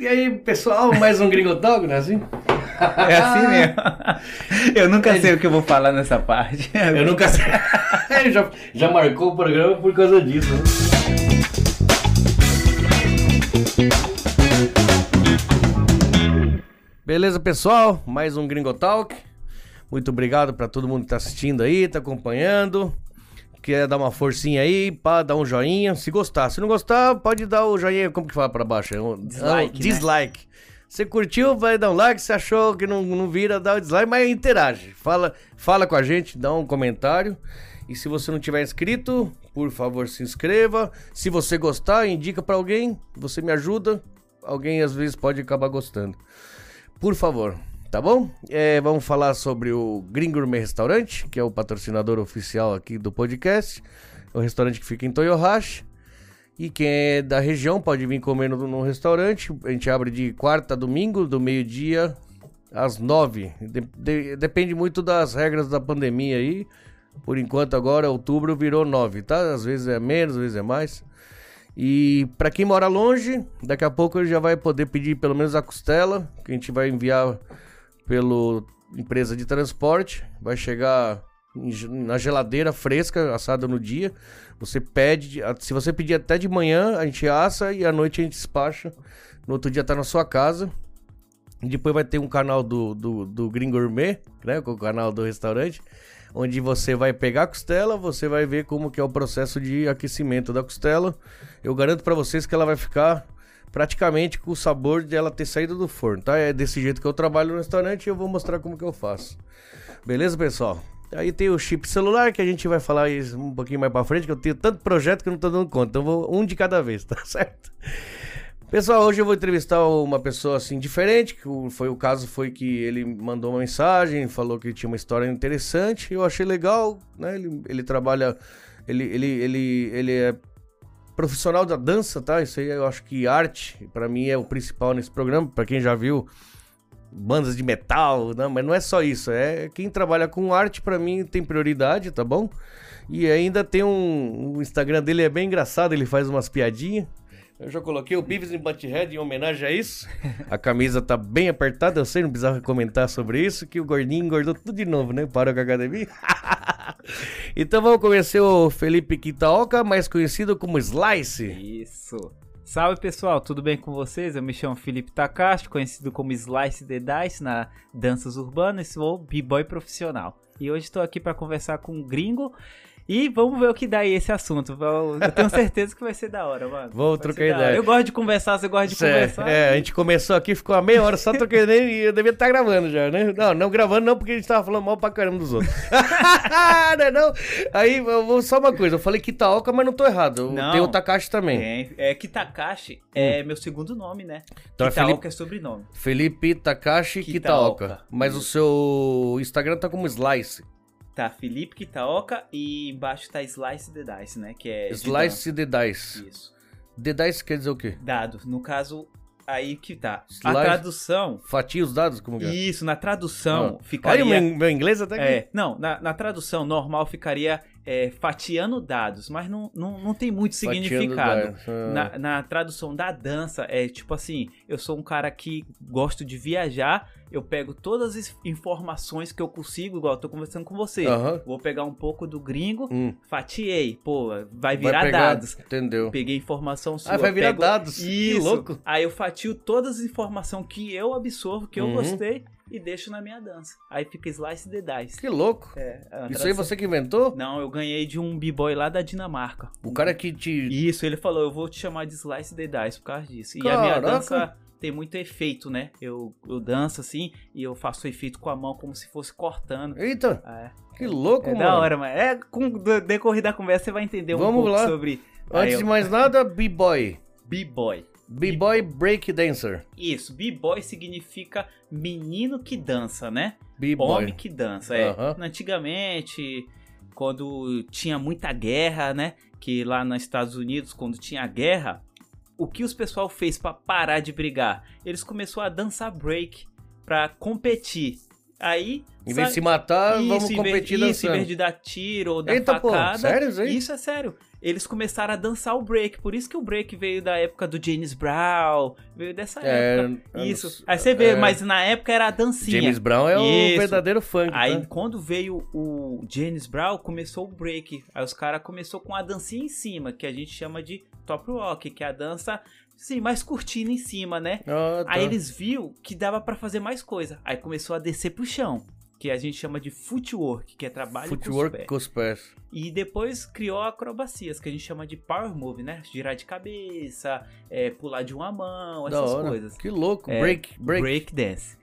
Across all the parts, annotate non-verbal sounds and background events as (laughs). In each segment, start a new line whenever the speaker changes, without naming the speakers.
E aí, pessoal, mais um Gringotalk, não é assim?
É assim mesmo. Eu nunca sei o que eu vou falar nessa parte.
Eu nunca (laughs) sei. Ele já, já marcou o programa por causa disso. né? Beleza, pessoal? Mais um Gringotalk. Muito obrigado pra todo mundo que tá assistindo aí, tá acompanhando. Quer dar uma forcinha aí, pá, dar um joinha, se gostar. Se não gostar, pode dar o joinha, como que fala pra baixo? É um-
Dislike,
ah, um dislike. Você curtiu, vai dar um like. Se achou que não, não vira, dá o dislike, mas interage. Fala, fala com a gente, dá um comentário. E se você não tiver inscrito, por favor, se inscreva. Se você gostar, indica pra alguém, você me ajuda. Alguém às vezes pode acabar gostando. Por favor, tá bom? É, vamos falar sobre o Green Gourmet Restaurante, que é o patrocinador oficial aqui do podcast. É um restaurante que fica em Toyohashi. E quem é da região pode vir comer no, no restaurante. A gente abre de quarta a domingo, do meio-dia às nove. De- de- depende muito das regras da pandemia aí. Por enquanto, agora, outubro virou nove, tá? Às vezes é menos, às vezes é mais. E para quem mora longe, daqui a pouco ele já vai poder pedir pelo menos a costela, que a gente vai enviar pelo empresa de transporte, vai chegar em ge- na geladeira fresca, assada no dia. Você pede, a- se você pedir até de manhã, a gente assa e à noite a gente despacha. No outro dia tá na sua casa. E depois vai ter um canal do, do, do Green Gourmet, né? Com o canal do restaurante, onde você vai pegar a costela, você vai ver como que é o processo de aquecimento da costela. Eu garanto pra vocês que ela vai ficar praticamente com o sabor de ela ter saído do forno, tá? É desse jeito que eu trabalho no restaurante e eu vou mostrar como que eu faço. Beleza, pessoal? Aí tem o chip celular que a gente vai falar isso um pouquinho mais pra frente, que eu tenho tanto projeto que eu não tô dando conta. Então eu vou um de cada vez, (laughs) tá certo? Pessoal, hoje eu vou entrevistar uma pessoa assim diferente, que o- foi o caso foi que ele mandou uma mensagem, falou que tinha uma história interessante, eu achei legal, né? Ele, ele trabalha ele, ele, ele, ele é profissional da dança, tá? Isso aí eu acho que arte pra mim é o principal nesse programa, Pra quem já viu bandas de metal, não, mas não é só isso, é quem trabalha com arte pra mim tem prioridade, tá bom? E ainda tem um, o Instagram dele é bem engraçado, ele faz umas piadinhas. Eu já coloquei o Beavis em Butthead em homenagem a isso. A camisa tá bem apertada, eu sei, não precisava comentar sobre isso, que o gordinho engordou tudo de novo, né? Parou com a academia. (laughs) então vamos conhecer o Felipe Quitaoca, mais conhecido como Slice.
Isso. Salve pessoal, tudo bem com vocês? Eu me chamo Felipe Takashi, conhecido como Slice the Dice na danças urbanas ou b-boy profissional. E hoje estou aqui para conversar com um gringo e vamos ver o que dá aí esse assunto. Vamos- Eu tenho certeza que vai ser da hora, mano.
Vou
Vai ser
trocar
da hora.
ideia.
Eu gosto de conversar, você gosta de
É,
conversar.
É, a gente começou aqui, ficou a meia hora só trocando e eu devia estar gravando já, né? Não, não gravando não, porque a gente tava falando mal pra caramba dos outros. (laughs) não, é não. Aí, eu vou- só uma coisa, eu falei que Taoca, mas não tô errado.
Não.
Tem o Takashi também.
Tem. É, Kitakashi é meu segundo nome, né?
Hum. Então é
Kitaoka
Felipe-
é sobrenome.
Felipe Takashi
Kitaoka.
Kitaoka. Mas o seu Instagram tá como Slice.
Tá Felipe Kitaoka e embaixo tá Slice the Dice, né? Que é de
Slice The
dança.
Dice.
Isso.
The Dice quer dizer o quê?
Dado. No caso, aí que tá.
Slice-
A tradução.
Fatia os dados? Como que é?
Isso, na tradução
Ah. Olha
ficaria.
o meu, meu inglês até que...
é, não, na, na tradução normal ficaria é, fatiando dados, mas não, não, não tem muito significado.
ah.
Na, na tradução da dança, é tipo assim: eu sou um cara que gosto de viajar, eu pego todas as informações que eu consigo, igual eu tô conversando com você.
Aham.
Vou pegar um pouco do gringo,
Hum.
fatiei, pô, vai
Vai
virar
pegar-
dados.
Entendeu.
Peguei informação sua.
Ah, vai virar
pego-
dados.
Isso.
Que louco.
Aí eu fatio todas as informações que eu absorvo, que eu
Uhum.
gostei, e deixo na minha dança. Aí fica slice the dice.
Que louco.
É,
Isso
a
aí
tradução-
você que inventou?
Não, eu ganhei de um b-boy lá da Dinamarca.
O cara que te.
Isso, ele falou, eu vou te chamar de slice the dice por causa disso. E a minha
Caraca.
dança tem muito efeito, né? Eu, eu danço assim, e eu faço efeito com a mão como se fosse cortando.
Eita,
É,
que louco,
é
mano.
da hora, mas é com do decorrer da conversa você vai entender um
Vamos
pouco
lá.
sobre Aí
Antes
eu-
de mais nada, B-Boy.
b-boy.
B-Boy Break Dancer.
Isso, b-boy significa menino que dança, né? Homem
B-Boy.
que dança, é.
Aham.
Antigamente, quando tinha muita guerra, né? Que lá nos Estados Unidos, quando tinha guerra, o que os pessoal fez pra parar de brigar? Eles começaram a dançar break pra competir. Aí.
Em vez de se matar,
isso,
vamos
em vez-
competir
Isso, em
dançando.
vez de dar tiro ou dar
Eita, pô,
facada.
sério isso aí?
Isso é sério. Eles começaram a dançar o break. Por isso que o break veio da época do James Brown. Veio dessa
É,
época.
anos-
Isso. Aí você vê,
é.
mas na época era a dancinha.
James Brown é o
Isso.
verdadeiro funk.
Aí
tá?
quando veio o James Brown, começou o break. Aí os caras começou com a dancinha em cima, que a gente chama de top rock, que é a dança, sim, mais curtindo em cima, né?
Ah, tá.
Aí eles viu que dava pra fazer mais coisa. Aí começou a descer pro chão, que a gente chama de footwork, que é trabalho com os
Footwork
pés.
com os pés.
E depois criou acrobacias, que a gente chama de power move, né? Girar de cabeça, é, pular de uma mão,
Da
essas
hora.
coisas.
Que louco.
É,
break, break, break,
dance.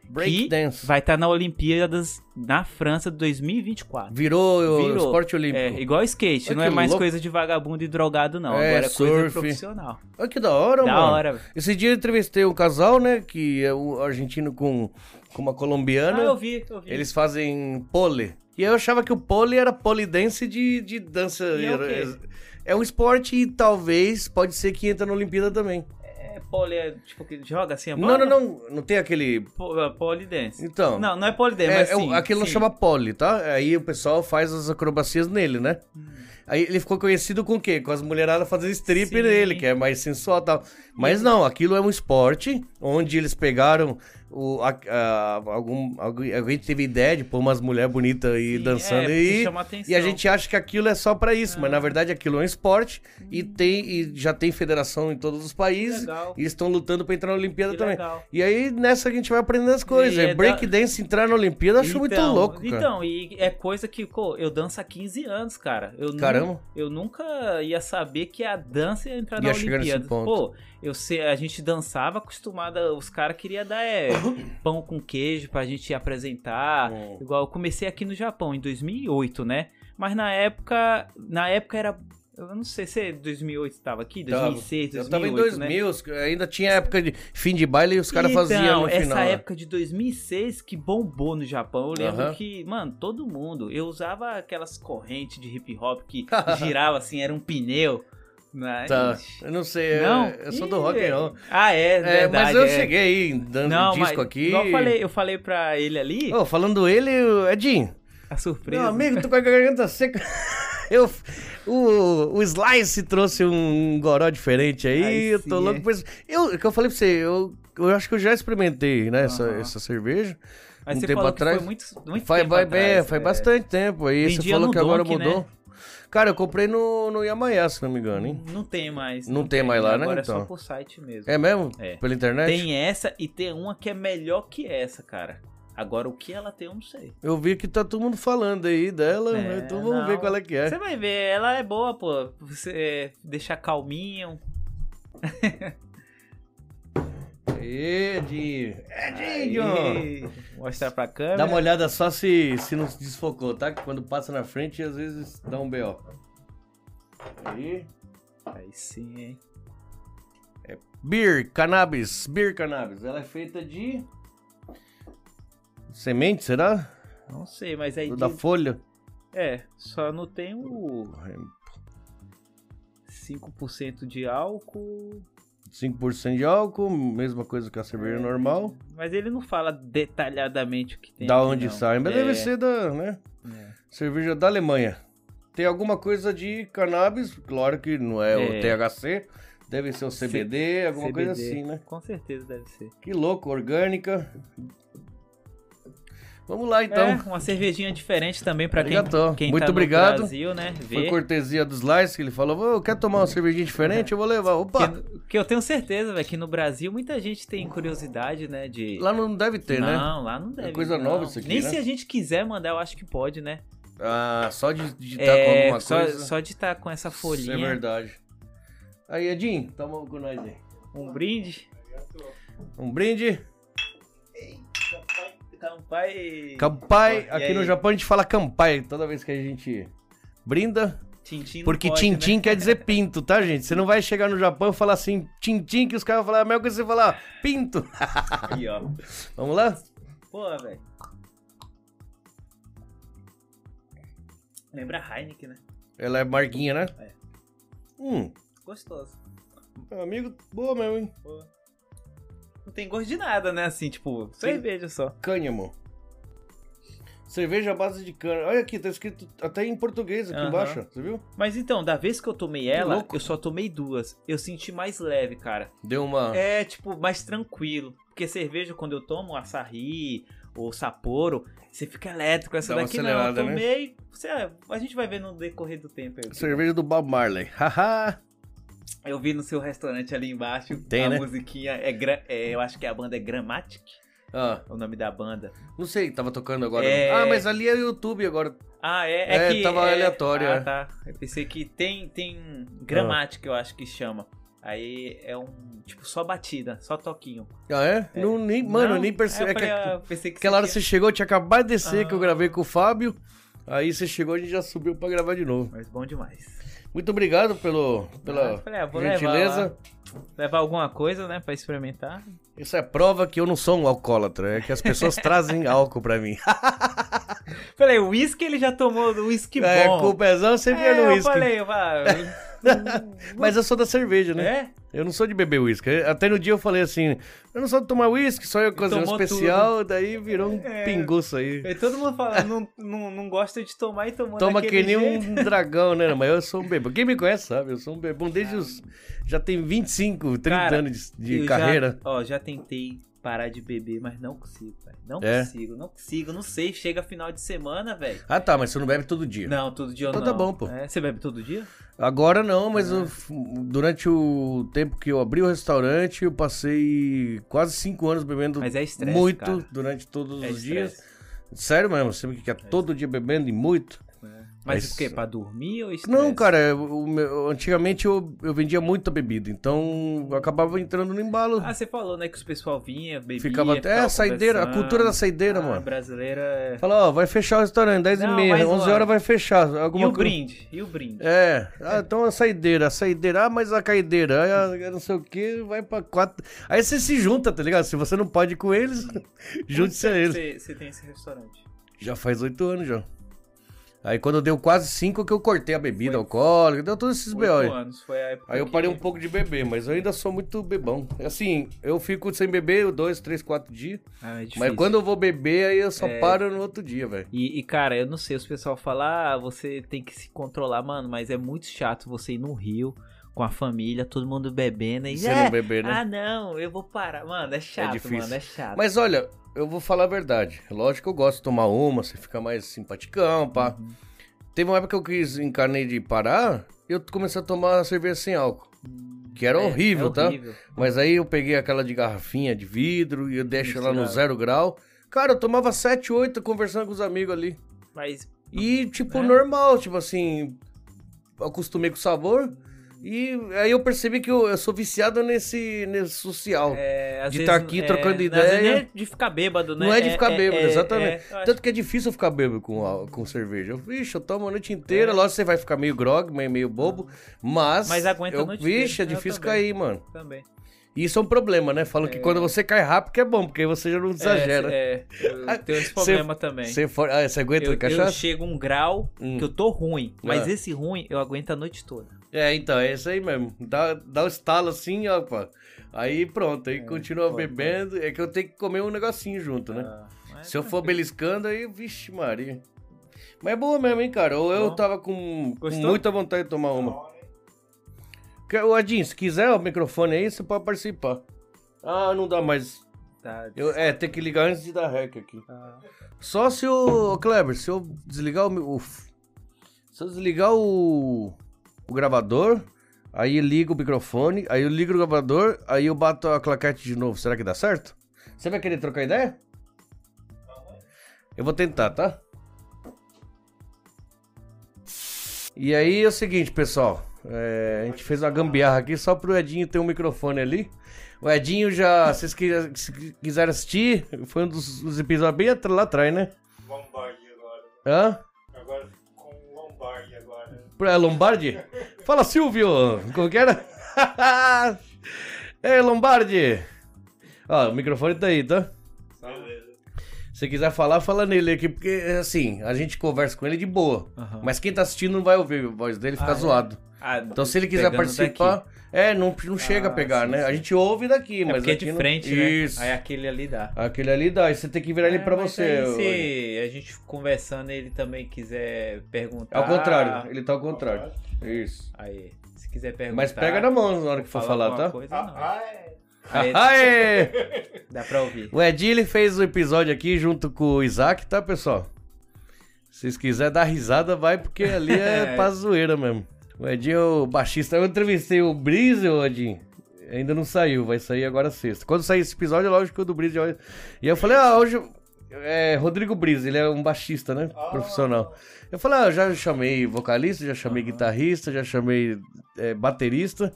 dance.
Vai estar na Olimpíadas na França de 2024.
Virou, o
Virou.
esporte olímpico.
É, igual skate,
Olha
não é
que
mais
louco.
coisa de vagabundo e drogado, não.
É,
Agora é
surf. Tá
coisa profissional.
Olha que da hora,
da
mano.
hora.
Esse dia eu entrevistei um casal, né? Que é um argentino com, com uma
Ah,
colombiana.
eu vi, eu vi.
Tá Eles fazem pole. E eu achava que o pole era polidense de, de dança.
E é o quê?
É um esporte e talvez pode ser que entra na Olimpíada também.
É pole, é, tipo, que joga assim a
Não,
bola?
não, não. Não tem aquele.
Po- Polidense.
Então.
Não, não é polidense,
É,
mas
é o-
sim.
aquilo
sim.
chama pole, tá? Aí o pessoal faz as acrobacias nele, né?
Hum.
Aí ele ficou conhecido com o quê? Com as mulheradas fazendo strip
Sim.
nele, que é mais sensual e tal. Mas não, aquilo é um esporte onde eles pegaram o, a- a- algum, alguém, alguém teve ideia de pôr umas mulheres bonitas aí
Sim,
dançando
é,
e,
porque chama atenção. Ah.
e a gente acha que aquilo é só pra isso, mas na verdade aquilo é um esporte e, tem, e já tem federação em todos os países
Hum. Legal.
e estão lutando pra entrar na Olimpíada
Que
também.
legal.
E aí nessa que a gente vai aprendendo as coisas.
E é da-
Breakdance entrar na Olimpíada eu acho muito
Então,
louco, cara.
Então, e é coisa que, pô, eu danço há 15 anos, cara. Eu nu-
Caramba.
eu nunca ia saber que a dança ia entrar
Ia
na
chegar nesse
Olimpíada.
ponto.
Pô, eu sei, a gente dançava acostumada, os caras queriam
(coughs)
dar é, pão com queijo pra gente apresentar.
Hum.
Igual eu comecei aqui no Japão em 2008, né? Mas na época, na época era eu não sei é se 2008 estava aqui, 2006,
eu
2008,
tava em
né?
2000, os- ainda tinha época de fim de baile e os caras
Então,
faziam no
essa
final. né?
época de 2006 que bombou no Japão. Eu lembro
Aham.
que, mano, todo mundo. Eu usava aquelas correntes de hip hop
(laughs)
que girava assim, era um pneu. Mas...
Tá, eu não sei, eu-
né? Não?
eu sou do
Ih,
rock and roll.
Ah, é,
É,
verdade.
mas eu
é.
cheguei aí, dando
Não,
disco
mas,
aqui. Oh,
igual eu falei, eu falei pra ele ali,
Ô, falando ele, o Edinho,
a surpresa.
meu amigo, tô com a garganta seca. (laughs) Eu, o, o Slice trouxe um goró diferente aí,
Aí
eu
sim,
tô louco
é.
por isso. Eu, que eu falei pra você, eu, eu acho que eu já experimentei, né, essa,
Aham.
essa cerveja.
mas
um
você
tempo
falou
atrás-
que foi muito, muito
Faz,
tempo
vai,
atrás,
é, faz
é.
bastante tempo. Aí você
Vendia
falou
no
que agora
Donk,
mudou.
né?
Cara, eu comprei no, no Yamaya, se não me engano, hein?
Não tem mais.
Não tem mais lá, né,
Agora é
então?
só por site mesmo.
É mesmo?
É.
Pela internet?
Tem essa e tem uma que é melhor que essa, cara. Agora, o que ela tem, eu não sei.
Eu vi que tá todo mundo falando aí dela,
É,
então vamos
não.
ver qual é que é.
Você vai ver, ela é boa, pô. Você é, deixar um calminho.
Edinho! Edinho!
Aí, mostrar pra câmera.
Dá uma olhada só se, se não se desfocou, tá? Que quando passa na frente, às vezes dá um B.O. Aí.
Aí sim, hein?
Beer Cannabis. Beer Cannabis. Ela é feita de... Semente, será?
Não sei, mas aí.
Da
diz-
folha?
É, só não tem o 5% de álcool.
5% de álcool, mesma coisa que a cerveja normal.
É, Mas ele não fala detalhadamente o que tem.
da
aqui,
onde
não.
sai, mas
É,
deve ser da, né?
é.
Cerveja da Alemanha. Tem alguma coisa de cannabis, claro que não é, o
É.
THC, deve ser o CBD, alguma
CBD.
coisa assim, né?
Com certeza deve ser.
Que louco, orgânica. Vamos lá então.
é, uma cervejinha diferente também pra quem,
Arigatô.
quem
Muito
tá
obrigado.
no Brasil, né?
Foi
Ver.
cortesia dos Slice que ele falou: "Ô, eu quero tomar uma cervejinha diferente, eu vou levar. Opa!
Que, que eu tenho certeza, velho, que no Brasil muita gente tem curiosidade, né? De.
Lá não deve ter, né?
não, lá não deve.
coisa
não.
nova isso aqui,
Nem
né?
se a gente quiser mandar, eu acho que pode, né?
Ah, só de digitar com
É,
alguma
só,
coisa.
só de estar com essa
Isso
folhinha.
é verdade. Aí, Edinho, toma com nós aí.
Um brinde.
Um brinde.
Campai.
Kampai.
E
Aqui
aí?
no Japão a gente fala kampai toda vez que a gente brinda.
Tintim não
Porque
pode,
tintim
né?
quer dizer pinto, tá, gente? Você não vai chegar no Japão e falar assim, tintim, que os caras vão falar "É a mesma coisa que você falar pinto.
Aí, ó.
Vamos lá?
Pô, velho. Lembra a Heineken, né?
Ela é marguinha, né?
É.
Hum,
Gostoso.
meu amigo, boa mesmo, hein?
Pô. Não tem gosto de nada, né? Assim, tipo, cerveja só.
Cânhamo. Cerveja à base de cana. Olha aqui, tá escrito até em português aqui
Aham.
embaixo, você viu?
Mas então, da vez que eu tomei ela,
louco.
eu só tomei duas. Eu senti mais leve, cara.
Deu uma.
É, tipo, mais tranquilo. Porque cerveja, quando eu tomo açaí ou saporo, você fica elétrico. Essa
Dá uma
daqui não, eu
acelerada, né?
tomei. Você, a gente vai ver no decorrer do tempo. aí.
Cerveja do Bob Marley. (laughs) Haha.
Eu vi no seu restaurante ali embaixo
Tem,
a
né?
musiquinha. É, gra- é, eu acho que a banda é Grammatic,
ah,
é o nome da banda.
não sei, tava tocando agora.
É.
Ah, mas ali é o YouTube agora.
Ah, é, é,
É,
que.
tava
é...
aleatório, é.
Ah, tá. Eu pensei que tem, tem Grammatic, eu acho que chama. Aí é um. Tipo, só batida, só toquinho.
Ah, é?
É.
Não, nem, mano,
Não,
nem
aí
percebi.
eu
É que
falei, ah, pensei que
aquela hora
você.
você chegou, eu tinha acabado de descer, que eu
Ah.
gravei com o Fábio. Aí você chegou, a gente já subiu pra gravar de novo.
tinha- Mas bom demais.
Muito obrigado pelo,
Ah,
pela
eu falei, ah, vou
gentileza.
Levar, lá, levar alguma coisa, né, pra experimentar.
Isso é prova que eu não sou um alcoólatra, é que as
(laughs)
pessoas trazem álcool pra mim.
Falei, o uísque ele já tomou, o uísque
é,
bom.
com o pezão sempre é,
é,
no
eu
uísque.
falei,
(laughs)
eu falei,
Mas eu sou da cerveja, né?
né?
Eu não sou de beber uísque. Até no dia eu falei assim, eu não sou de tomar uísque, só em ocasião
Tomou
especial, daí virou um
É.
pinguço aí.
E todo mundo fala, não, não, não gosta de tomar e tomou
Toma que
daquele
nem
jeito.
um (laughs) dragão, né? Mas eu sou um bebê. Quem me conhece sabe, eu sou um bebê. Desde os... Já tem 25, 30
Cara,
anos de, de
Eu
carreira.
Já, ó, já tentei parar de beber, mas não consigo, velho. Não
É?
consigo, não consigo, não sei. Chega final de semana, velho.
Ah tá, mas você não bebe todo dia.
Não, todo dia eu
Então
não.
tá bom, pô.
É, você bebe todo dia?
Agora não,
É.
mas eu f- durante o tempo que eu abri o restaurante, eu passei quase 5 anos bebendo
Mas é estresse,
muito
cara.
durante todos
É
os dias.
estresse. É
Sério mesmo, você fica todo dia bebendo e muito.
Mas
Mas-
o quê? Pra dormir ou É estresse?
Não, cara, o meu- antigamente eu, eu vendia muita bebida, então eu acabava entrando no embalo.
Ah, você falou, né, que os pessoal vinha, bebia,
ficava até. É, saideira, a cultura da saideira,
Ah,
mano.
brasileira é...
Fala, ó, vai fechar o restaurante, 10
Não,
e meia,
mais
11
uma.
horas vai fechar. Alguma
E o
coisa-
brinde? E o brinde?
É, ah, então a saideira, a saideira, ah, mas a caideira, ah, ah, não sei o que, vai pra quatro. Aí você se junta, tá ligado? Se você não pode ir com eles, (laughs) junte-se a eles.
Você, você tem esse restaurante.
Já faz oito anos já. Aí quando deu quase cinco que eu cortei a bebida alcoólica, deu todos esses
Oito
B.O. aí.
anos, foi a época
Aí eu
que-
parei um pouco de beber, mas eu ainda sou muito bebão. Assim, eu fico sem beber dois, três, quatro dias.
Ah, é
Mas
difícil. É.
quando eu vou beber, aí eu só paro no outro dia, velho.
E, e, cara, eu não sei, os pessoal falar, ah, você tem que se controlar, mano, mas é muito chato você ir no Rio com a família, todo mundo bebendo e
Você
é,
não beber, né?
Ah, não, eu vou parar. Mano, é chato,
difícil.
mano, é chato.
Mas olha, eu vou falar a verdade. Lógico que eu gosto de tomar uma, você fica mais simpaticão, pá.
Uhum.
Teve uma época que eu quis encarnei de parar, eu comecei a tomar cerveja sem álcool. Que era
É,
horrível,
é
tá?
horrível.
Mas aí eu peguei aquela de garrafinha de vidro e eu deixo ela no
Misturava.
zero grau. Cara, eu tomava 7, 8 conversando com os amigos ali.
Mas
E, tipo,
É.
normal, tipo assim, acostumei com o sabor. E aí eu percebi que eu, eu sou viciado nesse, nesse social.
é, às
De
vezes,
tá aqui
é,
trocando
às
ideia.
vezes nem é de ficar bêbado, né?
Não é de ficar bêbado, exatamente.
é, eu acho
Tanto que é difícil eu ficar bêbado com, al- com cerveja. Eu, Vixe, eu tomo a noite inteira. Lógico que você vai ficar meio grog, meio, meio bobo. Mas.
É. Mas aguenta a
eu,
noite
Vixe, é
inteira. Eu
difícil
também.
cair, mano.
que também.
E isso é um problema, né? Falam que quando você cai rápido que é bom, porque aí você já não exagera. Ah,
É, é, eu tenho esse
Cê-
problema também.
Você, for... ah, você aguenta
eu, eu
cachaça?
chego um grau
Hum.
que eu tô ruim, mas
Ah.
esse ruim eu aguento a noite toda.
É, então, é isso aí mesmo. Dá, dá o estalo assim, ó, pá. Aí pronto,
É,
aí continua
pode,
bebendo. É que eu tenho que comer um negocinho junto, né?
Ah, mas
Se eu for
tranquilo.
beliscando, aí, vixe, Maria. Mas é boa mesmo, hein, cara? Eu, eu
Bom.
tava com, com
Gostou?
muita vontade de tomar uma. Que- Ô, Adinho, se quiser o microfone aí, você pode participar. Ah, não dá mais.
Tá,
Eu, é, tem que ligar antes de dar rec aqui.
tá.
Só se o. ô, Kleber, se eu desligar o. mi- o f- se eu desligar o. O gravador, aí liga o microfone, aí eu ligo o gravador, aí eu bato a claquete de novo. Será que dá certo? Você vai querer trocar ideia? Eu vou tentar, tá? E aí é o seguinte, pessoal. é, a gente fez uma gambiarra aqui só pro Edinho ter um microfone ali. O Edinho já, se vocês qui- se quiserem assistir, foi um dos, dos episódios bem atr- lá atrás, né?
Lombardi agora.
Hã?
Agora com Lombardi agora.
Pra Lombardi? Fala, Silvio! Como que era? (laughs) Ei, Lombardi! Ó, o microfone tá aí, tá?
Beleza.
Se Se quiser falar, fala nele aqui, porque assim, a gente conversa com ele de boa.
Aham.
Mas quem tá assistindo não vai ouvir a voz dele, fica
Ah, é.
zoado.
Ah,
Então se ele quiser
pegando
participar,
daqui.
é, não, não chega a
Ah,
pegar,
sim,
né? A
sim.
gente ouve daqui,
É
mas
porque é
aqui
de
não-
frente,
Isso.
né? Aí aquele ali dá.
Aquele ali dá, aí você tem que virar ele
É,
pra
mas
você.
aí
ô-
se a gente conversando ele também quiser perguntar.
Ao contrário, ele tá ao contrário. Isso.
Aí, se quiser perguntar.
Mas pega na mão na hora que for falar,
alguma
tá?
coisa, não.
Ah, ah, é.
Aí
Aê!
dá pra ouvir.
O Edile fez o episódio aqui junto com o Isaac, tá, pessoal? Se vocês quiserem dar risada, vai, porque ali é pra zoeira mesmo. O Edinho é o baixista. Eu entrevistei o Breeze, o Edinho. Ainda não saiu, vai sair agora sexta. Quando sair esse episódio, é lógico que o do Breeze. já- E eu falei, ah, hoje. É, Rodrigo Breeze, ele é um baixista, né?
Ah.
Profissional. Eu falei, ah, eu já chamei vocalista, já chamei guitarrista, já chamei é, baterista.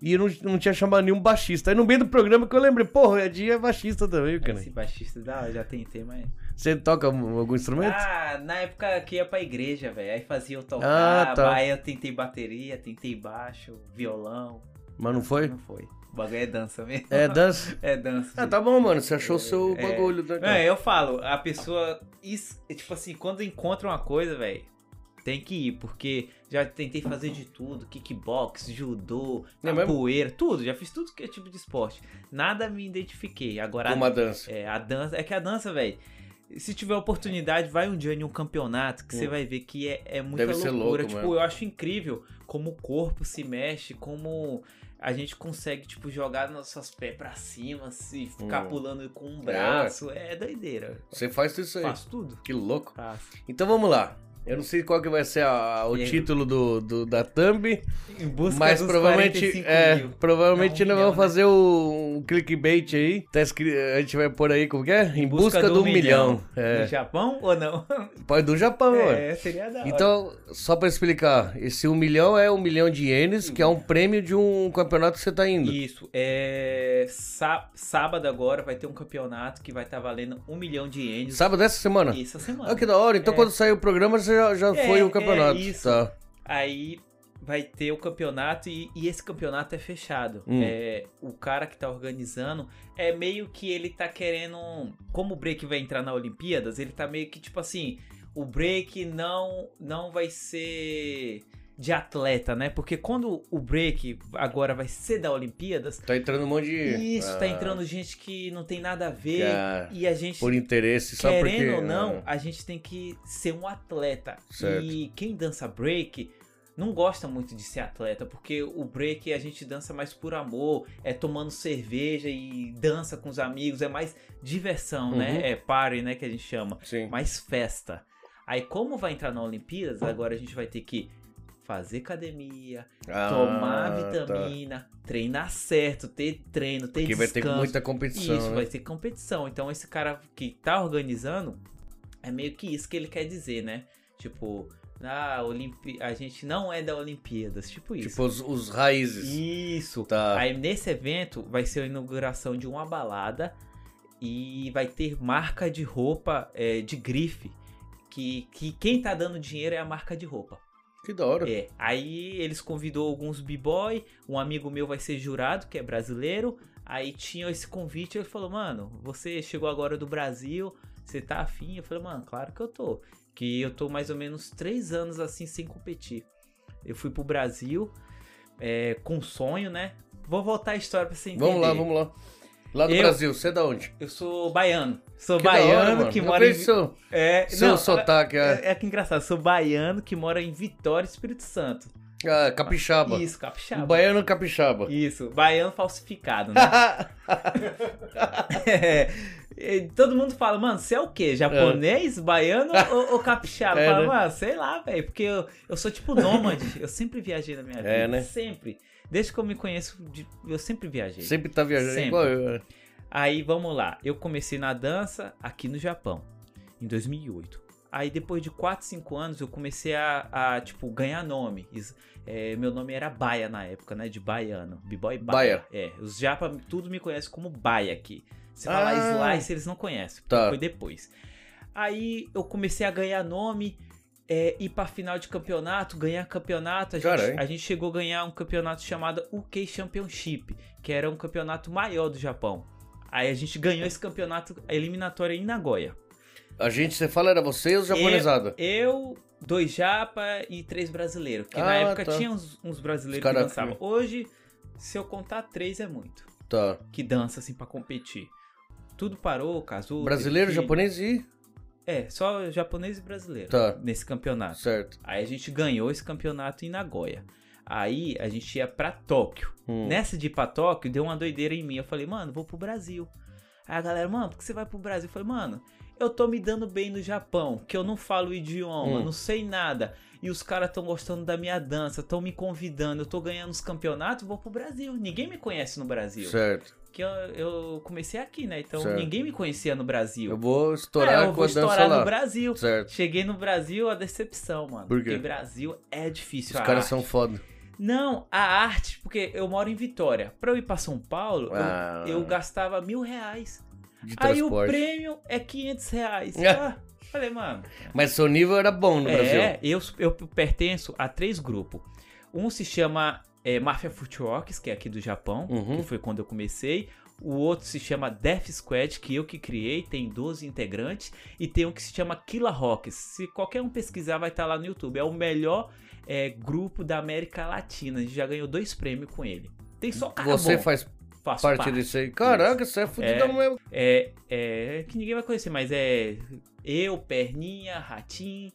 E eu não, não tinha chamado nenhum baixista. Aí no meio do programa que eu lembrei, porra, o Edinho é baixista também, cara.
Esse baixista dá, eu já tentei, mas.
Você toca um- algum instrumento?
Ah, na época que ia pra igreja, velho. Aí fazia eu
Ah,
tocar,
tá.
aí eu tentei bateria, tentei baixo, violão.
Mas não foi?
Não foi. O bagulho é dança mesmo. (laughs)
É dança?
É dança.
Ah,
gente.
tá bom, mano. Você achou o seu
É.
bagulho, né? cara?
É, eu falo, a pessoa. is- Tipo assim, quando encontra uma coisa, velho, tem que ir, porque já tentei fazer de tudo: kickbox, judô,
Não é
capoeira, tudo. Já fiz tudo que é tipo de esporte. Nada me identifiquei. Agora,
Uma
a,
dança.
é, a dança. É que a dança, velho. Se tiver oportunidade, vai um dia em um campeonato que
Hum.
você vai ver que é, é muita
Deve ser
loucura.
louco,
tipo,
mano.
eu acho incrível como o corpo se mexe, como a gente consegue, tipo, jogar nossos pés pra cima, se ficar
Hum.
pulando com um braço. É, doideira.
Você faz isso aí.
Faço tudo.
Que louco.
Faço.
Então vamos lá. Eu não sei qual que vai ser a- o
E aí?
título do, do- da thumb,
Em busca
mas
dos
provavelmente,
45
é,
mil.
provavelmente
É um
nós
milhão,
vamos fazer o- um clickbait aí. Tá escri- A gente vai pôr aí, como que é? Em, busca, do, milhão.
No
É.
Japão ou não?
Pode do Japão, mano.
É, seria da hora.
Então, só pra explicar, esse um milhão é um milhão de ienes, que é um prêmio de um campeonato que você tá indo.
Isso, é. sá- Sábado agora vai ter um campeonato que vai estar valendo um milhão de ienes.
Sábado dessa semana?
Isso essa semana.
Ah, que da hora. Então
É.
quando sair o programa, você já, já
É,
foi o
é,
campeonato.
isso.
Tá.
Aí vai ter o campeonato e, e esse campeonato é fechado.
Hum.
É, o cara que tá organizando é meio que ele tá querendo. Como o break vai entrar na Olimpíadas, ele tá meio que tipo assim: o break não, não vai ser de atleta, né? Porque quando o break agora vai ser da Olimpíadas,
Tá entrando um monte de.
isso tá entrando gente que não tem nada a ver.
ah. Cara,
E a gente
Por interesse, só
Querendo
porque.
ou não,
ah,
a gente tem que ser um atleta.
Certo.
E quem dança break não gosta muito de ser atleta, porque o break a gente dança mais por amor, é tomando cerveja e dança com os amigos, é mais diversão,
Uhum.
né? É party, né, que a gente chama,
Ah, Sim.
mais festa. Aí como vai entrar na Olimpíadas, agora a gente vai ter que fazer academia,
Ah,
tomar
Tá.
vitamina, treinar certo, ter treino, ter
Porque vai ter
descanso.
muita competição.
Isso,
né?
vai ser competição. Então esse cara que tá organizando é meio que isso que ele quer dizer, né? Tipo, na Olimpi... a gente não é da Olimpíadas, tipo isso.
Tipo, os, os raízes.
isso.
Tá.
Aí nesse evento vai ser a inauguração de uma balada e vai ter marca de roupa é, de grife. Que, que quem tá dando dinheiro é a marca de roupa.
Que da hora.
É, aí eles convidou alguns b-boy, um amigo meu vai ser jurado, que é brasileiro. Aí tinha esse convite, ele falou, mano, você chegou agora do Brasil, você tá afim? Eu falei, mano, claro que eu tô. Que eu tô mais ou menos três anos assim sem competir. Eu fui pro Brasil é, com sonho, né? Vou voltar a história pra você entender.
Vamos lá, vamos lá. Lá do
Eu-
Brasil, você é da onde?
Eu sou baiano. Sou
Que da hora,
baiano
mano.
que
Já
mora em...
fez seu,
É,
seu
não,
sotaque, é,
é, é que engraçado, sou baiano que mora em Vitória, Espírito Santo.
ah, capixaba.
Isso, capixaba.
Um baiano capixaba.
Isso, baiano
(laughs)
falsificado, né? É, e todo mundo fala, mano, você é o quê?
(laughs)
Japonês, baiano ou, ou capixaba?
É,
fala,
né?
mano, sei lá, velho, porque eu, eu sou
(laughs)
tipo nômade. eu sempre viajei na minha vida.
É, né?
Sempre. Desde que eu me conheço, de- eu sempre
(laughs)
viajei.
Sempre tá viajando
Sempre.
igual eu. é.
Aí vamos lá, eu comecei na dança aqui no Japão, em 2008. Aí depois de 4, 5 anos eu comecei a, a, tipo, ganhar nome. Is- é, meu nome era Baia na época, né? De baiano. B-boy Baia. É, os japa tudo me conhece como Baia aqui. Se falar
Ah.
Slice, eles não conhecem, porque
Tá.
foi depois. Aí eu comecei a ganhar nome, é, ir pra final de campeonato, ganhar campeonato. A
Carai.
gente, a gente chegou a ganhar um campeonato chamado UK Championship, que era um campeonato maior do Japão. Aí a gente ganhou esse campeonato eliminatório em Nagoya.
A gente, você fala, era você e os japonesada?
Eu, dois japa e três brasileiros. Que
Ah,
na época
tá.
tinha uns, uns brasileiros
Os
que
cara-
dançavam. Hoje, se eu contar três é muito.
Tá.
Que dança assim pra competir. Tudo parou, casou.
Brasileiro,
teve que-
japonês e.
É, só japonês e brasileiro.
Tá.
Nesse campeonato.
Certo.
Aí a gente ganhou esse campeonato em Nagoya. Aí a gente ia pra Tóquio.
Hum.
Nessa de ir pra Tóquio, deu uma doideira em mim. Eu falei, mano, vou pro Brasil. Aí a galera, mano, por que você vai pro Brasil? Eu falei, mano, eu tô me dando bem no Japão, que eu não falo o idioma,
Hum.
não sei nada. E os caras tão gostando da minha dança, tão me convidando, eu tô ganhando os campeonatos, vou pro Brasil. Ninguém me conhece no Brasil.
Certo.
Porque eu, eu comecei aqui, né? Então
Certo.
ninguém me conhecia no Brasil.
Eu vou estourar
É, eu
com
vou
a dança
estourar
lá.
no Brasil.
Certo.
Cheguei no Brasil, a decepção, mano.
Por quê?
Porque Brasil é difícil.
Os
a
caras
arte.
são foda.
Não, a arte, porque eu moro em Vitória. Pra eu ir pra São Paulo, eu-
Ah.
eu, gastava mil reais.
De
Aí o
transporte.
prêmio é 500
(laughs)
reais.
É.
Ah, falei, mano.
Mas seu nível era bom no Brasil.
É, eu, eu pertenço a três grupos. Um se chama é, Mafia Futurox, que é aqui do Japão,
Uhum.
que foi quando eu comecei. O outro se chama Death Squad, que eu que criei, tem 12 integrantes. E tem um que se chama Killa Rocks. Se qualquer um pesquisar, vai estar lá no YouTube. É o melhor é, grupo da América Latina. A gente já ganhou dois prêmios com ele. Tem só cara
Você
bom.
faz
Faço
parte, disso aí. Caraca, você é fudido
É.
mesmo.
É, é, que ninguém vai conhecer, mas é eu, Perninha, Ratim,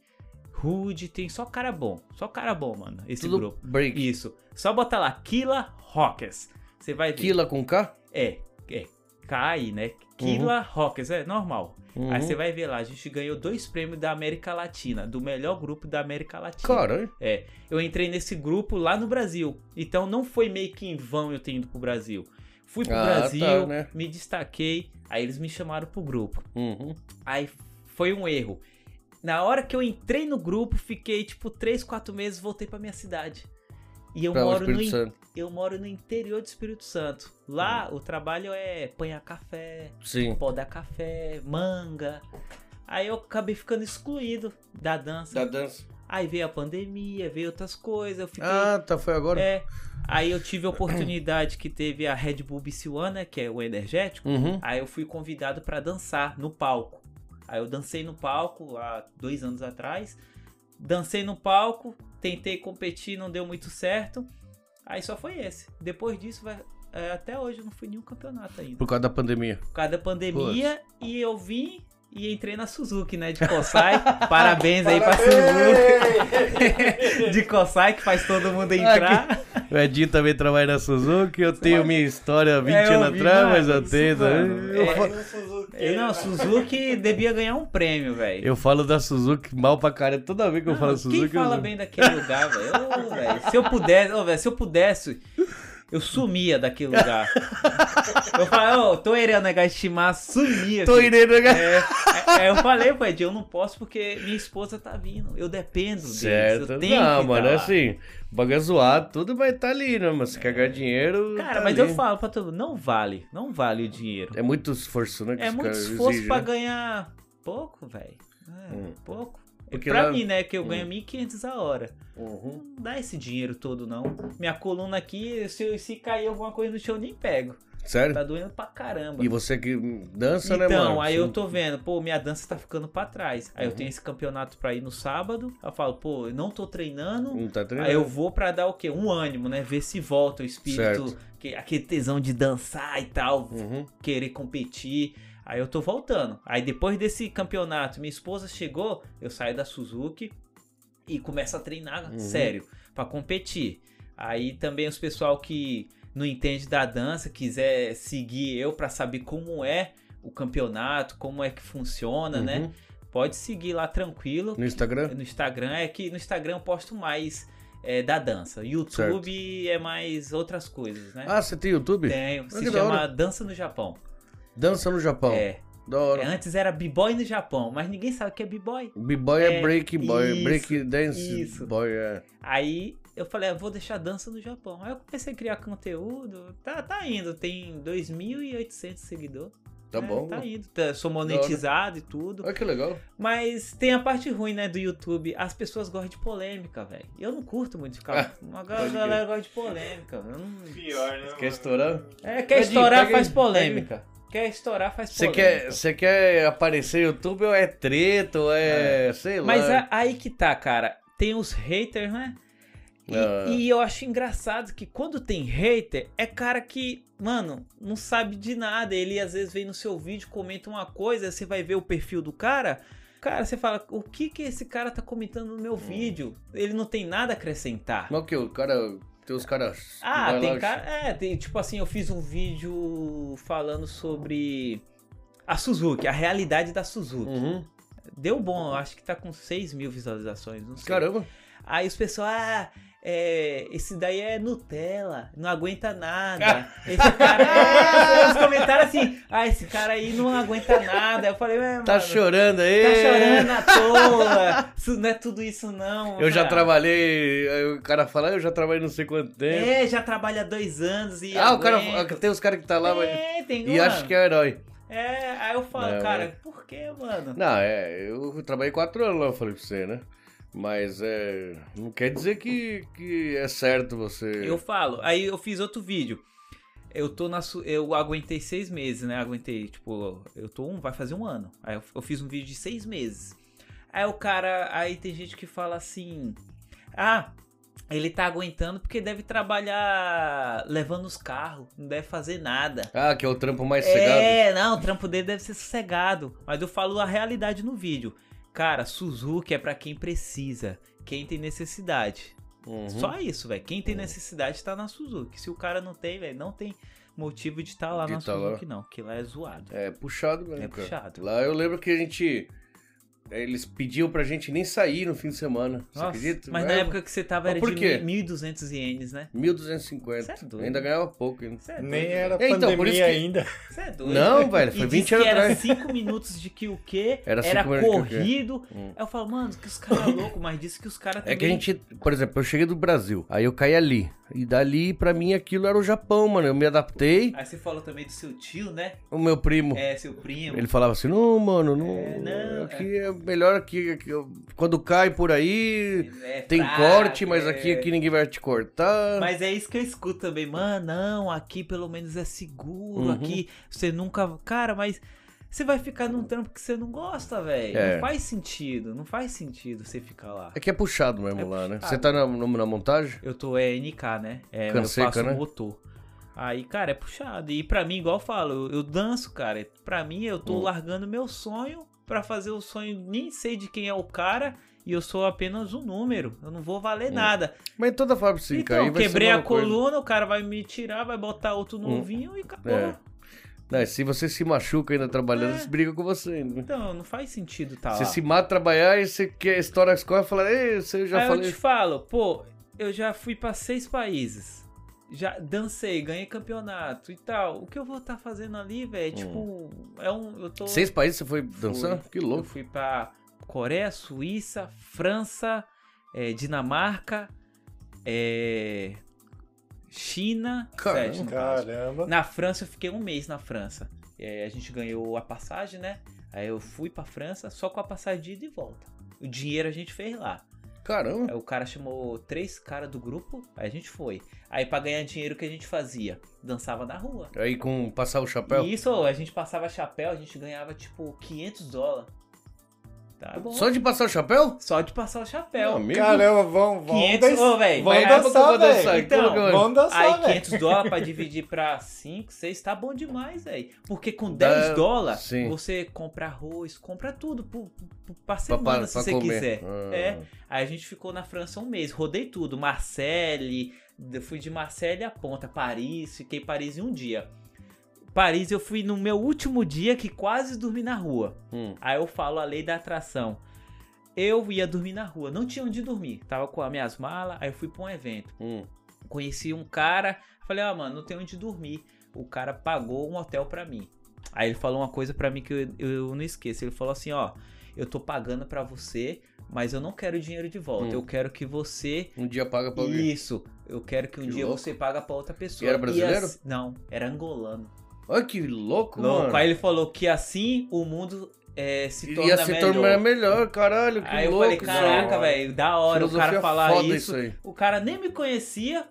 Rude, tem só cara bom, só cara bom, mano, esse
Tudo
grupo.
break.
Isso, só bota lá, Killa Rockers, você vai ver.
Kila com K?
É, é, cai, né, Killa Rockers, é normal.
Uhum.
Aí você vai ver lá, a gente ganhou dois prêmios da América Latina, do melhor grupo da América Latina.
Caralho.
É, eu entrei nesse grupo lá no Brasil. Então não foi meio que em vão eu ter ido pro Brasil. Fui pro
Ah,
Brasil,
tá, né?
me destaquei, aí eles me chamaram pro grupo.
Uhum.
Aí foi um erro. Na hora que eu entrei no grupo, fiquei tipo 3, 4 meses, voltei pra minha cidade. E eu
Pra lá,
moro no
Espírito
in-
Santo. Hum.
eu moro no interior do Espírito Santo. Lá o trabalho é apanhar café,
Sim.
podar café, manga. Aí eu acabei ficando excluído da dança.
dança.
Aí veio a pandemia, veio outras coisas, eu fiquei.
Ah, tá, foi agora?
É. Aí eu tive a oportunidade que teve a Red Bull BC One, né, que é o energético.
Uhum.
Aí eu fui convidado pra dançar no palco. Aí eu dancei no palco há dois anos atrás. Dancei no palco, tentei competir, não deu muito certo. Aí só foi esse. Depois disso, vai- é, até hoje eu não fui em nenhum campeonato ainda.
Por causa da pandemia.
Por causa da pandemia, e eu vim e entrei na Suzuki, né, de Kosai.
(laughs)
Parabéns aí pra Suzuki (laughs) de Kosai, que faz todo mundo entrar.
O Edinho também trabalha na Suzuki. Eu tenho minha história há 20
É, eu
anos
vi,
atrás,
mano,
mas né? eu
isso,
tenho.
mano.
Eu,
É.
fa-
É, Não, Suzuki devia ganhar um prêmio, velho.
eu falo da Suzuki mal pra caralho. Toda vez que eu
Não,
falo assim, Suzuki.
Quem fala
eu...
bem daquele lugar, velho? Ô, velho, Se eu pudesse, ô, velho, se eu pudesse, eu sumia daquele lugar. Eu falei, ô, tô irando Nagashima, sumia.
Tô
filho.
indo, né?
É, é, é, eu falei, pai, eu não posso porque minha esposa tá vindo. Eu dependo deles.
Certo.
Eu tenho
Não,
que
mano,
tá
é
lá.
assim. Bagulho é zoado, tudo vai estar ali, né? Mas se cagar dinheiro.
Cara,
tá
mas
ali.
eu falo pra todo mundo, não vale, não vale o dinheiro.
É muito esforço, né? que
É
os
muito
caras
esforço
exigem,
pra
né?
ganhar pouco, velho. É,
Hum.
pouco.
Porque
pra
lá-
mim, né, que eu
Hum.
ganho 1.500 a hora.
Uhum.
Não dá esse dinheiro todo, não. Minha coluna aqui, se, se cair alguma coisa no chão, eu nem pego.
Sério?
Tá doendo pra caramba.
E você que dança, né, mano?
então, aí eu
Você-
tô vendo, pô, minha dança tá ficando pra trás. Aí
Uhum.
eu tenho esse campeonato pra ir no sábado. Eu falo, pô, eu não tô treinando.
Não tá treinando.
Aí eu vou pra dar o quê? Um ânimo, né? Ver se volta o espírito, que, aquele tesão de dançar e tal,
Uhum.
querer competir. Aí eu tô voltando. Aí depois desse campeonato, minha esposa chegou, eu saio da Suzuki e começo a treinar
Uhum.
sério pra competir. Aí também os pessoal que não entende da dança, quiser seguir eu pra saber como é o campeonato, como é que funciona, né?
Uhum. Né?
Pode seguir lá tranquilo.
No Instagram?
No Instagram é que no Instagram eu posto mais é, da dança. YouTube é mais outras coisas, né?
Ah, você tem YouTube?
Tenho.
Ah, que
Se
da
chama
hora.
Dança no Japão.
Dança no Japão.
É.
Da hora.
Antes era b-boy no Japão, mas ninguém sabe o que é b-boy.
B-boy é,
É,
break boy,
isso,
break dance
isso.
boy, é.
Aí eu falei, ah, vou deixar dança no Japão. Aí eu comecei a criar conteúdo, tá, tá indo, tem 2.800 seguidores.
Tá
né?
bom.
Tá indo, tá- sou monetizado e tudo.
Olha que legal.
Mas tem a parte ruim, né, do YouTube. As pessoas gostam de polêmica, velho. Eu não curto muito ficar. Uma ga-
Ah, pode crer.
galera gosta de polêmica. eu não-
Pior, né?
Quer
mano?
estourar?
É, quer
Pede,
estourar,
pega
faz
aí,
polêmica. Quer estourar, faz
Você
polêmica.
quer, você quer aparecer no YouTube ou é treta ou é, sei lá.
Mas a- aí que tá, cara. Tem os haters, né? E,
Ah.
e eu acho engraçado que quando tem hater, é cara que, mano, não sabe de nada. Ele às vezes vem no seu vídeo, comenta uma coisa, você vai ver o perfil do cara. Cara, você fala, o que que esse cara tá comentando no
Hum.
meu vídeo? Ele não tem nada a acrescentar.
Mas o que? O cara. Tem os caras.
Ah,
vai
tem
lá-
cara. É, tem, tipo assim, eu fiz um vídeo falando sobre a Suzuki, a realidade da Suzuki.
Uhum.
Deu bom, eu acho que tá com 6 mil visualizações, não sei.
Caramba.
Aí os pessoal, ah, é, esse daí é Nutella, não aguenta nada.
Ah.
Esse cara.
(laughs)
É, os comentários assim, ah, esse cara aí não aguenta nada. Eu falei, é,
Tá
mano,
chorando aí.
tá chorando à toa. Isso não é tudo isso, não.
Eu já
cara.
trabalhei. aí O cara fala, "Ah, eu já trabalhei não sei quanto tempo.
É, já trabalha dois anos e.
ah, o cara.
aguenta.
Tem os caras que tá lá mas-
É, tem,
e
mano.
acha que é herói.
É, aí eu falo,
Não,
cara,
é.
por que, mano?
Não, é, eu trabalhei quatro anos lá, eu falei pra você, né? Mas é. Não quer dizer que, que é certo você.
Eu falo. Aí eu fiz outro vídeo. Eu tô na. Su... Eu aguentei seis meses, né? Aguentei, tipo, eu tô um. Vai fazer um ano. Aí eu, eu fiz um vídeo de seis meses. Aí o cara. Aí tem gente que fala assim. Ah, ele tá aguentando porque deve trabalhar levando os carros, não deve fazer nada.
Ah, que é o trampo mais cegado.
É, não, o trampo dele deve ser sossegado. Mas eu falo a realidade no vídeo. Cara, Suzuki é pra quem precisa, quem tem necessidade.
Uhum.
Só isso, velho. Quem tem necessidade tá na Suzuki. Se o cara não tem, velho, não tem motivo de estar lá
De
na
tá lá.
Suzuki, não. Porque lá é zoado.
É puxado mesmo.
É
cara.
puxado.
Lá eu lembro que a gente. é, Eles pediam pra gente nem sair no fim de semana. Você
Nossa,
acredita?
mas na
É,
época que você tava
Mas
era
por
de
quê?
1.200 ienes, né? Você é
1.250.
doido.
ainda ganhava pouco. Ainda.
Você é doido,
Nem
velho.
era
É, então, por isso
pandemia
que- (laughs)
ainda.
Você é doido.
Não, velho,
e
foi
disse
20 anos
que era
atrás.
5 minutos de que o quê?
(laughs) Era
Era,
cinco minutos de que o quê.
corrido.
Hum.
Aí eu falo, mano, que os caras é louco, mas disse que os caras
É que a gente, por exemplo, eu cheguei do Brasil, aí eu caí ali. E dali, pra mim, aquilo era o Japão, mano. Eu me adaptei.
Aí você falou também do seu tio, né?
O meu primo,
É, seu primo.
ele falava assim: não, mano, não.
É, não,
aqui é melhor aqui. aqui eu- quando cai por aí,
É
tem
fraco,
corte, mas
é.
aqui, aqui ninguém vai te cortar.
Mas é isso que eu escuto também, mano. Não, aqui pelo menos é seguro,
Uhum.
aqui você nunca. Cara, mas você vai ficar num trampo que você não gosta, velho.
É.
Não faz sentido, não faz sentido você ficar lá.
É que é puxado mesmo
É
lá, né?
puxado.
Você tá na, no- na montagem?
Eu tô é NK, né? É,
Canseca,
eu faço
né?
motor. Aí, cara, é puxado. E pra mim, igual eu falo, eu, eu danço, cara. Pra mim, eu tô
Hum.
largando meu sonho pra fazer o sonho, nem sei de quem é o cara. E eu sou apenas um número, eu não vou valer
Hum.
nada.
Mas toda forma, se
Então,
cair, vai
quebrei
ser
a
uma coisa. Hum,
coluna, o cara vai me tirar, vai botar outro novinho e acabou.
É. Não, e se você se machuca ainda trabalhando,
É.
eles brigam com você ainda. né?
Então, não faz sentido tá
Você
lá.
se mata trabalhar e você quer estoura as costas e fala, ei, você eu já
Aí
falei.
eu te falo, pô, eu já fui pra seis países. Já dancei, ganhei campeonato e tal. O que eu vou estar fazendo ali, velho? Tipo, é um. Eu tô.
Hum. Seis países você foi dançar?
Fui.
Que
Eu
louco.
fui pra Coreia, Suíça, França, eh, Dinamarca, eh, China.
Caramba.
sete, no caso.
Caramba.
Na França, eu fiquei um mês na França. É, a gente ganhou a passagem, né? Aí eu fui pra França só com a passagem de ida e volta. O dinheiro a gente fez lá.
Caramba.
Aí o cara chamou três caras do grupo, aí a gente foi. Aí pra ganhar dinheiro, o que a gente fazia? Dançava na rua.
Aí com passar o chapéu.
E isso, ó, a gente passava chapéu, a gente ganhava tipo 500 dólares. Tá bom.
Só de passar o chapéu?
Só de passar o chapéu.
Não, amigo.
Caramba, vão, vão.
500,
dan-
ô, velho.
Vão
vai-
Como que eu vou
dançar,
dançar?
velho.
Então,
Como que eu-
Vão dançar,
Aí
velho.
500 dólares pra dividir pra 5, 6 tá bom demais, velho. Porque com
Dá-
10 dólares
sim.
você compra arroz, compra tudo pro, pro, pra
Pra-
semana
pra-
se
pra
você
comer.
quiser.
Ah.
É. Aí a gente ficou na França um mês, rodei tudo, Marseille, eu fui de Marseille a ponta, Paris, fiquei em Paris em um dia. Paris eu fui no meu último dia que quase dormi na rua.
Hum.
Aí eu falo a lei da atração. Eu ia dormir na rua, não tinha onde dormir. Tava com as minhas malas, aí eu fui pra um evento
Hum.
conheci um cara, falei, ah, mano, não tem onde dormir. O cara pagou um hotel pra mim. Aí ele falou uma coisa pra mim que eu, eu não esqueço. Ele falou assim, ó, eu tô pagando pra você, mas eu não quero dinheiro de volta.
Hum.
Eu quero que você
Um dia paga pra alguém.
isso, eu quero que um
Que
dia
louco.
você paga pra outra
E
pessoa.
era brasileiro?
assim- não, era angolano.
Olha que louco,
Louco.
mano.
Aí ele falou que assim o mundo é, se torna
Ia se tornar melhor, caralho. Que
Aí eu
louco.
falei,
isso aí.
caraca, velho, da hora o
Filosofia
cara falar
foda
isso.
aí.
O cara nem me conhecia,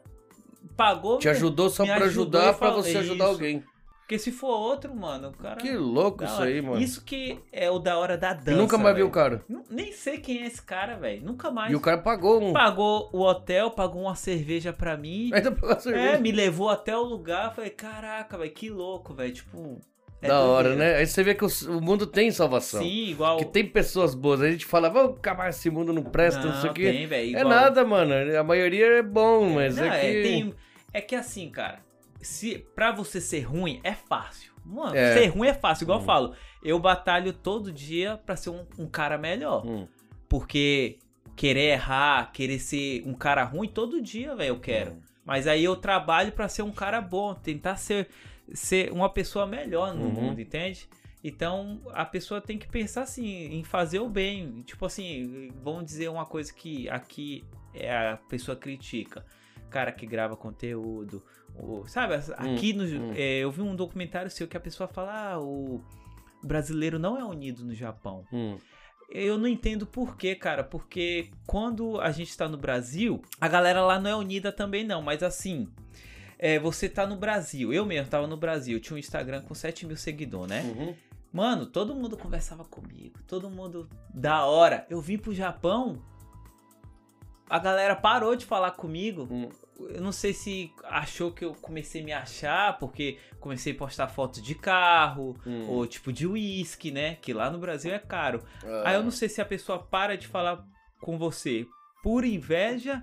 pagou,
Te
me
ajudou só
me
pra
ajudou e
ajudar, pra
falou,
você ajudar
"Isso".
alguém.
Porque se for outro, mano, o cara. é
Que louco
da
isso
hora.
aí, mano.
Isso que é o da hora da
Eu
dança.
nunca mais vi
velho.
o cara.
Nu- Nem sei quem é esse cara, velho. Nunca mais.
E o cara pagou um.
Pagou o hotel, pagou uma cerveja pra mim.
(laughs) Ainda pagou a
É,
cerveja.
me levou até o lugar. Falei, caraca, velho, que louco, velho. Tipo. é
da hora,
doideira.
né? Aí você vê que o, o mundo tem salvação.
Sim, é igual.
Que tem pessoas boas. A gente fala, vamos acabar esse mundo, não presta, não, sei o quê.
tem, velho,
É
igual-
nada, mano. A maioria é bom, mas
Não,
é que.
é, tem- é que assim, cara, se pra você ser ruim é fácil. Mano,
É.
ser ruim é fácil, igual
Hum.
eu falo. Eu batalho todo dia pra ser um, um cara melhor.
Hum.
Porque querer errar, querer ser um cara ruim, todo dia, velho, eu
Uhum.
quero. Mas aí eu trabalho pra ser um cara bom, tentar ser, ser uma pessoa melhor no
Uhum.
mundo, entende? Então a pessoa tem que pensar assim, em fazer o bem. Tipo assim, vamos dizer uma coisa que aqui é a pessoa critica. Cara que grava conteúdo, o- sabe? as- Aqui no,
hum.
é, eu vi um documentário seu que a pessoa fala: ah, o brasileiro não é unido no Japão.
Hum.
Eu não entendo por quê, cara, porque quando a gente tá no Brasil, a galera lá não é unida também não, mas assim, é, você tá no Brasil, eu mesmo tava no Brasil, tinha um Instagram com 7 mil seguidores, né?
Uhum.
Mano, todo mundo conversava comigo, todo mundo da hora. Eu vim pro Japão, a galera parou de falar comigo,
Hum.
eu não sei se achou que eu comecei a me achar, porque comecei a postar fotos de carro,
Hum.
ou tipo de uísque, né? Que lá no Brasil é caro.
Ah.
Aí eu não sei se a pessoa para de falar com você por inveja.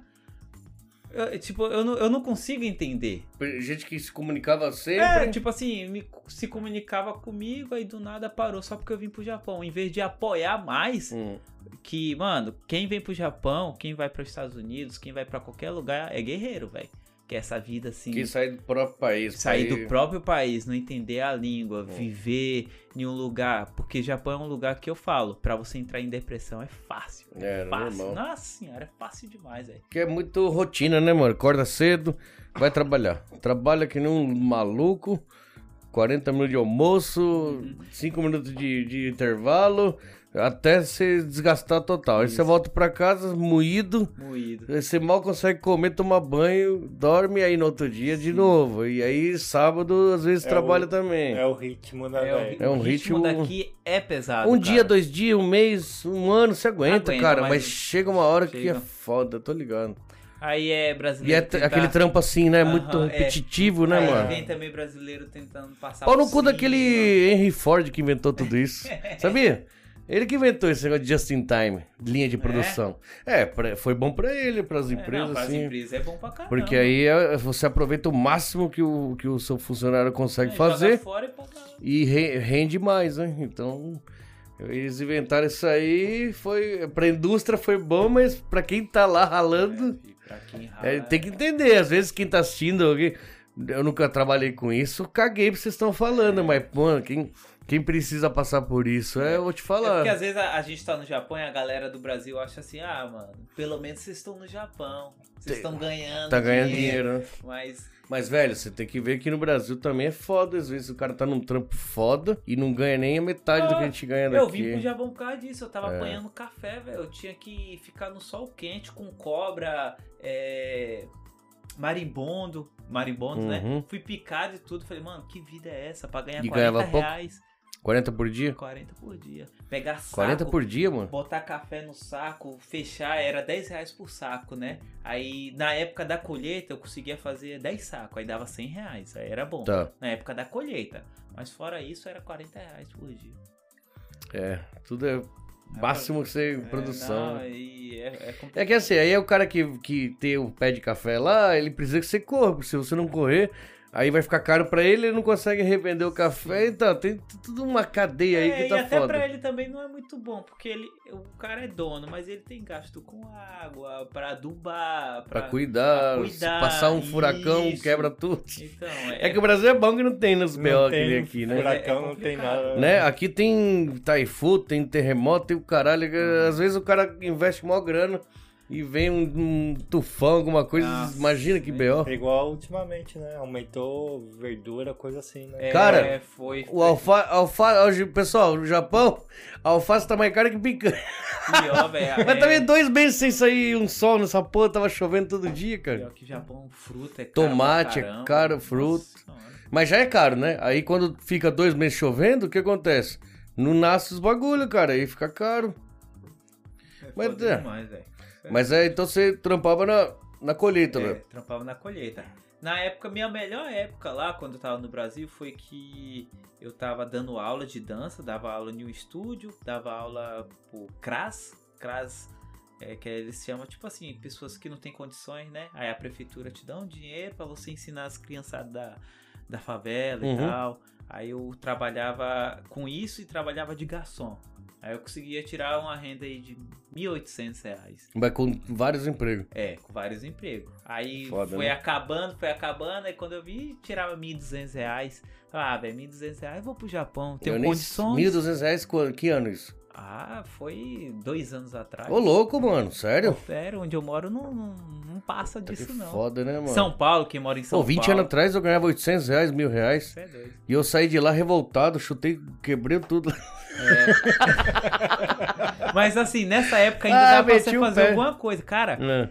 Eu- tipo, eu não, eu não consigo entender.
Gente que se comunicava sempre.
É, tipo assim, me- se comunicava comigo, aí do nada parou só porque eu vim pro Japão. Em vez de apoiar mais,
Hum.
que, mano, quem vem pro Japão, quem vai pros Estados Unidos, quem vai pra qualquer lugar é guerreiro, velho. Que essa vida assim.
Que sai do próprio país.
Sair
país-
do próprio país, não entender a língua,
É.
viver em um lugar. Porque Japão é um lugar que eu falo, pra você entrar em depressão é fácil.
É,
fácil.
normal.
Nossa senhora, é fácil demais, velho.
Que é muito rotina, né, mano? Acorda cedo, vai trabalhar. Trabalha que nem um maluco. 40 minutos de almoço, 5 minutos de, de intervalo, até se desgastar total. Aí você volta pra casa moído,
Moído.
você mal consegue comer, tomar banho, dorme aí no outro dia de novo. E aí sábado às vezes
É
trabalha
o-
também.
É o ritmo, né, velho?
É um
o
ritmo-
daqui é pesado.
Um
cara.
dia, dois dias, um mês, um ano, você aguenta,
Aguenta,
cara, mas...
mas-
chega uma hora que
Chega.
é foda, tô ligado.
Aí é
E é
brasileiro.
t-
tentar-
aquele trampo assim, né? Muito
Aham, é. assim,
repetitivo, né,
Aí
mano?
vem também brasileiro tentando passar.
Pau no
por
cu
cima. né?
daquele Henry Ford que inventou tudo isso.
(laughs)
Sabia? Ele que inventou esse negócio de just in time, linha de produção. É, pra- foi bom pra ele, pras
É,
empresas,
não, pras
assim.
empresas é bom pra caramba.
Porque aí é, você aproveita o máximo que o, que o seu funcionário consegue
É,
fazer.
joga fora e pô, cara.
e re- rende mais, né? Então, eles inventaram isso aí, foi pra indústria foi bom, mas pra quem tá lá ralando,
Pra quem rala,
é, tem que entender, às vezes quem tá assistindo, alguém- eu nunca trabalhei com isso, caguei pra vocês estão
É.
falando, mas mano, quem quem precisa passar por isso, é, eu vou te
É
falar.
porque às vezes a, a gente tá no Japão e a galera do Brasil acha assim, ah, mano, pelo menos vocês estão no Japão. Vocês estão ganhando.
Tá ganhando dinheiro, né?
Mas.
Mas, velho, você tem que ver que no Brasil também é foda. Às vezes o cara tá num trampo foda e não ganha nem a metade do que a gente ganha
Ah, Eu
daqui.
vim pro Japão por causa disso, eu
É.
tava apanhando café, velho. Eu tinha que ficar no sol quente com cobra, é, marimbondo, marimbondo,
Uhum.
né? Fui picado e tudo. Falei, mano, que vida é essa? Pra ganhar
E
40
ganhava pouco?
reais,
40 por dia?
40 por dia. Pegar saco,
40 por dia, mano?
botar café no saco, fechar, era 10 reais por saco, né? Aí, na época da colheita, eu conseguia fazer 10 sacos, aí dava 100 reais, aí era bom.
Tá.
Na época da colheita. Mas fora isso, era 40 reais por dia.
É, tudo é máximo que você produção.
É, não,
né?
e é, é
É que assim, aí é o cara que, que tem o pé de café lá, ele precisa que você corra, porque se você não correr, aí vai ficar caro pra ele, ele não consegue revender o café, então tem t- tudo uma cadeia aí
É,
que
e
tá
até
foda.
pra ele também não é muito bom, porque ele, o cara é dono, mas ele tem gasto com água, pra adubar,
Pra
pra...
cuidar,
pra cuidar,
passar um furacão,
isso.
quebra tudo.
Então,
É.
é...
que o Brasil é bom que não tem nos BO
Não
que
tem
tem aqui, né?
É
Furacão não tem
complicado.
nada.
Né? Aqui tem taifu, tem terremoto, tem o caralho. que Às vezes o cara investe mó grana e vem um, um tufão, alguma coisa.
Nossa,
imagina que
né?
B.O.
É igual ultimamente, né? Aumentou verdura, coisa assim, né?
é,
Cara,
é, foi...
O alfa, alfa, hoje, pessoal, no Japão, a alface tá mais cara que picanha.
Pior, velho.
(laughs) Mas
é,
também dois meses sem sair um sol nessa porra, tava chovendo todo dia, cara.
Pior que Japão, fruta é caro
Tomate
pra
é
caramba.
caro, fruta.
Nossa senhora.
Mas já é caro, né? Aí quando fica dois meses chovendo, o que acontece? Não nasce os bagulho, cara. Aí fica caro.
É
Mas,
foda
é.
demais, velho.
Mas é, então você trampava na, na colheita, né?
É,
velho.
trampava na colheita. Na época, minha melhor época lá, quando eu tava no Brasil, foi que eu tava dando aula de dança, dava aula em um estúdio, dava aula pro CRAS, CRAS, é, que eles chamam, tipo assim, pessoas que não têm condições, né? Aí a prefeitura te dá um dinheiro pra você ensinar as criançadas da, da favela
Uhum.
e tal. Aí eu trabalhava com isso e trabalhava de garçom. Aí eu conseguia tirar uma renda aí de 1.800 reais.
Mas com vários empregos.
É, com vários empregos. Aí
Foda,
foi
né?
acabando, foi acabando, aí quando eu vi, tirava 1.200 reais. Ah, velho, 1.200 reais, vou pro Japão, tenho
Eu nem-
condições.
1.200 reais, qu- que ano isso?
Ah, foi dois anos atrás.
Ô, louco, mano, sério?
Sério, onde eu moro não, não, não passa
Tá que
disso não.
foda, né, mano?
São Paulo, quem mora em São
Pô, 20
Paulo.
anos atrás eu ganhava 800 reais, mil reais.
Você é doido.
E eu saí de lá revoltado, chutei, quebrei
(laughs)
tudo.
Mas assim, nessa época
(laughs)
ainda
Ah,
dá pra
meti
você
o
fazer
pé.
alguma coisa. Cara,
É.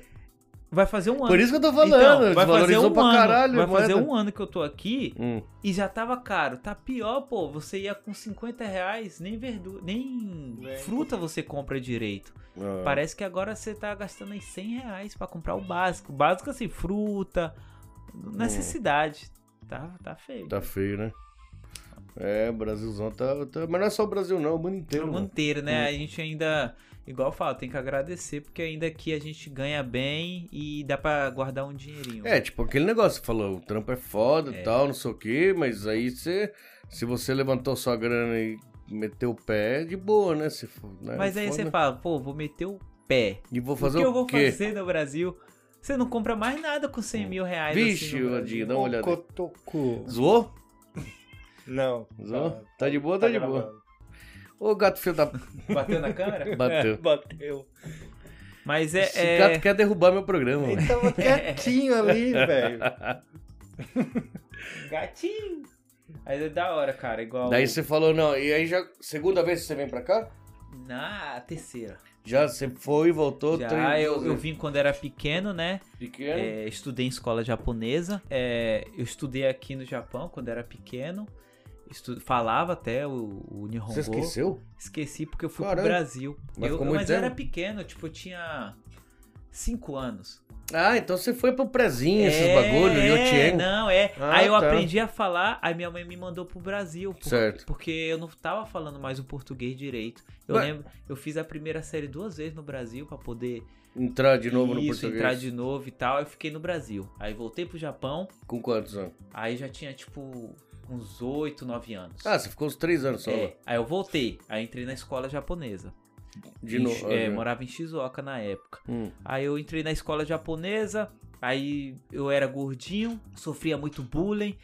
vai fazer um ano.
Por isso que eu tô
Um Então,
falando,
vai fazer
desvalorizou
um
pra
ano,
caralho,
Vai
mano.
fazer um ano que eu tô aqui
Hum.
E já tava caro. Tá pior, pô. Você ia com 50 reais, nem verdura, nem
Vem.
fruta você compra direito.
Ah.
Parece que agora você tá gastando aí 100 reais pra comprar o básico. O básico assim, fruta, necessidade. Tá, tá feio.
Tá feio, né? É, Brasilzão tá, tá- Mas não é só o Brasil, não, é o mundo inteiro.
O mundo
mano. Hum.
inteiro, né? A gente ainda, igual eu falo, tem que agradecer, porque ainda aqui a gente ganha bem e dá pra guardar um dinheirinho.
É, tipo aquele negócio, você falou, o trampo é foda e tal, não sei o quê, mas aí você. Se você levantou sua grana e meteu o pé, de boa, né? Se for, né?
Mas aí
Foda.
você fala, pô, vou meter o pé.
E vou fazer
o que eu
o
vou
quê? Hum.
fazer no Brasil? Você não compra mais nada com 100 mil reais.
Vixe,
assim, no
Odinho,
Brasil.
dá uma olhada. aí.
Cotoco.
Zoou?
Não.
Zoou? Tá de boa, tá de boa.
gravando.
Ô gato filho da.
(laughs) Bateu na câmera?
Bateu.
É, bateu.
Mas é.
Esse
é-
gato quer derrubar meu programa, mano. (laughs)
Ele tava Então, quietinho ali, velho.
Gatinho! Mas é da hora, cara. Igual.
Daí você falou, não, e aí já. Segunda vez que você vem pra cá?
Na terceira.
Já você foi e voltou.
Já
três
eu, eu
vezes.
vim quando era pequeno, né?
Pequeno.
É, estudei em escola japonesa. É, eu estudei aqui no Japão quando era pequeno. Estu- Falava até o, o Nihongo.
Você esqueceu?
Esqueci porque eu fui
Caralho.
pro Brasil.
Mas
eu,
ficou
eu-
muito
mas eu era
tempo.
pequeno, tipo, eu tinha 5 anos.
Ah, então você foi pro prezinho, esses
É,
bagulho,
é,
Yotien.
Não, é.
Ah,
aí eu
tá.
aprendi a falar, aí minha mãe me mandou pro Brasil. por-
Certo.
Porque eu não tava falando mais o português direito. Eu
Ué.
lembro, eu fiz a primeira série duas vezes no Brasil pra poder
Entrar de novo no
isso,
português.
entrar de novo e tal. Eu fiquei no Brasil. Aí voltei pro Japão,
Com quantos anos?
aí já tinha tipo uns 8, 9 anos.
Ah, você ficou uns três anos só.
É, aí eu voltei, aí entrei na escola japonesa.
De
Em-
novo.
é,
ah,
morava em Shizuoka na época.
hum.
Aí eu entrei na escola japonesa, aí eu era gordinho, sofria muito bullying.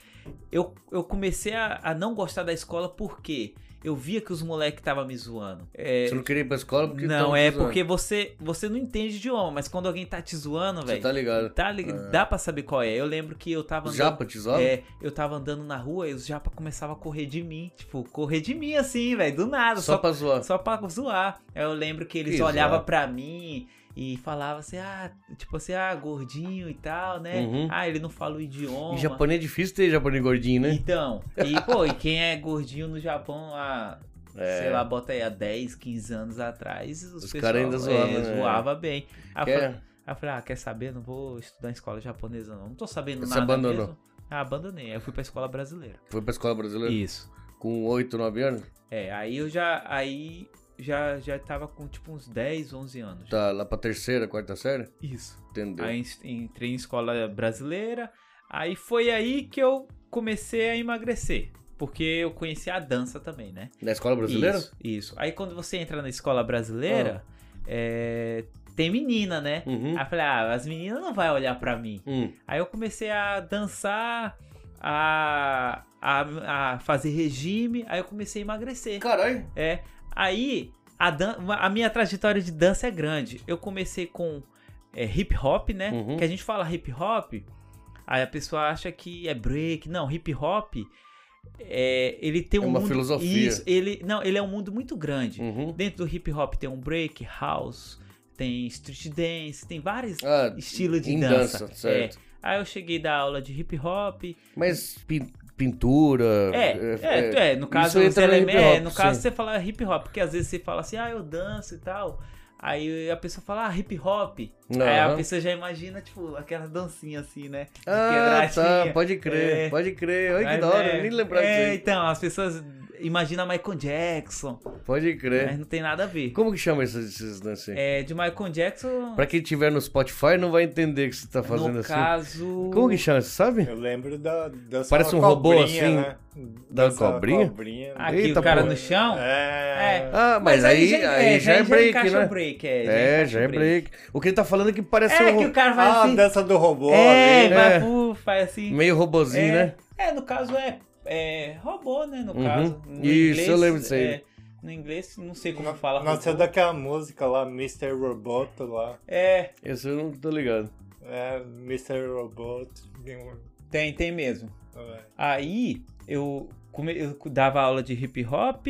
Eu, eu comecei a, a não gostar da escola porque eu via que os moleques estavam me zoando. É,
Você não queria ir pra escola porque.
não,
tava
é
te zoando.
porque você, você não entende idioma, mas quando alguém tá te zoando,
Você
velho.
tá ligado.
tá li- Dá pra saber qual é. Eu lembro que eu tava
Os
andando.
japa te zoam?
É, eu tava andando na rua e os japa começavam a correr de mim. Tipo, correr de mim assim, velho, do nada.
Só pra zoar.
Só pra zoar. Eu lembro que eles
Que
olhavam
zoar.
pra mim e falavam assim, ah, tipo assim, ah, gordinho e tal, né?
Uhum.
Ah, ele não fala o idioma.
Em japonês é difícil ter japonês gordinho, né?
Então, e pô, e quem é gordinho no Japão há,
É.
sei lá, bota aí há 10, 15 anos atrás, os,
Os
pessoal,
cara ainda
é,
zoava, né?
zoava bem. Aí
Que
eu, fa- aí eu
é-
falei, ah, quer saber? Não vou estudar em escola japonesa não, não tô sabendo
Você
nada
abandonou? É.
mesmo. Ah, abandonei, aí eu fui pra escola brasileira.
Foi pra escola brasileira?
Isso.
Com oito, nove anos?
É, aí eu já, aí já, já tava com tipo uns 10, 11 anos.
Tá lá pra terceira, quarta série?
Isso.
Entendeu?
Aí en- entrei em escola brasileira. Aí foi aí que eu comecei a emagrecer. Porque eu conheci a dança também, né?
Na escola brasileira?
Isso, isso. Aí quando você entra na escola brasileira, é, tem menina, né?
Ah. Uhum.
Aí eu falei, ah, as meninas não vão olhar pra mim.
Hum.
Aí eu comecei a dançar, a, a, a fazer regime, aí eu comecei a emagrecer.
Caralho.
É. Aí, a, dan- a minha trajetória de dança é grande. Eu comecei com é, hip hop, né?
Uhum.
Que a gente fala hip hop, aí a pessoa acha que é break. Não, hip hop. É, ele tem
É
um
uma
mundo,
filosofia.
Isso, ele, não, ele é um mundo muito grande.
Uhum.
Dentro do hip hop tem um break, house, tem street dance, tem vários
Ah,
estilos de
em
dança.
dança, certo.
É. Aí eu cheguei da aula de hip hop,
Mas pin- pintura.
É, é, é, no
isso
caso, os
entra no
elemen-
hip hop,
é, no caso
sim.
você fala hip hop, porque às vezes você fala assim, ah, eu danço e tal. Aí a pessoa fala, ah, hip hop. Aí a
Aham.
pessoa já imagina, tipo, aquela dancinha assim, né? De
Ah, tá,
quebradinha.
pode crer,
É.
pode crer. Olha que
Mas,
da hora,
é,
eu nem lembrar
É,
disso
então, as pessoas imaginam Michael Jackson,
aí. Pode
mas
crer.
não tem nada a ver.
É. Como que chama esses, esses danças aí?
É, de Michael Jackson,
Pra quem tiver no Spotify não vai entender que você tá fazendo
no
assim.
caso...
Como que chama, você sabe?
Eu lembro da dança
Parece
uma
um robô,
cobrinha,
assim,
né?
da
Dança uma
cobrinha?
Aqui,
Eita,
o cara
pô.
no chão?
É.
Ah, mas, aí, aí, já, é break,
encaixa
né?
o break, é,
É,
encaixa
já
o
é break. O que ele tá falando é que parece
É
um
que o cara vai
Ah, a
assim...
dança do robô.
É,
ali,
né?
vai
É.
pro- faz assim.
meio robozinho,
é,
né?
é, no caso é, é robô, né? No
Uhum.
caso. No
Isso,
inglês,
eu lembro disso aí.
é, no inglês, não sei como fala.
Nossa, é
robô.
daquela música lá, Mr. Roboto lá.
É,
Esse eu não tô ligado.
É, Mr. Roboto. tem um-
tem, tem mesmo.
é.
Aí eu, come- eu dava aula de hip hop,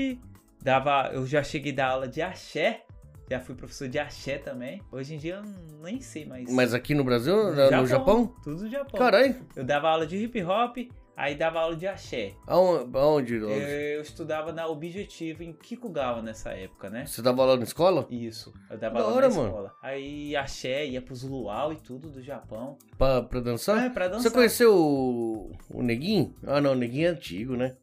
dava, eu já cheguei da aula de axé, já fui professor de axé também. Hoje em dia eu nem sei mais.
Mas aqui no Brasil, no, Japão?
Tudo no Japão.
Caralho,
Eu dava aula de hip hop, aí dava aula de axé.
aonde? aonde?
Eu, É, eu estudava na Objetivo em Kikugawa nessa época, né?
Você dava aula na escola?
Isso, eu dava
Da
aula
hora,
na
mano.
escola. Aí axé, ia pros luau e tudo do Japão.
Pra, pra dançar?
É, pra dançar.
Tá. Você conheceu o, o Neguinho? Ah, não, o Neguinho é antigo, né?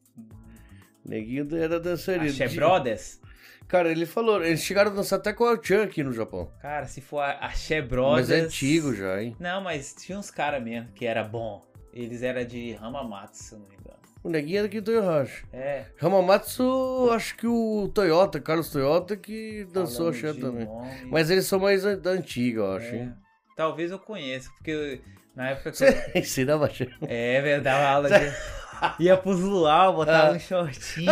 Neguinho era dançarino.
Hum. Axé
De-
Brothers?
Cara, ele falou, eles chegaram a dançar até com o Chan aqui no Japão.
Cara, se for a- Axé Brothers...
Mas é antigo já, hein?
Não, mas tinha uns caras mesmo que era bom. Eles eram de Hamamatsu, se eu não me engano.
O Neguinho era aqui do Toyohashi.
É.
Hamamatsu, acho que o Toyota, Carlos Toyota, que dançou
falando
axé
de
também.
nome,
Mas eles são mais an- da antiga, eu acho, hein?
é. Talvez eu conheça, porque eu- na época que eu...
Você (laughs) ensinava axé?
É, velho, dava aula de...
(laughs)
Ia pros luau, botava
Ah.
um shortinho.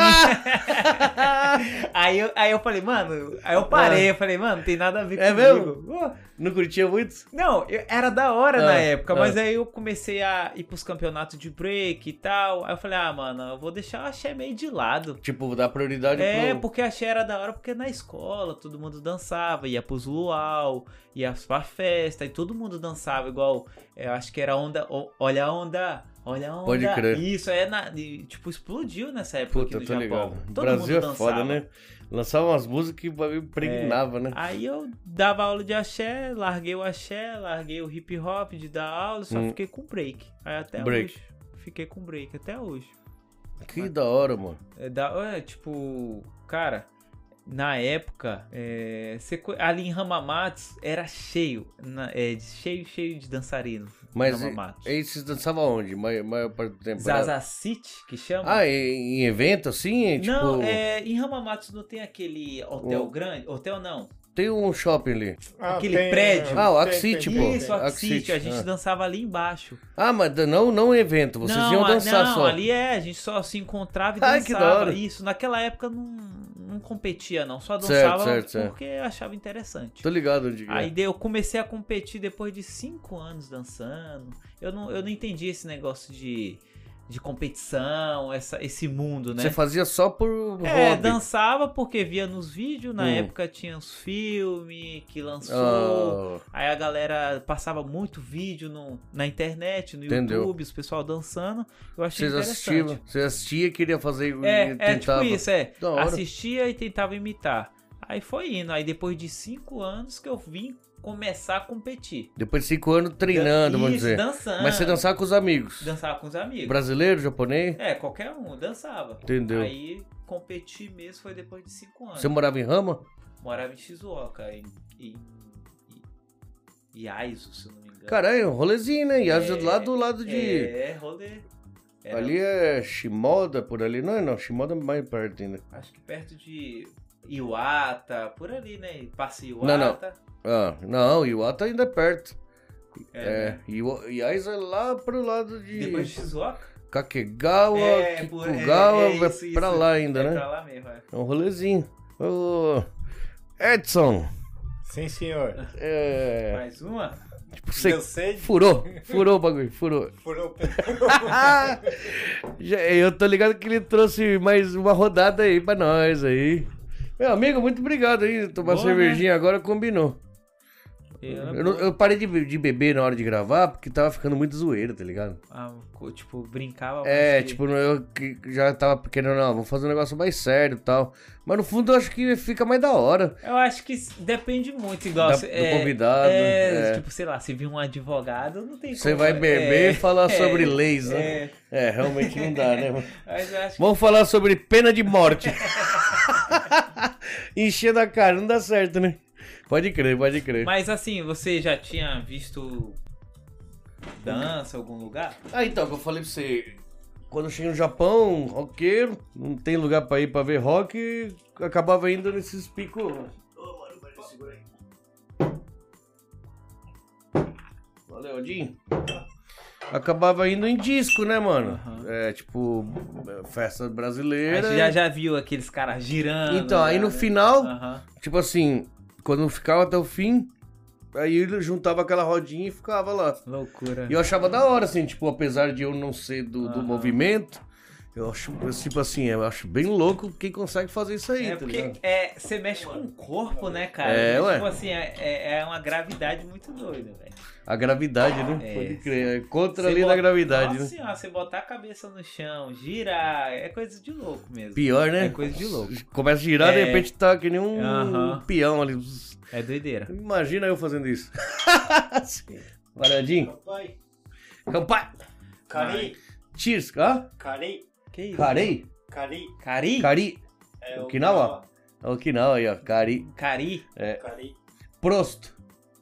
aí, eu, aí eu falei, mano... Aí eu parei, eu falei, mano, não tem nada a ver
Ah. É
comigo. Pô,
(laughs) Não curtia muito?
Não, eu- era da hora
Ah,
na época,
ah.
mas aí eu comecei a ir pros campeonatos de break e tal. Aí eu falei, ah, mano, eu vou deixar o axé meio de lado.
Tipo, dá prioridade
É,
pro...
porque axé era da hora, porque na escola todo mundo dançava, ia pros luau, ia pra festa, e todo mundo dançava igual, é, eu acho que era onda, o- olha a onda, olha a onda.
Pode crer.
Isso, é, na- e, tipo, explodiu nessa época
Puta,
aqui no
tô
Japão.
ligado.
Todo
Brasil
mundo
é foda,
dançava.
né? Lançava umas músicas que pra mim impregnava, né?
Aí eu dava aula de axé, larguei o axé, larguei o hip hop de dar aula, só
Hum.
fiquei com break. Aí até
Break.
hoje. Fiquei com break até hoje.
Que da hora, mano.
É, da, é, tipo, cara, na época, é, você co- ali em Hamamatsu era cheio, na- é, de- cheio, cheio de dançarino.
Mas e,
Hamamatsu.
e vocês dançavam onde? Maior, maior parte do tempo? Era-
Zaza City, que chama?
Ah, em, em evento assim? É, tipo,
Não, é, em Hamamatsu não tem aquele hotel
O-
grande? Hotel não.
tem um shopping ali.
Ah,
Aquele prédio.
Ah, o
tem-
Axi,
tem-
tipo.
tem-
Isso,
Oak
Oak City,
City,
a gente
ah.
dançava ali embaixo.
Ah, mas não, não evento, vocês
não,
iam
a-
dançar
não,
só.
ali é, a gente só se encontrava e dançava.
Ai, que da hora.
Isso, naquela época não, não competia não, só
Certo,
dançava
certo, certo.
porque achava interessante.
Tô ligado onde que é.
Aí daí eu comecei a competir depois de cinco anos dançando. Eu não, eu não entendi esse negócio de, de competição, essa, esse mundo, né?
Você fazia só por
É,
hobby.
dançava porque via nos vídeos, na
Hum.
época tinha os filmes que lançou.
Ah,
Aí a galera passava muito vídeo no- na internet, no
Entendeu.
YouTube, os pessoal dançando. Eu achei
vocês assistiam,
interessante.
você assistia e queria fazer e
É, é
tentava.
tipo isso, é.
Da hora.
Assistia e tentava imitar. Aí foi indo. Aí depois de cinco anos que eu vim começar a competir.
Depois de cinco anos treinando,
Dan-
vamos
Isso,
dizer.
dançando.
Mas você dançava com os amigos.
Dançava com os amigos.
Brasileiro, japonês?
É, qualquer um, dançava.
Entendeu.
Aí competir mesmo foi depois de cinco anos.
Você morava em Rama?
Morava em Shizuoka, em, em, em Iaizu, se eu não me engano.
Caralho, rolezinho, né? E
É,
lá do lado de.
É, rolê. Era
Ali é Shimoda, por ali. Não é não, Shimoda é mais perto ainda.
Acho que perto de Iwata, por ali, né? Passa Iwata.
Não, não. Ah, não, Iwata ainda é perto.
É,
É,
né?
Iwa- Iaiza é lá pro lado de
Depois de Shizuoka?
Kakegawa,
É, por- é,
Kikugawa,
é
é,
isso, isso.
pra lá ainda,
é
né?
pra lá mesmo, é.
É um rolezinho. Ô, Edson,
Sim, senhor.
é,
Mais uma?
tipo, você
Eu sei,
furou, furou o bagulho,
(laughs)
furou.
furou o
Ah, já- eu tô ligado que ele trouxe mais uma rodada aí pra nós aí. Meu amigo, muito obrigado aí. Tomar
Boa, né? Tá
cervejinha agora combinou.
Era
Eu, não- eu parei de, be- de beber na hora de gravar porque tava ficando muito zoeira, tá ligado?
Ah, co- tipo, brincava.
É,
mas que-
tipo, eu que- já tava querendo, não, vou fazer um negócio mais sério e tal. Mas no fundo eu acho que fica mais da hora.
Eu acho que s- depende muito, igual.
Da-
se-
do convidado,
É,
é.
Tipo, sei lá, se vir um advogado, não tem
Você
como.
vai beber
é,
e falar
(laughs) é,
sobre leis, né?
É,
É. realmente não dá, né? mano?
mas eu acho que.
Vamos falar sobre pena de morte. (laughs) Enchendo a cara, não dá certo, né? Pode crer, pode crer.
Mas assim, você já tinha visto dança em algum lugar?
Ah, então, que eu falei pra você. Quando eu cheguei no Japão, roqueiro, não tem lugar pra ir pra ver rock, acabava indo nesses picos. Ô, mano, vai, segura aí. Valeu, Odinho. Acabava indo em disco, né, mano?
Aham.
É, tipo, festa
Aí
brasileira.
você já, já viu aqueles caras girando.
Então, aí
né?
no final,
Aham.
tipo assim, quando ficava até o fim, aí ele juntava aquela rodinha e ficava lá.
Loucura.
E eu achava da hora, assim, tipo, apesar de eu não ser do, do
É. Aham.
movimento, eu acho, eu, tipo assim, eu acho bem louco quem consegue fazer isso aí,
É
tá
porque
ligado?
é, você mexe com o corpo, né, cara?
É,
tipo
ué.
assim, é, é- é uma gravidade muito doida, velho.
A gravidade, né?
É.
Pode crer. É contra
Você
ali da
bota-
gravidade,
Nossa
né?
senhora, você botar a cabeça no chão, girar, é coisa de louco mesmo.
Pior, né?
É coisa de louco.
Começa a girar, de
É.
repente tá que nem um
Aham.
peão ali.
É doideira.
Imagina eu fazendo isso. (laughs) Paradinho. (laughs)
Vai.
Campai.
Cari,
Cheers. Hã?
cari,
Que isso?
Carei.
cari.
Cari?
Cari.
É
Okinawa? Okinawa aí, ó. Cari.
Cari?
É.
Cari.
Prost.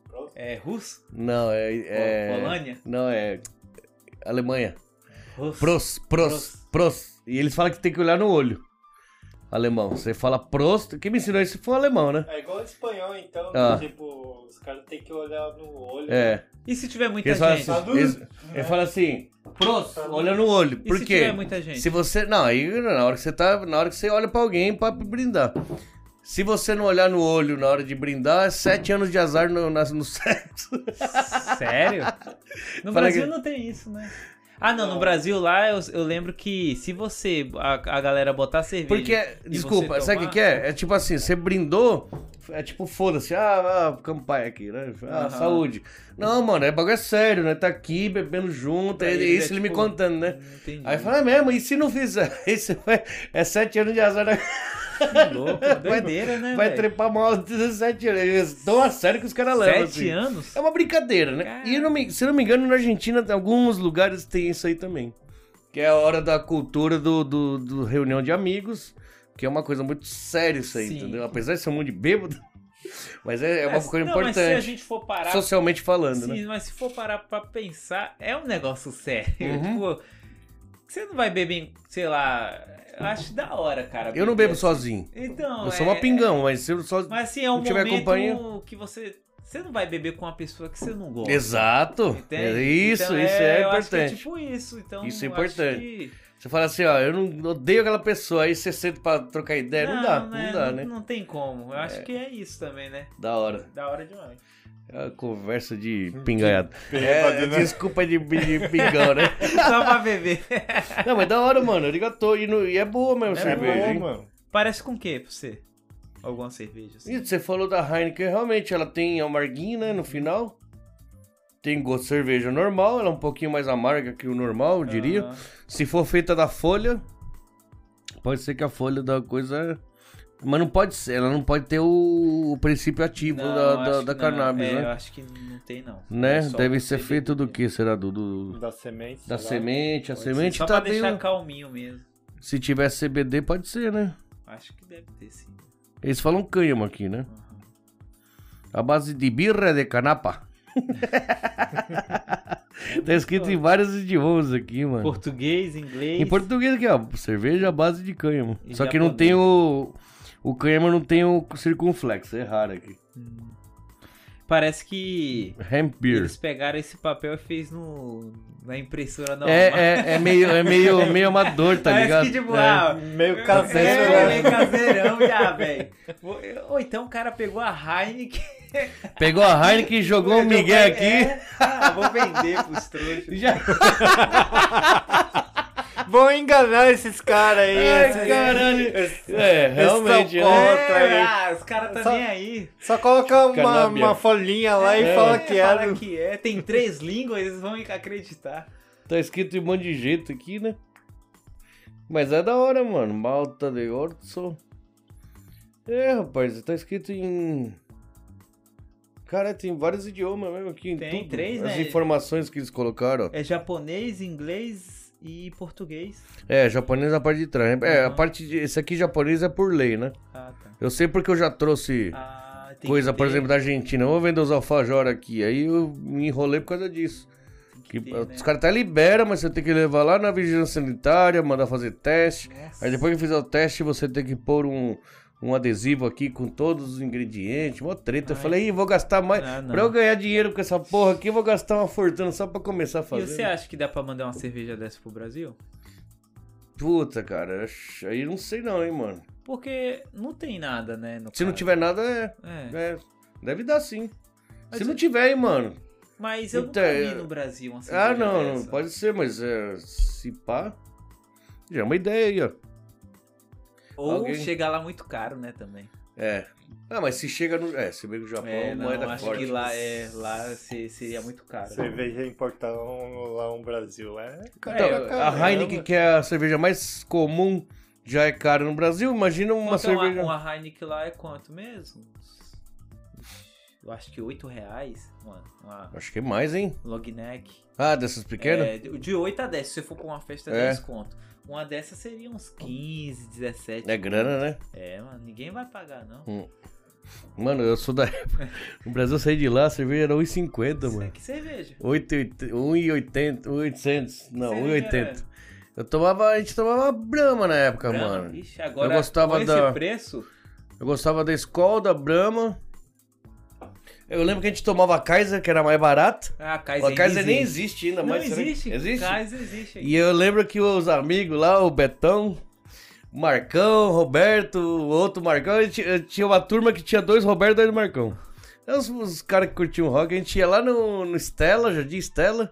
Pronto.
É russo?
Não, é... é...
Pol- Polônia?
Não, é... Alemanha.
Russo.
Prost, prost, prost. E eles falam que tem que olhar no olho. Alemão. Você fala prost. Quem me ensinou isso foi um alemão, né?
É igual espanhol, então.
Ah.
Tipo, os caras têm que olhar no olho.
É.
E se tiver muita
Eles falam
gente?
assim, eles, eles falam assim, prost, olha no olho.
E
Por
se
quê?
tiver muita gente?
Se você. Não, aí na hora que você tá. Na hora que você olha pra alguém pra brindar. Se você não olhar no olho na hora de brindar, é sete anos de azar no, nas- no (laughs) sexo. (laughs)
Sério? No
Fala
Brasil
que-
não tem isso, né? Ah, não, no Brasil lá eu, eu lembro que se você, a, a galera botar cerveja.
Porque, é,
e
desculpa,
você
sabe o que,
tomar-
que é? É tipo assim, você brindou, é tipo, foda-se, ah, ah campai aqui, né? Ah,
Aham.
saúde. Não, mano, é bagulho é sério, né? Tá aqui bebendo junto, é,
Aí ele
isso
é
ele me
tipo-
contando, né?
Não Entendi.
Aí fala, é mesmo, e se não fizer? (laughs) Isso vai- é sete anos de azar, né?
Que (laughs) louco, doideira, né?
vai
É, velho?
trepar mal 17 anos. Eles Tão a sério que os caras levam,
Sete
assim.
anos?
É uma brincadeira, né? E eu não me- se eu não me engano, na Argentina, em alguns lugares tem isso aí também. Que é a hora da cultura do, do, do reunião de amigos, que é uma coisa muito séria isso aí,
Sim.
entendeu? Apesar de ser um mundo de bêbado, (laughs) mas é, é uma
Mas-
coisa
não, Mas se a
importante,
gente for parar.
socialmente falando, né?
Sim, mas se for parar pra pensar, é um negócio sério.
Uhum.
Tipo, você não vai beber, em- sei lá. eu Acho da hora, cara.
Eu não
beber
bebo
assim.
sozinho.
Então.
eu sou
é-
uma pingão, mas se eu só...
Mas assim, é um
não tiver
momento
companhia-
que você. Você não vai beber com uma pessoa que você não gosta.
Exato!
Entende?
É isso,
Então,
isso é,
eu acho que
importante.
é tipo isso, então.
Isso é
eu acho
importante.
que-
Você fala assim, ó, eu não odeio aquela pessoa, aí você senta pra trocar ideia, É, não, dá, não,
né,
dá,
não-
né?
Não tem como. Eu acho que é isso também, né?
Da hora.
Da hora demais.
É uma conversa de pingaiado.
bêbado,
É,
né?
Desculpa de, de pingão, né?
(laughs) Só pra beber.
Não, mas da hora, mano. Arigatô. E, no, e é boa mesmo
É
cerveja,
bom,
hein?
mano.
Parece com o quê pra você? Alguma cerveja assim?
E você falou da Heineken, realmente, ela tem amarguinho, né, no final. Tem gosto de cerveja normal, ela é um pouquinho mais amarga que o normal, eu diria.
Aham.
Se for feita da folha, pode ser que a folha da coisa... Mas não pode ser, ela não pode ter o, o princípio ativo
Não,
tipo da,
acho
da, da
que não.
cannabis,
É, Eu
né?
acho que não tem, não.
Né?
É só
Deve
pra
ser
você
feito do
beber.
que, será? Do, do-
Da semente.
da
sei lá.
semente, a
Pode ser.
semente
Tá. Só
tá
pra deixar
meio...
calminho mesmo.
Se tiver CBD, pode ser, né?
Acho que deve ter, sim.
Eles falam cânhamo aqui, né?
Aham.
A base de birra é de canapa. (laughs) tá escrito em vários idiomas aqui, mano.
Português, inglês.
Em português aqui, ó. Cerveja à base de cânhamo.
E
Só que não
japonês.
tem o. O cânhamo não tem o circunflexo. É raro aqui.
Parece que
Hemp beer.
eles pegaram esse papel e fez no na impressora da
É,
Walmart.
é, é meio, é meio, meio amador,
(laughs)
tá
Parece
ligado?
que tipo,
É.
ah,
Meio
é,
caseiro,
é,
né?
meio caseirão já, velho. Ou- Ou então o cara pegou a Heineken.
É. Pegou a
(laughs)
Heineken e jogou o Miguel aqui. (laughs)
É, ah, vou vender pros trouxas.
Já...
Vão enganar esses caras aí.
Ai,
esses-
caralho. É, realmente,
são
né?
Outra aí.
ah, os caras tá
Só-
nem aí.
Só coloca uma,
Canábia.
uma folhinha lá e
É.
fala que
fala
era.
que é. Tem três línguas, eles vão acreditar.
Tá escrito de um monte de jeito aqui, né? Mas é da hora, mano. Malta de Orso. É, rapaz, tá escrito em. Cara, tem vários idiomas mesmo aqui. em
Tem
tudo.
três,
As
né?
informações que eles colocaram, ó.
É japonês, inglês e português.
É, japonês é a parte de trás. né? É, a
Uhum.
parte de. Esse aqui japonês é por lei, né?
Ah, tá.
Eu sei porque eu já trouxe
Ah, tem
coisa,
que
por
ter-
exemplo, da Argentina. Vou vender os alfajor aqui. Aí eu me enrolei por causa disso.
que
Que-
ter, né?
Os caras até liberam, mas você tem que levar lá na vigilância sanitária, mandar fazer teste.
Nossa.
Aí depois que fizer o teste, você tem que pôr um, um adesivo aqui com todos os ingredientes, uma treta. Eu
Ai.
falei, Ih, vou gastar mais.
Ah, não.
pra eu ganhar dinheiro com essa porra aqui, eu vou gastar uma fortuna só pra começar a
E
fazer. né?
você acha que dá pra mandar uma cerveja dessa pro Brasil?
Puta, cara, acho- aí eu não sei não, hein, mano.
Porque não tem nada, né? no
Se não
caso.
tiver nada, é.
É.
é, deve dar sim.
Mas é.
Se
eu-
não tiver, hein, mano.
Mas eu
Então,
nunca vi
é-
no Brasil uma cerveja
Ah, não, não,
dessa.
pode ser, mas é, se pá. Já é uma ideia aí, ó.
Ou
Alguém-
chegar lá muito caro, né, também.
É. Ah, mas se chega no. É, se bem que o Japão é
É,
uma
não,
moeda
acho
forte.
que lá, é, lá se- seria muito caro.
Cerveja importar um- lá um Brasil. É,
Então,
cara,
a Heineken, que é a cerveja mais comum, já é cara no Brasil. Imagina uma
Quanto é uma,
cerveja.
uma Heineken lá é quanto mesmo? Eu acho que 8 reais, mano. Uma
Acho que é mais, hein?
Logneck.
Ah, dessas pequenas?
É, de 8 a 10, se você for pra uma festa, é
É.
10 conto. Uma dessas seria uns 15, 17.
É, grana, né?
É, mano, ninguém vai pagar, não.
Mano, eu sou da
(laughs)
época. No Brasil, eu saí de lá, a cerveja era 1,50,
Isso
mano.
aqui cerveja.
8,80, 1,80, 800. um Não,
Cerveja
1,80. Eu tomava, a gente tomava Brahma na época,
Brahma,
mano.
Ixi, agora
eu gostava
com esse
da-
preço,
Eu gostava da Skol, da Brahma. Eu lembro que a gente tomava Kaiser, que era mais barata.
ah, a Kaiser,
A Kaiser nem existe ainda,
Não
mas será que-
existe.
Existe?
Kaiser existe.
E eu lembro que os amigos lá, o Betão, o Marcão, o Roberto, o outro Marcão, a gente- eu tinha uma turma que tinha dois Roberto e dois Marcão. Então, Os, os caras que curtiam rock, a gente ia lá no, no Stella, Jardim Stella,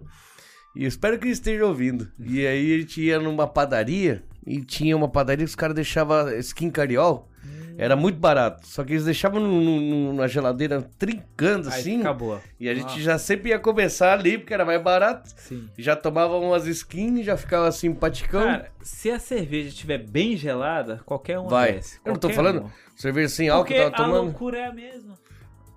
e eu espero que eles estejam ouvindo. E aí a gente ia numa padaria, e tinha uma padaria que os caras deixavam skin cariol, era muito barato, só que eles deixavam no- no- na geladeira trincando
Aí
assim,
fica boa.
e a gente
Ah.
já sempre ia começar ali, porque era mais barato.
Sim.
Já tomava umas skins, já ficava simpaticão.
Cara, se a cerveja estiver bem gelada, qualquer uma
Vai.
desce.
Eu não tô
Qualquer
falando
uma.
cerveja sem álcool,
Porque a
tava tomando.
loucura é a mesma.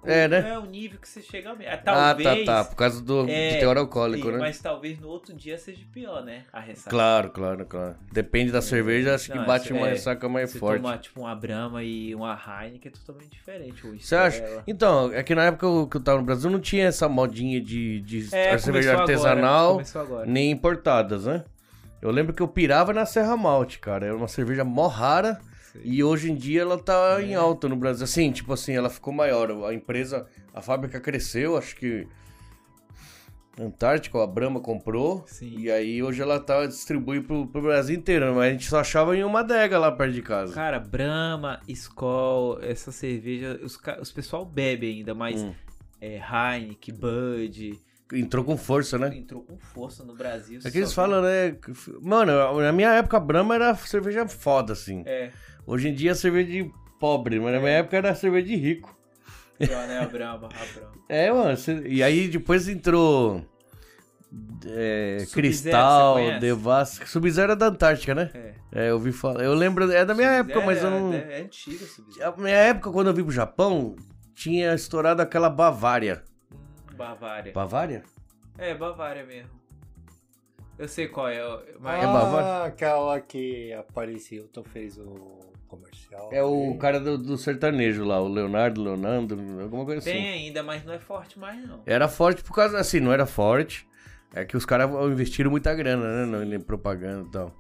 É, né?
É o nível que você chega mesmo. Ah,
Ah,
Talvez...
tá, tá. Por causa do,
É,
do teor alcoólico,
sim,
né?
Mas talvez no outro dia seja pior, né? A ressaca.
Claro, claro, claro. Depende da cerveja, acho
É, Não,
que bate
essa-
uma
é,
ressaca mais
Você
forte.
tomar, tipo, uma Brahma e uma Heineken é totalmente diferente. ou
Você acha?
Stella.
Então, é que na época que eu tava no Brasil não tinha essa modinha de, de
É,
cerveja
começou Agora,
artesanal,
começou agora.
nem importadas, né? Eu lembro que eu pirava na Serra Malte, cara. Era uma cerveja mó rara.
Sim.
E hoje em dia ela tá
É.
em alta no Brasil. Assim, tipo assim, ela ficou maior. A empresa, a fábrica cresceu, acho que. Antártica, a Brahma comprou.
Sim.
E aí hoje ela tá, distribui pro, pro Brasil inteiro. né? Mas a gente só achava em uma adega lá perto de casa.
Cara, Brahma, Skol, essa cerveja, os, ca- os pessoal bebe ainda, mas
Hum.
é, Heineken, Bud,
Entrou com força, né?
entrou com força no Brasil.
É que eles
só-
falam, né? que- Mano, na minha época a Brahma era cerveja foda, assim.
É,
Hoje em dia é cerveja de pobre, mas na minha época era cerveja de rico.
pior, né? A Brahma, a Brahma.
É, mano. cê- E aí depois entrou. é,
Sub-Zero,
Cristal,
cê conhece?
Devasca. Sub-Zero é da Antártica, né?
É.
É, eu ouvi falar. Eu lembro. É da minha época, mas eu não.
É, é antiga
A
Sub-Zero.
minha época, quando eu vim pro Japão, tinha estourado aquela Bavária.
Hum, Bavária.
Bavária?
É, Bavária mesmo. Eu sei qual é, eu- mas...
É
ah,
Bavária?
aquela que a Paris Hilton fez o comercial.
É o cara do, do sertanejo lá, o Leonardo, Leonardo, alguma coisa assim.
Tem ainda, mas não é forte mais, não.
Era forte por causa. Assim, não era forte. É que os caras investiram muita grana, né? na- Em propaganda e tal.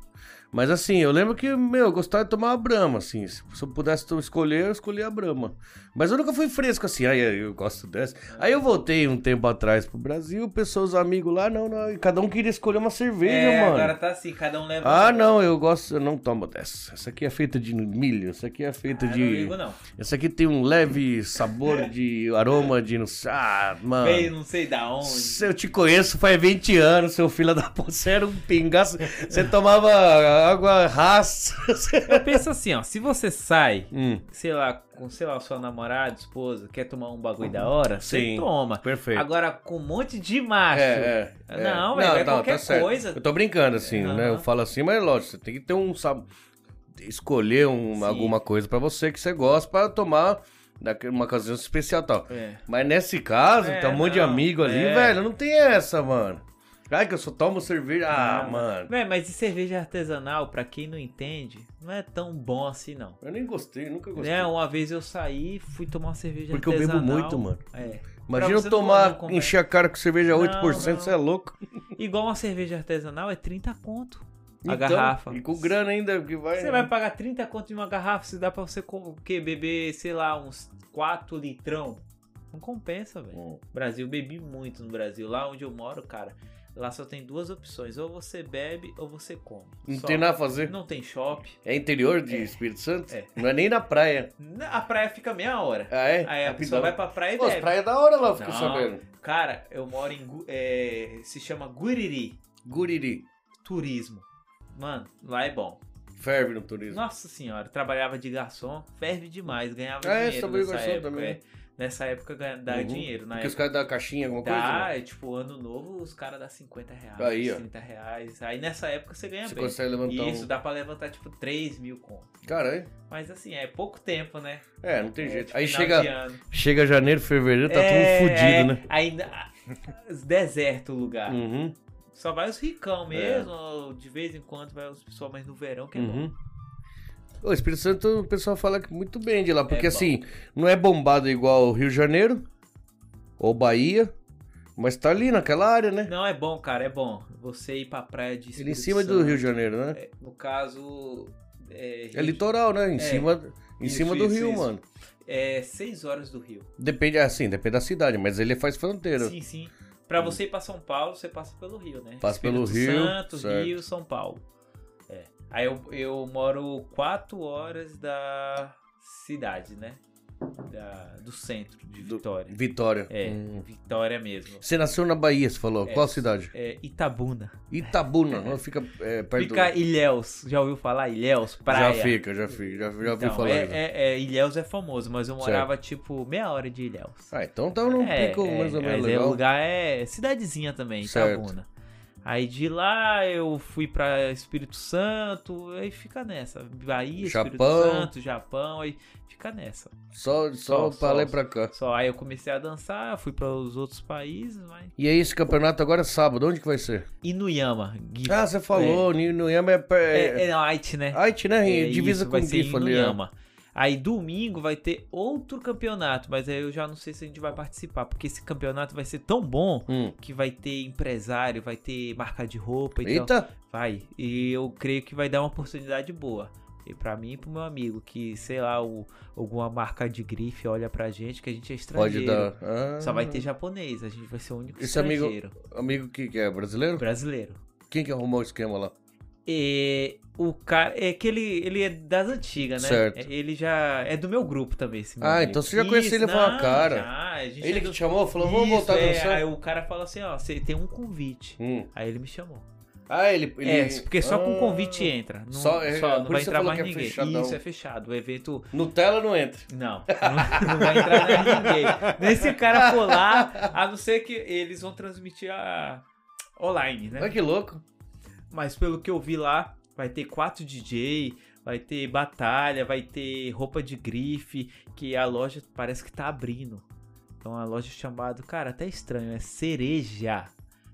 Mas assim, eu lembro que, meu, eu gostava de tomar a Brahma, assim. Se eu pudesse to- escolher, eu escolhia a Brahma. Mas eu nunca fui fresco assim, aí eu gosto dessa. Aí eu voltei um tempo atrás pro Brasil, pessoas, amigos lá, não, não. E cada um queria escolher uma cerveja,
É,
mano.
agora tá assim, cada um leva.
Ah, não, eu gosto, eu não tomo dessa. Essa aqui é feita de milho, essa aqui é feita
Ah, Não
de.
ligo, não.
Essa aqui tem um leve sabor de aroma de. não sei- Ah, mano.
Veio não sei da
(laughs)
onde.
Se eu te conheço faz 20 anos, seu filho da puta, você era um pingaço. Você tomava água raça. (laughs)
Eu penso assim, ó, se você sai,
Hum,
sei lá, com, sei lá, sua namorada, esposa, quer tomar um bagulho da hora, você
Uhum. Sim.
toma.
perfeito.
Agora, com um monte de macho.
É, é, é.
Não, velho, é qualquer
certo.
coisa.
Eu tô brincando assim,
Aham.
né? Eu falo assim, mas lógico, você tem que ter um sabor. Escolher um-
Sim.
alguma coisa pra você que você gosta pra tomar naquele- uma ocasião especial e tal.
É.
Mas nesse caso,
É,
tá um monte de
não,
amigo ali,
é.
velho, não tem essa, mano. Ai, que eu só tomo cerveja. Ah,
Ah,
mano.
Véi, mas de cerveja artesanal, pra quem não entende, não é tão bom assim, não.
Eu nem gostei, nunca gostei.
Né? Uma vez eu saí, fui tomar uma cerveja
Porque eu bebo
artesanal.
muito, mano.
É.
Imagina
você né,
eu
não
tomar,
comprar.
encher a cara com cerveja
Não,
8%,
não.
você é louco.
Igual uma cerveja artesanal é 30 conto a
Então,
garrafa.
E com grana ainda, que vai...
Você vai pagar 30 conto de uma garrafa, se dá pra você com- o quê? beber, sei lá, uns 4 litrão. Não compensa, velho.
Hum.
Brasil, eu bebi muito no Brasil. Lá onde eu moro, cara, lá só tem duas opções. Ou você bebe ou você come.
Não
Só.
tem nada a fazer.
Não tem shopping.
É interior de
É.
Espírito Santo?
É.
Não é nem na praia.
Na- A praia fica meia hora.
Ah, é?
Aí a
Rapidão.
pessoa vai pra praia e
Pô, as
bebe.
praias é da hora lá, eu fiquei
Não.
sabendo.
Cara, eu moro em. Gu- é, se chama Guriri
Guriri.
Turismo. Mano, lá é bom.
Ferve no turismo.
Nossa senhora, trabalhava de garçom, ferve demais, ganhava
Ah, é,
dinheiro.
trabalhei
nessa
garçom
época,
também.
é. Nessa época ganha- dá
Uhum.
dinheiro, na
Porque os
época.
caras da caixinha, alguma coisa?
é. Dá,
né?
é tipo, ano novo os caras dão 50 reais,
Aí, ó.
30 reais. Aí nessa época você ganha
Você
é, bem.
consegue levantar
Isso,
um...
dá pra levantar tipo 3 mil conto.
Caralho.
Mas assim, é pouco tempo, né?
É, não tem
É,
jeito.
tipo,
Aí
final de
chega,
ano.
chega janeiro, fevereiro, tá
É,
tudo
é, Tá.
fodido, né?
Ainda. (laughs) Deserto o lugar.
Uhum,
Só vai os ricão
É.
mesmo, ou de vez em quando vai os pessoal mais no verão, que é bom.
uhum. O Espírito Santo, o pessoal fala que muito bem de lá, porque
É bom.
assim, não é bombado igual o Rio de Janeiro ou Bahia, mas tá ali naquela área, né?
Não, é bom, cara, é bom. Você ir pra praia de
Ele em
Espírito
cima do
Santo,
Rio de Janeiro, né?
é, No caso. É,
É, litoral, né? Em
É.
cima, em
Isso,
cima do
isso,
rio,
isso.
mano.
É 6 horas do Rio.
Depende, assim, depende da cidade, mas ele faz fronteira.
Sim, sim. Pra você ir pra São Paulo, você passa pelo Rio, né?
Hum. Passa pelo
Espírito
Rio,
Santo,
certo.
Rio, São Paulo. É. Aí eu, eu moro 4 horas da cidade, né? Da- do centro de
Do-
Vitória.
Vitória.
É,
Hum.
Vitória mesmo.
Você nasceu na Bahia, você falou.
É.
Qual cidade?
É, Itabuna. (laughs)
Itabuna, não fica é, perto
Fica
do...
Ilhéus. Já ouviu falar Ilhéus? Praia.
Já fica, já fica, já, já ouvi
Então,
falar.
é,
já.
é- é, Ilhéus é famoso, mas eu
Certo.
morava tipo meia hora de Ilhéus.
Ah, então tá num
é,
pico mais ou
é,
menos
mas é
legal.
lugar é cidadezinha também,
Certo.
Itabuna. Aí de lá eu fui pra Espírito Santo, aí fica nessa. Bahia,
Japão.
Espírito Santo, Japão, aí fica nessa.
Só, só,
Só, só,
pra lá e
só.
pra cá.
Só aí eu comecei a dançar, fui pra os outros países, mas.
E aí, esse campeonato agora é sábado, onde que vai ser?
Inuyama, Gif.
Ah, você falou, é. Nuyama é... per-
é,
é,
é Light, né?
Haiti, né?
É,
Divisa
isso,
com
vai
o é.
ser em
Gifo ali. ó.
Inuyama. Aí domingo vai ter outro campeonato, mas aí eu já não sei se a gente vai participar, porque esse campeonato vai ser tão bom
Hum.
que vai ter empresário, vai ter marca de roupa e tal.
Eita,
Vai. E eu creio que vai dar uma oportunidade boa. E pra mim e pro meu amigo, que, sei lá, o- alguma marca de grife olha pra gente, que a gente é
pode
estrangeiro.
dar. Ah,
Só vai ter japonês, a gente vai ser o único
Esse amigo-
estrangeiro.
Amigo que, que é brasileiro?
Brasileiro.
Quem que arrumou o esquema lá?
É, o cara. É que ele, ele é das antigas, né?
Certo.
É, Ele já. É do meu grupo também, esse meu
Ah,
amigo.
então você já conhecia ele e
Isso,
falou,
não,
cara,
já, a gente
Ele
é
que
do-
te chamou, falou, vamos
Isso,
voltar a
é,
dançar.
Aí o cara fala assim: ó, você tem um convite.
Hum.
Aí ele me chamou.
Ah, ele. ele...
É, porque só com
Ah.
convite entra. Não,
Só-
só,
é,
não
por
vai
isso você
entrar
falou
mais
que é
ninguém.
fechadão.
Isso é fechado. O evento.
Nutella não entra.
Não, (laughs) não, não vai entrar mais ninguém. Nem se o cara for lá, a não ser que eles vão transmitir a... online, né?
Olha que louco.
Mas pelo que eu vi lá, vai ter quatro DJ, vai ter batalha, vai ter roupa de grife, que a loja parece que tá abrindo. É uma loja chamada, cara, até estranho, é Cereja.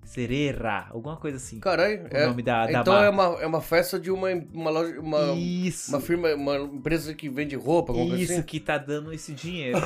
Cereira, alguma coisa assim.
Caralho.
o
É.
nome da, da
Então
marca.
é uma, é uma festa de uma, uma loja. Uma,
Isso.
uma firma, uma empresa que vende roupa, alguma
Isso
coisa assim.
que tá dando
(laughs)
esse dinheiro.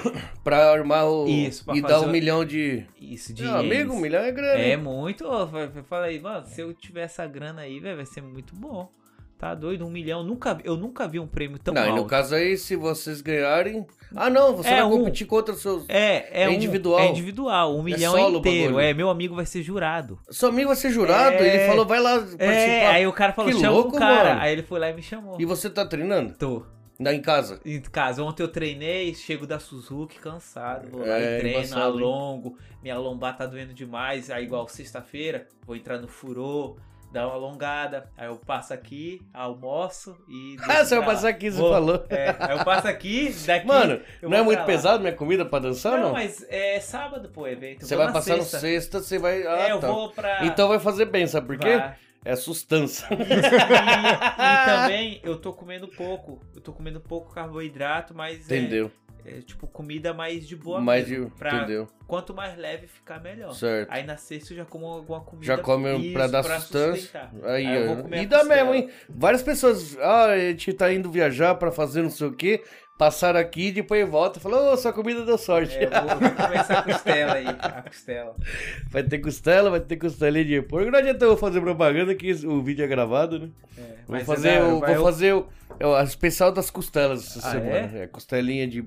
Pra armar o.
Isso, pra
e
fazer
dar um
o-
milhão de.
Isso,
Meu
dinheiro.
amigo, um milhão é grande.
É muito. Eu falei, mano, se eu tiver essa grana aí, velho, vai ser muito bom. Tá doido? Um milhão. Nunca, eu nunca vi um prêmio tão
não, e
alto.
no caso aí, se vocês ganharem. Ah, não, você
É
vai
um.
competir contra os seus.
É, é,
É
um-
individual.
é individual. Um milhão
solo o
inteiro.
bagulho.
É, meu amigo vai ser jurado.
Seu amigo vai ser jurado?
É.
Ele falou, vai lá
É,
participar.
aí o cara falou,
Que
chama
louco,
o cara.
mano.
Aí ele foi lá e me chamou.
E você tá treinando?
Tô.
Lá em casa?
Em casa, ontem eu treinei, chego da Suzuki cansado, vou lá
É,
e treino,
embaçado, hein?
alongo, minha lombar tá doendo demais, aí igual sexta-feira, vou entrar no furô, dar uma alongada, aí eu passo aqui, almoço
(laughs)
e...
Ah, você vai
pra lá.
passar aqui, você
Vou.
falou.
É, aí eu passo aqui, daqui...
Mano,
eu
não é
vou
muito
pra lá.
pesado minha comida pra dançar,
Não,
não?
mas é sábado, pô, evento.
Você
vou
vai
na
passar
sexta.
no sexta, você vai. Ah,
É, eu
tá.
vou pra...
Então vai fazer bem, sabe por quê? (laughs)
Vai.
É sustância.
E, e também eu tô comendo pouco. Eu tô comendo pouco carboidrato, mas é-
Entendeu?
é, tipo comida mais de boa.
Mas
mesmo,
de-
pra-
entendeu?
Quanto mais leve ficar melhor.
Certo.
Aí na sexta eu já como alguma comida.
Já come um
Isso,
pra dar sustância.
sustentar.
Aí,
É, eu
ó.
vou comer
E
a
dá
costela.
mesmo, hein? Várias pessoas. Ah, a gente tá indo viajar pra fazer não sei o quê. Passaram aqui, depois volta e falam, ô, sua comida deu sorte.
É, eu vou, eu vou comer essa costela aí, a costela.
(laughs) Vai ter costela, vai ter costelinha de porco. Não adianta eu fazer propaganda que o vídeo é gravado, né?
É,
Vou
mas
fazer,
é da-
o,
vai
vou fazer o, é o especial das costelas essa
Ah,
semana. É? costelinha de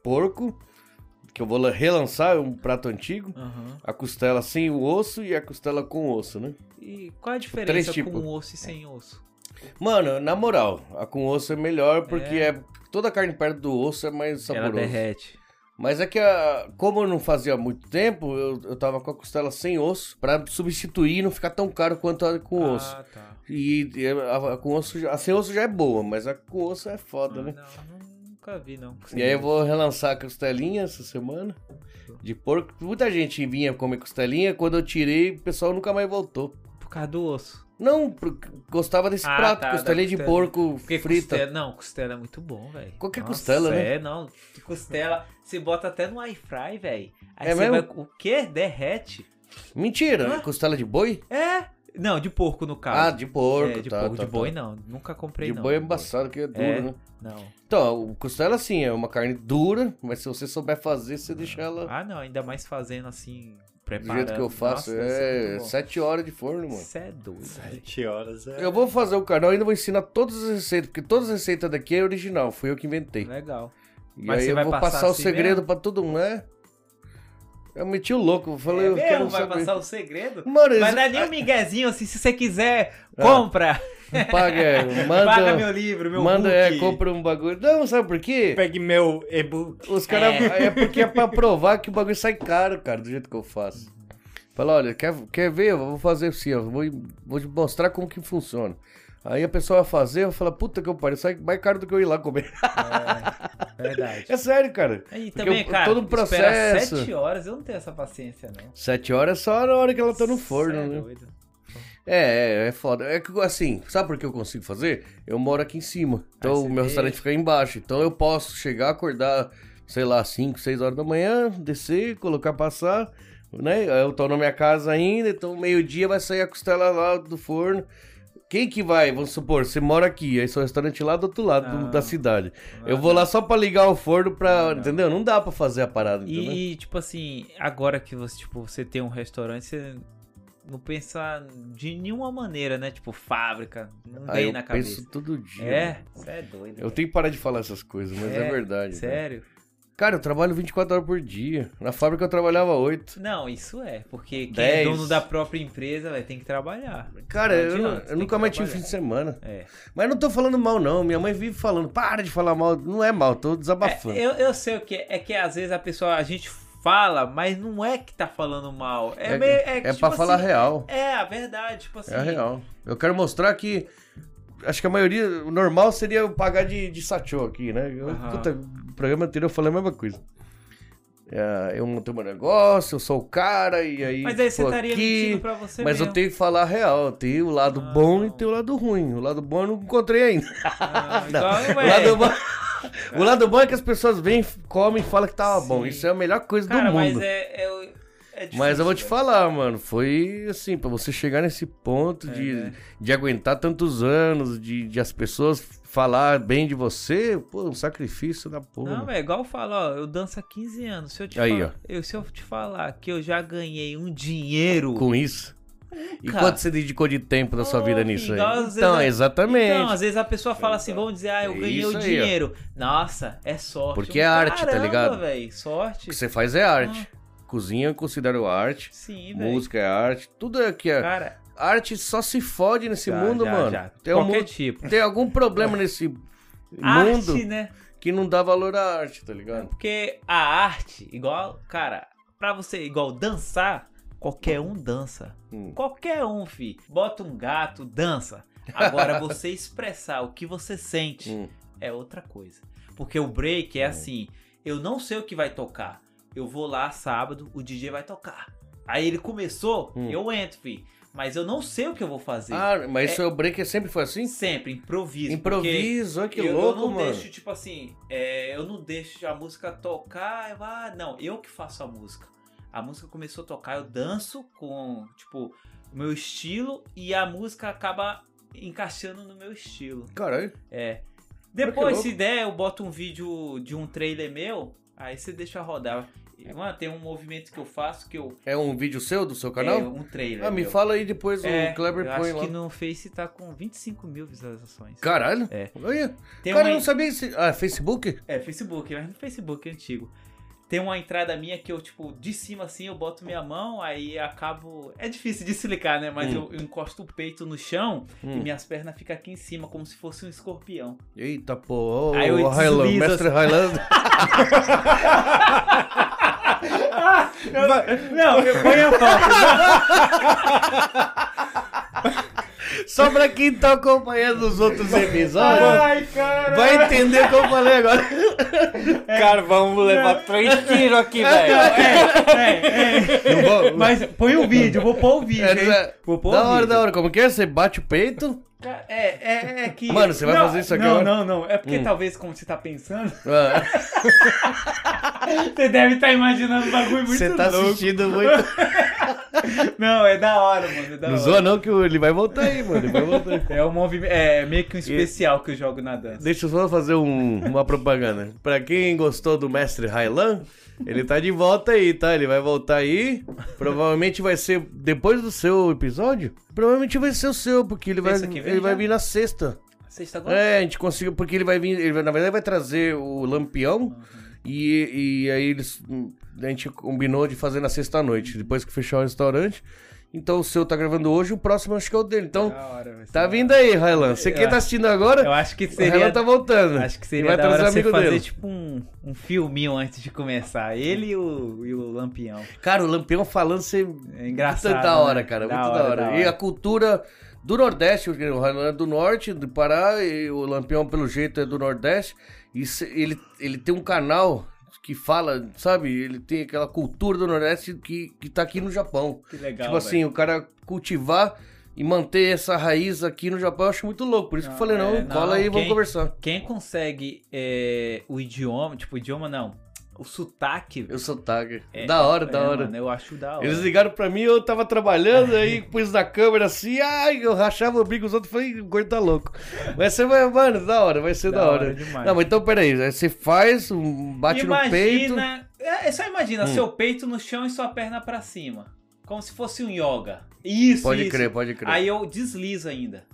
porco, que eu vou la- relançar, é um prato antigo.
Aham.
A costela sem o osso e a costela com osso, né?
E qual a
três
diferença
tipos.
com osso e sem osso?
Mano, na moral, a com osso é melhor porque é, toda a carne perto do osso é mais
Ela
saborosa.
derrete.
Mas é que, a- como eu não fazia há muito tempo, eu, eu tava com a costela sem osso pra substituir e não ficar tão caro quanto a com osso.
Ah, tá.
E, e a, a com osso, já- a sem osso já é boa, mas a com osso é foda,
Ah,
né?
não, nunca vi, não.
E aí eu vou relançar a costelinha essa semana. De porco. Muita gente vinha comer costelinha. Quando eu tirei, o pessoal nunca mais voltou.
Por causa do osso.
Não, pro- gostava desse
Ah,
prato.
tá,
costelinha
da
de
costela.
porco
Porque
frita.
costela, não, costela é muito bom, velho.
Qualquer costela, né?
É, não. Costela, você bota até no air fry, velho. Aí
É
você
mesmo?
vai. O quê? Derrete?
Mentira, né?
Hã?
costela de boi?
É? Não, de porco no
Ah,
caso.
de porco,
é, de
tá,
porco,
tá,
de boi
tá.
não. Nunca comprei
De
não.
boi é embaçado, que é duro,
É.
né?
Não.
Então, o costela assim, é uma carne dura, mas se você souber fazer, você deixa ela
Ah, não, ainda mais fazendo assim,
do
preparando.
jeito que eu faço.
Nossa,
é
Isso
sete horas de forno, mano.
Você é doido. velho.
Sete horas é.
Eu vou fazer o canal e ainda vou ensinar todas as receitas, porque todas as receitas daqui é original, fui eu que inventei.
Legal.
E
Né? Mas
aí
você
eu
vai
vou
passar
passar, o
assim
segredo pra todo mundo, né? Eu meti o louco, eu falei,
é
eu
mesmo?
quero
vai
saber.
passar o segredo?
Mano,
Vai
Mas é-
dar nem um miguezinho assim, se você quiser, compra.
paga,
(laughs)
é, manda,
Paga meu livro, meu
manda,
book.
é, compra um bagulho. Não, sabe por quê?
Pegue meu e-book.
Os caras, é. porque é pra provar que o bagulho sai caro, cara, do jeito que eu faço. Fala, olha, quer, quer ver? Eu vou fazer assim, ó, vou, vou te mostrar como que funciona. Aí a pessoa vai fazer, vai falar, puta que eu pariu, sai mais caro do que eu ir lá comer. (laughs)
Verdade.
É sério, cara. Porque
E também,
o-
cara,
todo um
espera
processo.
sete horas, eu não tenho essa paciência, não.
Sete horas é só na hora que ela tá no
Cê é
forno, né?
doido.
É, é, é foda. É que assim, sabe por que eu consigo fazer? Eu moro aqui em cima. Então
Aí
o
Ah, você
meu
deixa.
restaurante fica aí embaixo. Então eu posso chegar, acordar, sei lá, 5, 6 horas da manhã, descer, colocar passar, né? Eu tô na minha casa ainda, então meio-dia vai sair a costela lá do forno. Quem que vai? Vamos supor, você mora aqui, aí seu restaurante lá do outro lado do-
Ah.
da cidade.
Não,
eu vou lá só pra ligar o forno pra.
Ah, não.
Entendeu? Não dá pra fazer a parada, entendeu?
E, tipo assim, agora que você, tipo, você tem um restaurante, você não pensa de nenhuma maneira, né? Tipo, fábrica, não
Aí
vem
eu
na cabeça.
penso todo dia.
É, você é doido.
Eu tenho que parar de falar essas coisas, mas é,
É,
verdade. né?
Sério?
Cara, eu trabalho 24 horas por dia. Na fábrica eu trabalhava 8.
Não, isso é, porque quem é
Dez.
dono da própria empresa vai ter que trabalhar.
Cara,
Não
eu,
adianta,
não- eu
tem que
nunca mais tive fim
trabalhar.
de semana.
É.
Mas não tô falando mal, não. Minha mãe vive falando, para de falar mal. Não é mal, tô desabafando.
É, eu, eu sei o que é. É que às vezes a pessoa, a gente fala, mas não é que tá falando mal. É,
É-
meio. É,
É
tipo
pra falar
assim,
real.
É, a verdade, tipo assim.
É a real. Eu quero mostrar que. Acho que a maioria, o normal seria eu pagar de, de sachô aqui, né? Eu,
Aham.
puta, no programa anterior eu falei a mesma coisa. É, eu montei meu negócio, eu sou o cara, e aí.
Mas aí você
tô
estaria mentindo pra você
Mas
mesmo.
eu tenho que falar a real. Tem o lado
Ah,
bom e
não.
tem o lado ruim. O lado bom eu não encontrei ainda.
Ah,
(laughs) Não, o,
igual eu, é.
lado bom, o lado bom é que as pessoas vêm, comem e falam que tava
Sim.
bom. Isso é a melhor coisa
Cara,
do mundo.
mas é, é, o- é difícil,
Mas eu vou te
velho.
falar, mano, foi assim, pra você chegar nesse ponto
É,
de,
né?
de aguentar tantos anos, de, de as pessoas falar bem de você, pô, um sacrifício da porra.
Não, é igual eu falo, ó, eu danço há 15 anos. Se eu te,
Aí,
falar,
ó.
eu, se eu te falar que eu já ganhei um dinheiro
com isso. E quanto você dedicou de tempo da sua vida
Ô,
nisso aí?
filho, às vezes
Então,
a-
exatamente.
Então, às vezes a pessoa fala assim, vamos dizer, ah, eu
É
ganhei
isso
o
aí,
dinheiro. Nossa, é sorte.
Porque é arte, tá ligado?
velho, sorte.
O que você faz
Ah.
é arte. Cozinha eu considero arte.
Sim, velho.
Música é arte. Tudo é que é.
Cara,
Arte só se fode nesse
já,
mundo,
já,
mano.
já.
Tem, um
Qualquer
mundo-
tipo.
tem algum problema nesse mundo
(laughs) Arte, né?
que não dá valor à arte, tá ligado?
Porque a arte, igual, cara, pra você, igual dançar, qualquer um dança.
Hum.
Qualquer um, fi. Bota um gato, dança.
(laughs)
Agora, você expressar o que você sente
Hum.
é outra coisa. Porque o break é assim, eu não sei o que vai tocar. Eu vou lá sábado, o DJ vai tocar. Aí ele começou,
Hum.
eu entro, fi. Mas eu não sei o que eu vou fazer.
Ah, mas isso é o break sempre foi assim?
Sempre, improviso. porque-
Improviso, olha que
eu,
louco,
eu não
mano.
deixo, tipo assim, é, eu não deixo a música tocar, eu, ah, não, eu que faço a música. A música começou a tocar, eu danço com, tipo, o meu estilo e a música acaba encaixando no meu estilo.
Caralho.
É.
Olha que
Depois,
louco.
se der, eu boto um vídeo de um trailer meu, aí você deixa rodar. E, Mano, tem um movimento que eu faço que eu.
É um vídeo seu do seu
É,
canal?
um trailer.
ah, me
meu.
fala aí depois
É,
o Kleber
eu
põe
acho
lá.
que no Face tá com 25 mil visualizações.
Caralho.
É.
Olha.
Tem
Cara,
uma-
eu não sabia se. Ah, Facebook?
É, Facebook, mas no Facebook é antigo. Tem uma entrada minha que eu, tipo, de cima assim, eu boto minha mão, aí acabo. É difícil de explicar, né? Mas
Hum.
eu, eu encosto o peito no chão e
Hum.
minhas pernas ficam aqui em cima, como se fosse um escorpião.
Eita, pô. ô,
Aí eu
ô, Highlander,
deslizo
mestre
(laughs)
Highlander.
Não, eu ponho a
tipo,
(laughs) foto.
Só pra quem tá acompanhando os
(laughs)
outros episódios,
Ai, cara.
vai entender o que eu falei agora.
Cara, vamos levar três tiros aqui, velho.
É, é, é.
Não vou-
Mas põe o vídeo, eu vou pôr o vídeo,
É,
hein?
é-
Vou pôr
da
o
hora,
vídeo.
da hora. Como que é? Você bate o peito?
É, é, é que.
Mano, você vai
Não,
fazer isso aqui
Não,
agora? Hum.
não, não. É porque talvez, como você tá pensando, (laughs)
Ah,
você deve estar imaginando um bagulho muito
Você tá
louco.
assistindo muito.
Não, é da hora, mano. É da
Não
hora.
zoa não que ele vai voltar aí, mano. Ele vai voltar.
É um movimento. É meio que um especial que eu jogo na dança.
Deixa eu só fazer um- uma propaganda. Pra quem gostou do Mestre Railan, ele tá de volta aí, tá? Ele vai voltar aí. Provavelmente vai ser depois do seu episódio. Provavelmente vai ser o seu, porque ele vai,
Esse aqui vem
ele vai
já?
vir na sexta.
Sexta agora?
É, a gente conseguiu, porque ele vai vir, ele vai- na verdade vai trazer o Lampião. E, e aí eles, a gente combinou de fazer na sexta-noite, depois que fechar o restaurante. Então o seu tá gravando hoje, o próximo acho que é o dele. Então,
Da hora, vai ser
tá
da
vindo aí, Railan. Você que tá assistindo agora,
hora. Eu acho que
o
seria.
Renan tá voltando.
Acho que
E
seria
vai
da hora
trazer
você
amigo
fazer
dele.
tipo um, um filminho antes de começar. Ele e o, e o Lampião.
Cara, o Lampião falando você... Muito
É engraçado.
da hora,
né?
cara. muito da hora. E a cultura do Nordeste, porque o Renan é do Norte, do Pará, e o Lampião, pelo jeito, é do Nordeste. E se- ele, ele tem um canal que fala, sabe? Ele tem aquela cultura do Nordeste que, que tá aqui no Japão.
Que legal.
tipo assim, o cara cultivar... E manter essa raiz aqui no Japão, eu acho muito louco. Por isso que eu
Não,
falei, não,
é, não,
cola aí e vamos
quem-
conversar.
Quem consegue é, o idioma, tipo, o idioma não. O sotaque.
Eu sou Tiger.
é-
da hora,
é,
da hora.
mano, eu acho da hora.
Eles ligaram pra mim, eu tava trabalhando,
(laughs)
aí pus na câmera assim, ai, eu rachava o bico, os outros falei, o gordo tá louco. Vai ser, vai- mano, da hora, vai ser da, hora.
demais.
Não, mas então peraí, aí você faz, um bate no peito. Hum.
Imagina, é é só imagina, seu peito no chão e sua perna pra cima. Como se fosse um yoga. Isso,
Pode
isso.
crer, pode crer.
Aí eu deslizo ainda.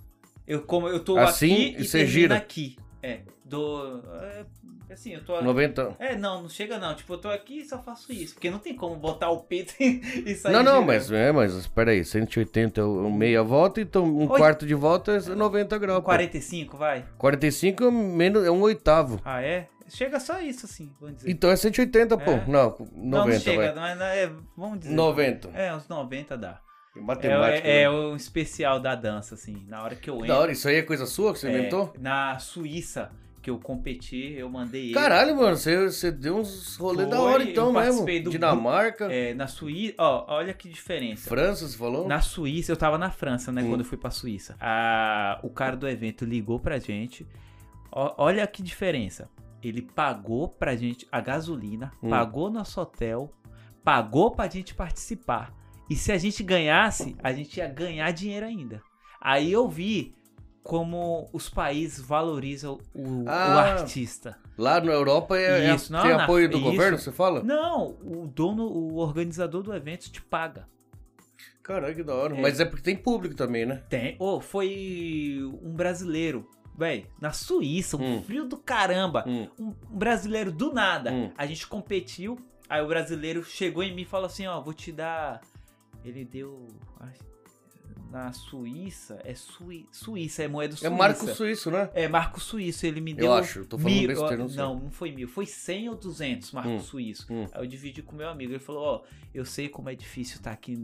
Eu como eu tô
Assim,
aqui
e
e
você
termino
gira.
aqui. É, do é, assim, eu tô
90.
É, não, não chega não. Tipo, eu tô aqui e só faço isso, porque não tem como botar o peito (laughs) e sair.
Não, não,
girando.
mas é, mas peraí, 180 é o- meia volta, então um
Oi.
quarto de volta é 90 graus. pô.
45, vai.
45 é menos, é um oitavo.
Ah, é? Chega só isso assim, vamos dizer.
Então é 180, pô.
É.
Não, 90,
não, não chega,
vai.
mas é, vamos dizer.
90.
É, uns 90 dá.
Matemática.
É,
né?
é um especial da dança, assim. Na hora que eu entro.
Da hora, isso aí é coisa sua que você
é,
inventou?
na Suíça, que eu competi, eu mandei ele.
Caralho, mano, você, você deu uns rolê
Foi,
da hora
eu
então mesmo.
participei do-
Dinamarca,
É, na Suíça. Ó, olha que diferença.
França, você falou?
Na Suíça, eu tava na França, né?
Hum.
Quando eu fui pra Suíça. Ah, o cara do evento ligou pra gente. Ó, olha que diferença. Ele pagou pra gente a gasolina,
Hum.
pagou nosso hotel, pagou pra gente participar. E se a gente ganhasse, a gente ia ganhar dinheiro ainda. Aí eu vi como os países valorizam o, o
Ah.
artista.
Lá na Europa é, é-
Isso, não,
tem
na-
apoio do
isso.
governo, você fala?
Não, o dono, o organizador do evento te paga.
Caraca, que da hora. Mas é porque tem público também, né?
Tem. Ô, foi um brasileiro. Véi, na Suíça, um
Hum.
frio do caramba.
Hum.
Um, um brasileiro do nada.
Hum.
A gente competiu. Aí o brasileiro chegou em mim e falou assim: Ó, vou te dar. Ele deu. ai, Na Suíça. É Sui... Suíça, é moeda
É
suíça.
Marco Suíço, né?
É, Marco Suíço, ele me
Eu
deu.
acho, tô falando
mil,
besteira, não
não,
sei.
não, foi mil, foi 100 ou 200, Marco
Hum,
Suíço.
hum.
Aí eu dividi com meu amigo. Ele falou: Ó, eu sei como é difícil estar aqui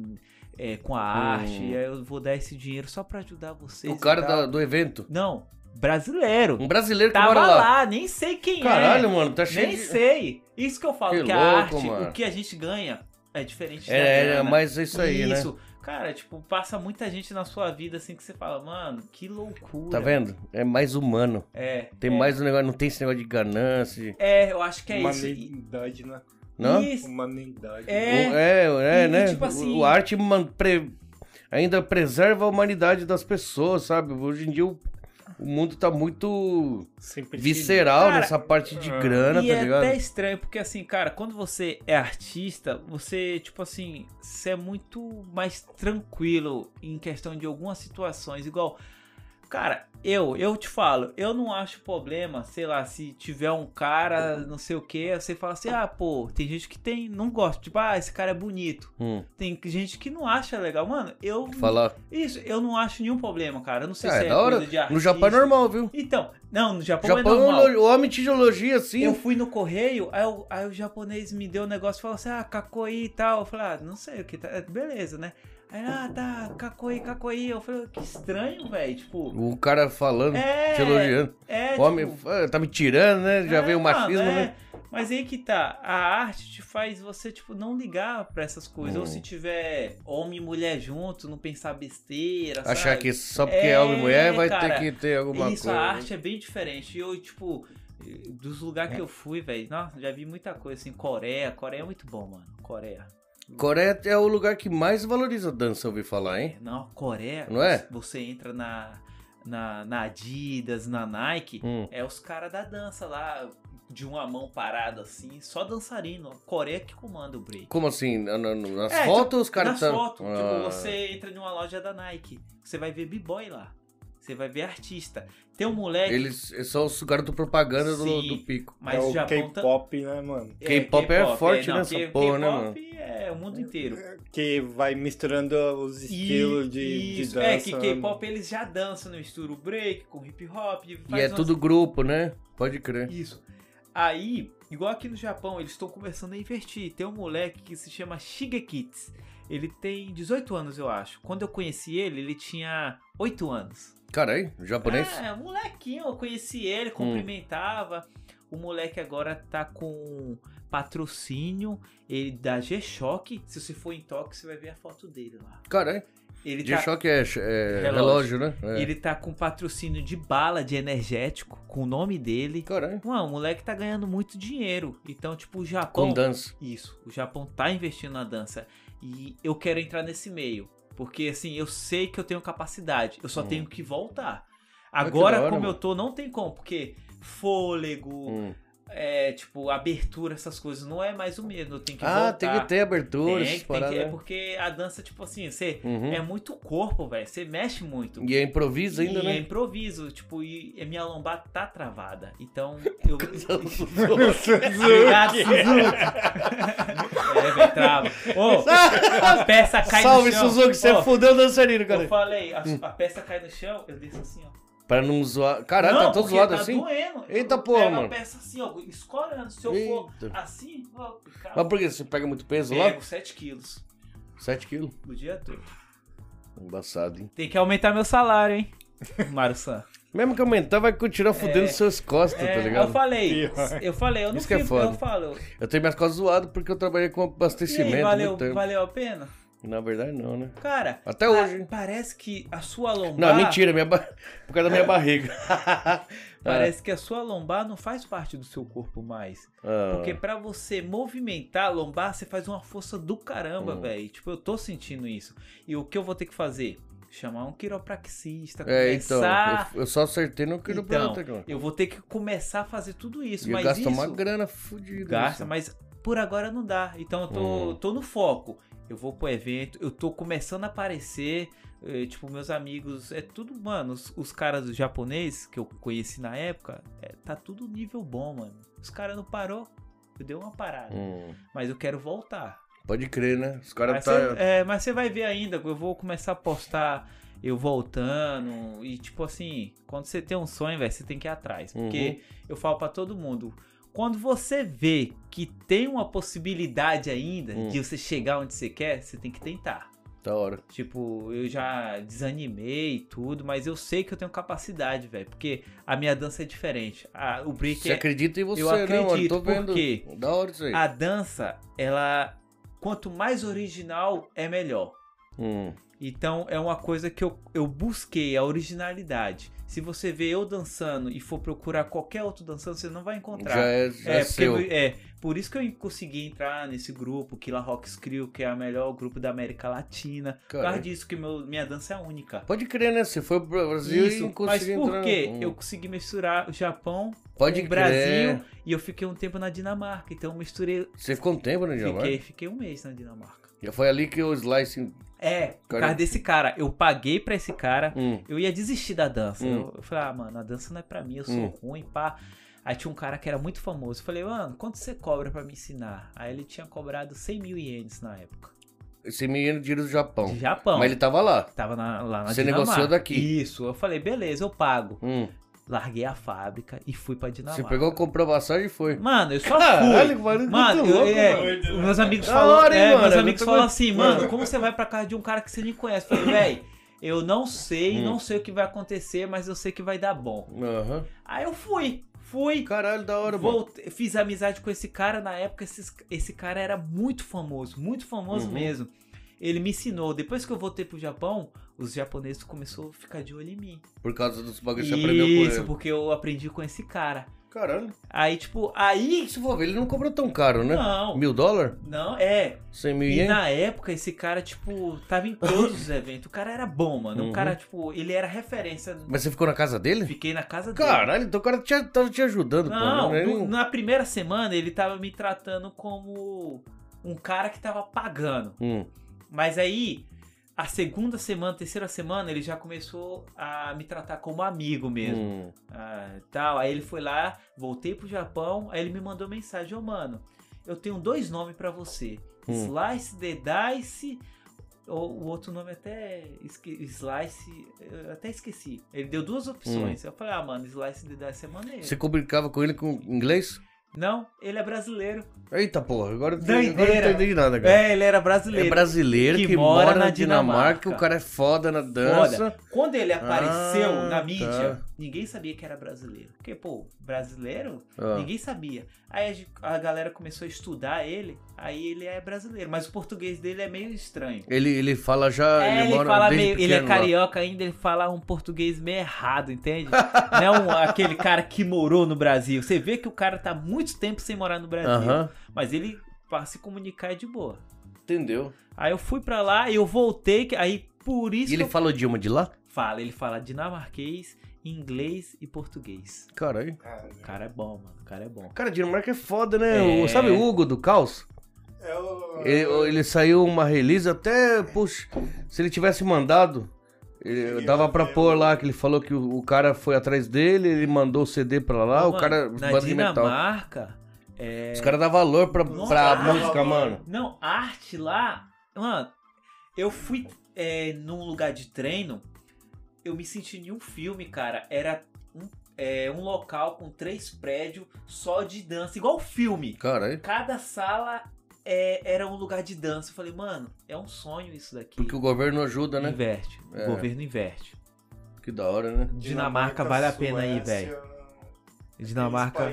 é, com a arte,
Hum.
aí eu vou dar esse dinheiro só pra ajudar vocês.
O
e
cara
tal."
da- do evento.
Não, brasileiro.
Um brasileiro que
tá Tava
mora
lá.
lá.
nem sei quem
Caralho,
é.
mano, tá cheio
Nem
de...
sei. Isso que eu falo,
Que
que, a
louco,
arte,
mano.
o que a gente ganha é diferente da
É, é,
grana.
mas é isso aí, né?
Isso. Cara, tipo, passa muita gente na sua vida assim que você fala, mano, que loucura.
Tá vendo? É mais humano.
É.
Tem
é,
mais um negócio, não tem esse negócio de ganância. de-
É, eu acho que é isso. E-
Humanidade, né?
Não?
Isso.
Humanidade.
O-
É.
É, é,
E- e
né?
tipo assim-
O a arte man- pre- ainda preserva a humanidade das pessoas, sabe? Hoje em dia o, o mundo tá muito
Sempre
visceral
Cara,
nessa parte de
é.
grana,
E
tá
é
ligado?
até estranho, porque assim, cara, quando você é artista, você, tipo assim, você é muito mais tranquilo em questão de algumas situações. Igual, cara, eu, eu te falo, eu não acho problema, sei lá, se tiver um cara, não sei o que, você fala assim, ah, pô, tem gente que tem, não gosta, tipo, ah, esse cara é bonito.
Hum,
Tem gente que não acha legal. Mano, eu.
falar.
Isso, eu não acho nenhum problema, cara. Eu não sei
Ah,
se
é
é
da hora.
coisa de artista.
No Japão é normal, viu?
Então, não, no Japão, é
Japão,
normal.
o homem te elogia assim.
Eu fui no correio, aí o, aí o japonês me deu um negócio e falou assim: ah, kakoi e tal. Eu falei: ah, não sei o que tá. Beleza, né? Aí, ah, tá, kakoi, kakoi. Eu falei: que estranho, velho. Tipo.
O cara falando,
É,
te elogiando.
é.
o homem
tipo,
ah, tá me tirando, né? Já
é,
veio o
mano,
machismo,
é.
né?
Mas aí que tá, a arte te faz você, tipo, não ligar pra essas coisas.
Hum.
Ou se tiver homem e mulher junto, não pensar besteira,
Achar
sabe?
que só porque é,
É,
homem e mulher vai ter
cara.
que ter alguma
Isso,
coisa.
a
né?
arte é bem diferente. E Eu, tipo, dos lugares
É.
que eu fui, velho, nossa, já vi muita coisa assim. Coreia, Coreia é muito bom, mano. Coreia.
Coreia é o lugar que mais valoriza a dança, eu ouvi falar, hein?
Não, Coreia,
É? Não é?
você entra na, na, na Adidas, na Nike,
Hum.
é os caras da dança lá, de uma mão parada assim, só dançarino. Coreia que comanda o break.
Como assim? Na- na- Nas
É,
fotos os caras
Nas
tão-
fotos,
Ah.
tipo, você entra numa loja da Nike, você vai ver b-boy lá. Você vai ver artista. Tem um moleque,
Eles eles são os garotos propaganda do,
Sim.
do pico.
mas
é
o
o
Japão tá-
K-pop, né, mano?
K-pop é forte
não,
nessa
K-
porra, né, mano?
K-pop é o mundo inteiro.
Que vai misturando os estilos
E-
de, de
isso,
dança.
É que
né?
K-pop eles já dançam no estilo break, com hip hop.
E é
faz umas-
tudo grupo, né? Pode crer.
Isso. Aí, igual aqui no Japão, eles estão começando a investir. Tem um moleque que se chama Shigekits. Ele tem 18 anos, eu acho. Quando eu conheci ele, ele tinha 8 anos.
Caralho, japonês?
É, molequinho, eu conheci ele, cumprimentava. O moleque agora tá com patrocínio ele da G-Shock. Se você for em Tóquio, você vai ver a foto dele lá.
Caralho.
Ele
De
tá,
choque é, é relógio.
Relógio.
né? É.
ele tá com patrocínio de bala, de energético, com o nome dele.
Caralho.
Mano, o moleque tá ganhando muito dinheiro. Então, tipo, o
Com
Japão.
dança.
Isso, o Japão tá investindo na dança. E eu quero entrar nesse meio. Porque, assim, eu sei que eu tenho capacidade. Eu só
Hum.
tenho que voltar.
Ah, que
Agora,
da hora,
como eu
mano.
tô, não tem como. Porque fôlego,
Hum.
é, tipo, abertura, essas coisas, não é mais o mesmo. Eu tenho que
Ah,
voltar.
tem que ter abertura,
Tem,
essas
que- tem que, é
paradas. né?
porque a dança, tipo assim, você
Uhum.
é muito corpo, velho. Você mexe muito.
E é improviso ainda,
E é
(laughs) né?
improviso, tipo, e a minha lombar tá travada. Então,
(laughs)
eu. É, Obrigado,
Suzuki.
Suzuki. é, velho, trava. Ô, a peça cai
Salve,
no chão.
Suzuki, você é
Ó,
fudeu o dançarino,
Eu
cara.
falei, a, a peça cai no chão, eu desço assim, ó.
Pra não zoar. Caralho, tá
Não,
todo
porque
zoado
tá
assim?
Doendo.
Eita
Eu
porra,
pego
mano.
a peça assim, ó, escorando. Se eu for
Eita.
assim, ó,
Mas
cara,
por que? Você pega muito peso
pego 7 quilos
lá? 7 quilos.
o dia todo.
Embaçado, hein?
Tem que aumentar meu
(laughs)
salário, hein, Mário San.
Mesmo que aumentar, vai continuar fudendo
É.
suas costas, tá
É,
ligado?
eu falei,
Pior.
eu falei, eu não
Isso que é
fico, eu
foda.
falo.
Eu tenho minhas costas zoadas porque eu trabalhei com
E
abastecimento
aí,
muito
valeu,
tempo.
valeu a pena?
Na verdade, não, né?
Cara,
Até
pa-
hoje.
parece que a sua lombar.
Não, mentira, minha ba- (laughs) por causa da
É.
minha
(laughs)
barriga. É.
Parece que a sua lombar não faz parte do seu corpo mais.
Ah,
Porque pra você movimentar a lombar, você faz uma força do caramba,
Hum.
velho. Tipo, eu tô sentindo isso. E o que eu vou ter que fazer? Chamar um quiropraxista,
É, então,
começar. Então,
eu, eu só acertei no quiroprata, cara.
eu... vou ter que começar a fazer tudo isso.
E
mas
gasta
isso
uma grana fodida.
gasta,
assim.
mas por agora não dá. Então eu tô,
Hum.
tô no foco. eu vou pro evento, eu tô começando a aparecer, eh, tipo, meus amigos, é tudo, mano, os, os caras do japonês que eu conheci na época, é, tá tudo nível bom, mano. Os caras não parou, eu dei uma parada,
Hum,
mas eu quero voltar.
pode crer, né? Os caras
Mas,
tá.
você, é, mas você vai ver ainda, eu vou começar a postar eu voltando. E tipo assim, quando você tem um sonho, velho, você tem que ir atrás.
Uhum.
Porque eu falo pra todo mundo. Quando você vê que tem uma possibilidade ainda
Hum.
de você chegar onde você quer, você tem que tentar.
Da tá hora.
Tipo, eu já desanimei e tudo, mas eu sei que eu tenho capacidade, velho. Porque a minha dança é diferente. A- o break
Você
é,
acredita em você,
eu
né, mano?
acredito, Ah,
Tô vendo.
porque
Da hora isso aí.
a dança, ela. Quanto mais original, é melhor.
Hum,
Então é uma coisa que eu, eu busquei, a originalidade. Se você vê eu dançando e for procurar qualquer outro dançando, você não vai encontrar.
já é, já é
é, porque,
seu.
eu- é, por isso que eu consegui entrar nesse grupo, Killa Rocks Crew, que é o melhor grupo da América Latina. Por
Cara,
causa disso que meu, minha dança é única.
Pode crer, né? Você foi pro Brasil e
Isso, mas
conseguiu
por
entrar.
quê?
Hum,
Eu consegui misturar o Japão,
Pode
o
crer.
Brasil e eu fiquei um tempo na Dinamarca. Então eu misturei,
Você ficou um tempo, né, Dinamarca?
fiquei, fiquei um mês na Dinamarca.
Já foi ali que o Slice.
É, por
Cara-
causa desse cara. Eu paguei pra esse cara
Hum,
eu ia desistir da dança.
Hum.
Eu- Eu falei, ah, mano, a dança não é pra mim, eu sou
Hum.
ruim, pá. Aí tinha um cara que era muito famoso. Eu falei, mano, quanto você cobra pra me ensinar? Aí ele tinha cobrado 100 mil ienes na época.
esse menino tira do Japão.
De Japão.
Mas ele tava lá.
Tava na- lá na
Você
Dinamarca.
negociou daqui.
Isso. Eu falei, beleza, eu pago.
Hum,
Larguei a fábrica e fui pra
Você
Dinamarca.
pegou, comprou passagem e foi.
Mano, eu só
que
fui.
barulho
Mano,
muito
eu-
louco,
é,
mano.
os meus amigos
Da
falam,
hora, hein,
é,
mano?
meus
Eu
amigos
tô
falam
com-
assim, mano, como você vai pra casa de um cara que você nem conhece? Eu falei, véi, eu não sei,
Hum.
não sei o que vai acontecer, mas eu sei que vai dar bom.
Aham.
Aí eu fui, fui,
Caralho, da hora, mano.
voltei, fiz amizade com esse cara, na época esses- esse cara era muito famoso, muito famoso
Uhum.
mesmo. Ele me ensinou, depois que eu voltei pro Japão, os japoneses começaram a ficar de olho em mim.
Por causa dos bagulhos que você aprendeu com
Isso,
ele.
porque eu aprendi com esse cara.
Caralho.
Aí, tipo, aí...
Se for ver, ele não cobrou tão caro, né?
Não,
Mil dólar?
não, é,
100 mil
E
ienes?
na época, esse cara, tipo, tava em todos os eventos. O cara era bom, mano.
Uhum.
O cara, tipo, ele era referência.
Mas você ficou na casa dele?
Fiquei na casa dele.
Caralho, então o cara te- tava te ajudando,
Não,
pô. né?
no- na primeira semana ele tava me tratando como um cara que tava pagando.
Hum,
Mas aí, a segunda semana, terceira semana, ele já começou a me tratar como amigo mesmo.
hum.
Ah, tal. Aí ele foi lá, voltei pro Japão, aí ele me mandou mensagem, ô mano, eu tenho dois nomes pra você.
Hum.
Slice The Dice, ou o outro nome até esque- Slice, eu até esqueci. Ele deu duas
Hum.
opções. Eu falei, ah, mano, Slice The Dice é maneiro.
Você comunicava com ele com inglês?
Não, ele é brasileiro.
Eita porra, agora, eu- agora eu
Doideira.
não entendi nada, cara.
É, ele era
É
brasileiro.
brasileiro que,
Que
mora,
mora
na
na
Dinamarca,
Dinamarca.
o cara é foda na dança.
Quando ele apareceu
Ah,
na mídia,
tá.
ninguém sabia que era brasileiro. Porque, pô, brasileiro
Ah,
Ninguém sabia. Aí a ge- a, galera começou a estudar ele, aí ele é brasileiro, mas o português dele é meio estranho.
Ele, Ah, ele fala já.
É, ele,
mora
fala
desde
meio, ele é
pequeno lá.
carioca ainda, ele fala um português meio errado, entende? (laughs) Não é um- aquele cara que morou no Brasil. Você vê que o cara tá muito tempo sem morar no Brasil,
Aham.
mas ele pra se comunicar é de boa.
Entendeu?
Aí eu fui pra lá e eu voltei, que- aí por isso
E ele
que eu-
fala o idioma de lá?
fala, ele fala dinamarquês, inglês e português.
Caralho.
O cara é bom, mano, o cara é bom.
Cara, Dinamarca é foda, né?
É.
O- sabe o Hugo do Caos?
É o...
Ele, ele saiu uma release até, puxa, se ele tivesse mandado, ele- dava pra pôr lá, que ele falou que o, o cara foi atrás dele, ele mandou o CD pra lá,
Ô,
Ah, o
mano,
cara
na
banda de metal.
Dinamarca, é,
Os caras dão valor pra,
Nossa,
pra
dá
música,
valor.
mano.
Não, arte lá. Mano, eu fui é, num lugar de treino. Eu me senti em um filme, cara. Era um, é, um local com três prédios só de dança, igual filme.
Caralho.
Cada sala é, era um lugar de dança. Eu falei, mano, é um sonho isso daqui.
Porque o governo ajuda, né?
Inverte.
É.
O governo inverte.
Que da hora, né?
Dinamarca, vale a pena aí, velho. Dinamarca.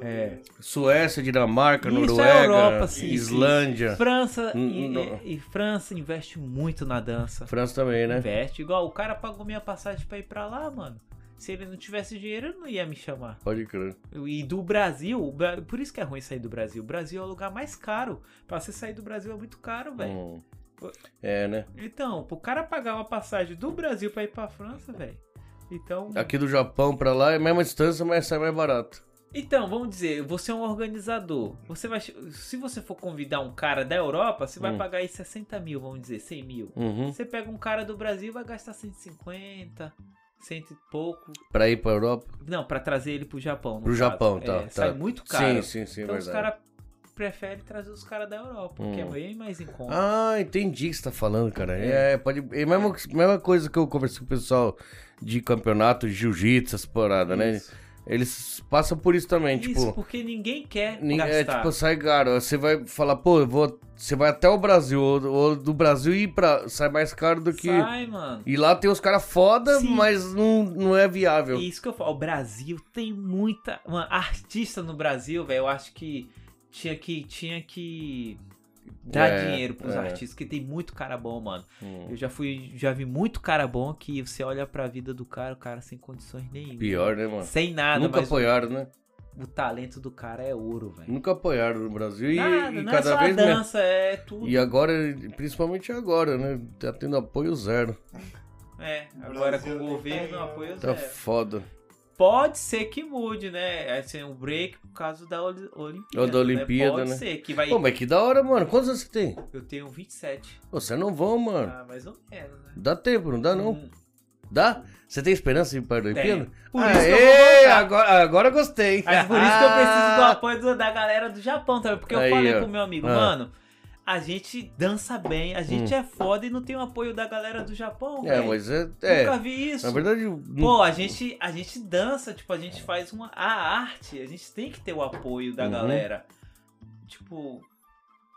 é.
Suécia, Dinamarca,
Isso é
Noruega,
Europa, sim, sim.
Islândia.
França
Hum,
e,
não.
e- e França investe muito na dança.
França também, né?
Investe. Igual o cara pagou minha passagem pra ir pra lá, mano. Se ele não tivesse dinheiro, ele não ia me chamar.
Pode crer.
E do Brasil, o Bra- por isso que é ruim sair do Brasil. O Brasil é o lugar mais caro. Pra você sair do Brasil é muito caro, velho.
Hum. É, né?
Então, pro cara pagar uma passagem do Brasil pra ir pra França, velho. Então,
Aqui do Japão pra lá é a mesma distância, mas sai mais barato.
Então, vamos dizer, você é um organizador. Você vai, se você for convidar um cara da Europa, você vai
Hum.
pagar aí 60 mil, vamos dizer, 100 mil.
Uhum.
Você pega um cara do Brasil, vai gastar 150, cento e pouco.
Pra ir pra Europa?
Não, pra trazer ele pro Japão. no
Pro
caso.
Japão,
É,
tá. tá.
Sai muito
Sim,
caro.
sim, sim, é
então os
verdade.
caras preferem trazer os caras da Europa, que é
Hum.
bem mais em conta.
Ah, entendi o que você tá falando, cara. É, pode. É a mesma, mesma coisa que eu conversei com o pessoal de campeonato, jiu-jitsu, essas paradas, né?
Isso.
Eles passam por isso também,
Isso,
tipo.
porque ninguém quer
nin- É
gastar.
tipo, sai caro. Você vai falar, pô, eu vou. Você vai até o Brasil, ou, ou do Brasil e ir pra. Sai mais caro do que.
Sai, mano.
E lá tem os caras foda,
Sim.
mas não, não é viável.
Isso que eu falo, o Brasil tem muita. Mano, artista no Brasil, velho, eu acho que tinha que. Tinha que dar
É,
dinheiro pros
é.
artistas, que tem muito cara bom, mano.
Hum.
Eu já fui, já vi muito cara bom que você olha pra vida do cara, o cara sem condições nenhuma.
Pior, né, mano?
Sem nada,
Nunca
mas o,
apoiaram, né?
o talento do cara é ouro, velho.
Nunca apoiaram no Brasil. E,
Nada,
e
não
cada
é só
vez
a
menos.
dança, é tudo.
E agora, principalmente agora, né? Tá tendo apoio zero.
É, agora com
Brasil
o
nem
governo,
tem,
o apoio
Tá
zero.
foda.
Pode ser que mude, né? Assim, um break por causa da Oli- Olimpíada.
Ou da Olimpíada,
Pode
né?
ser que vai.
Pô, mas que da hora, mano. Quantos anos você tem?
Eu tenho 27.
Pô, Você não vão, mano.
Ah, mais ou menos, né?
Dá tempo, não dá não?
Hum,
Dá? Você tem esperança de ir para a Olimpíada?
tenho. Por isso que eu vou
Aê,
voltar.
agora, agora eu gostei. Ah,
Mas por isso que eu preciso do apoio do- da galera do Japão também. Porque eu
Aí,
falei
ó.
com o meu amigo,
Ah. Hum.
mano, a gente dança bem, a gente é foda e não tem o apoio da galera do Japão,
É,
velho.
mas é...
Nunca
é.
vi isso.
Na verdade... não-
Pô, a gente, a gente dança, tipo, a gente faz uma, a arte, a gente tem que ter o apoio da
É. Uhum.
galera. Tipo,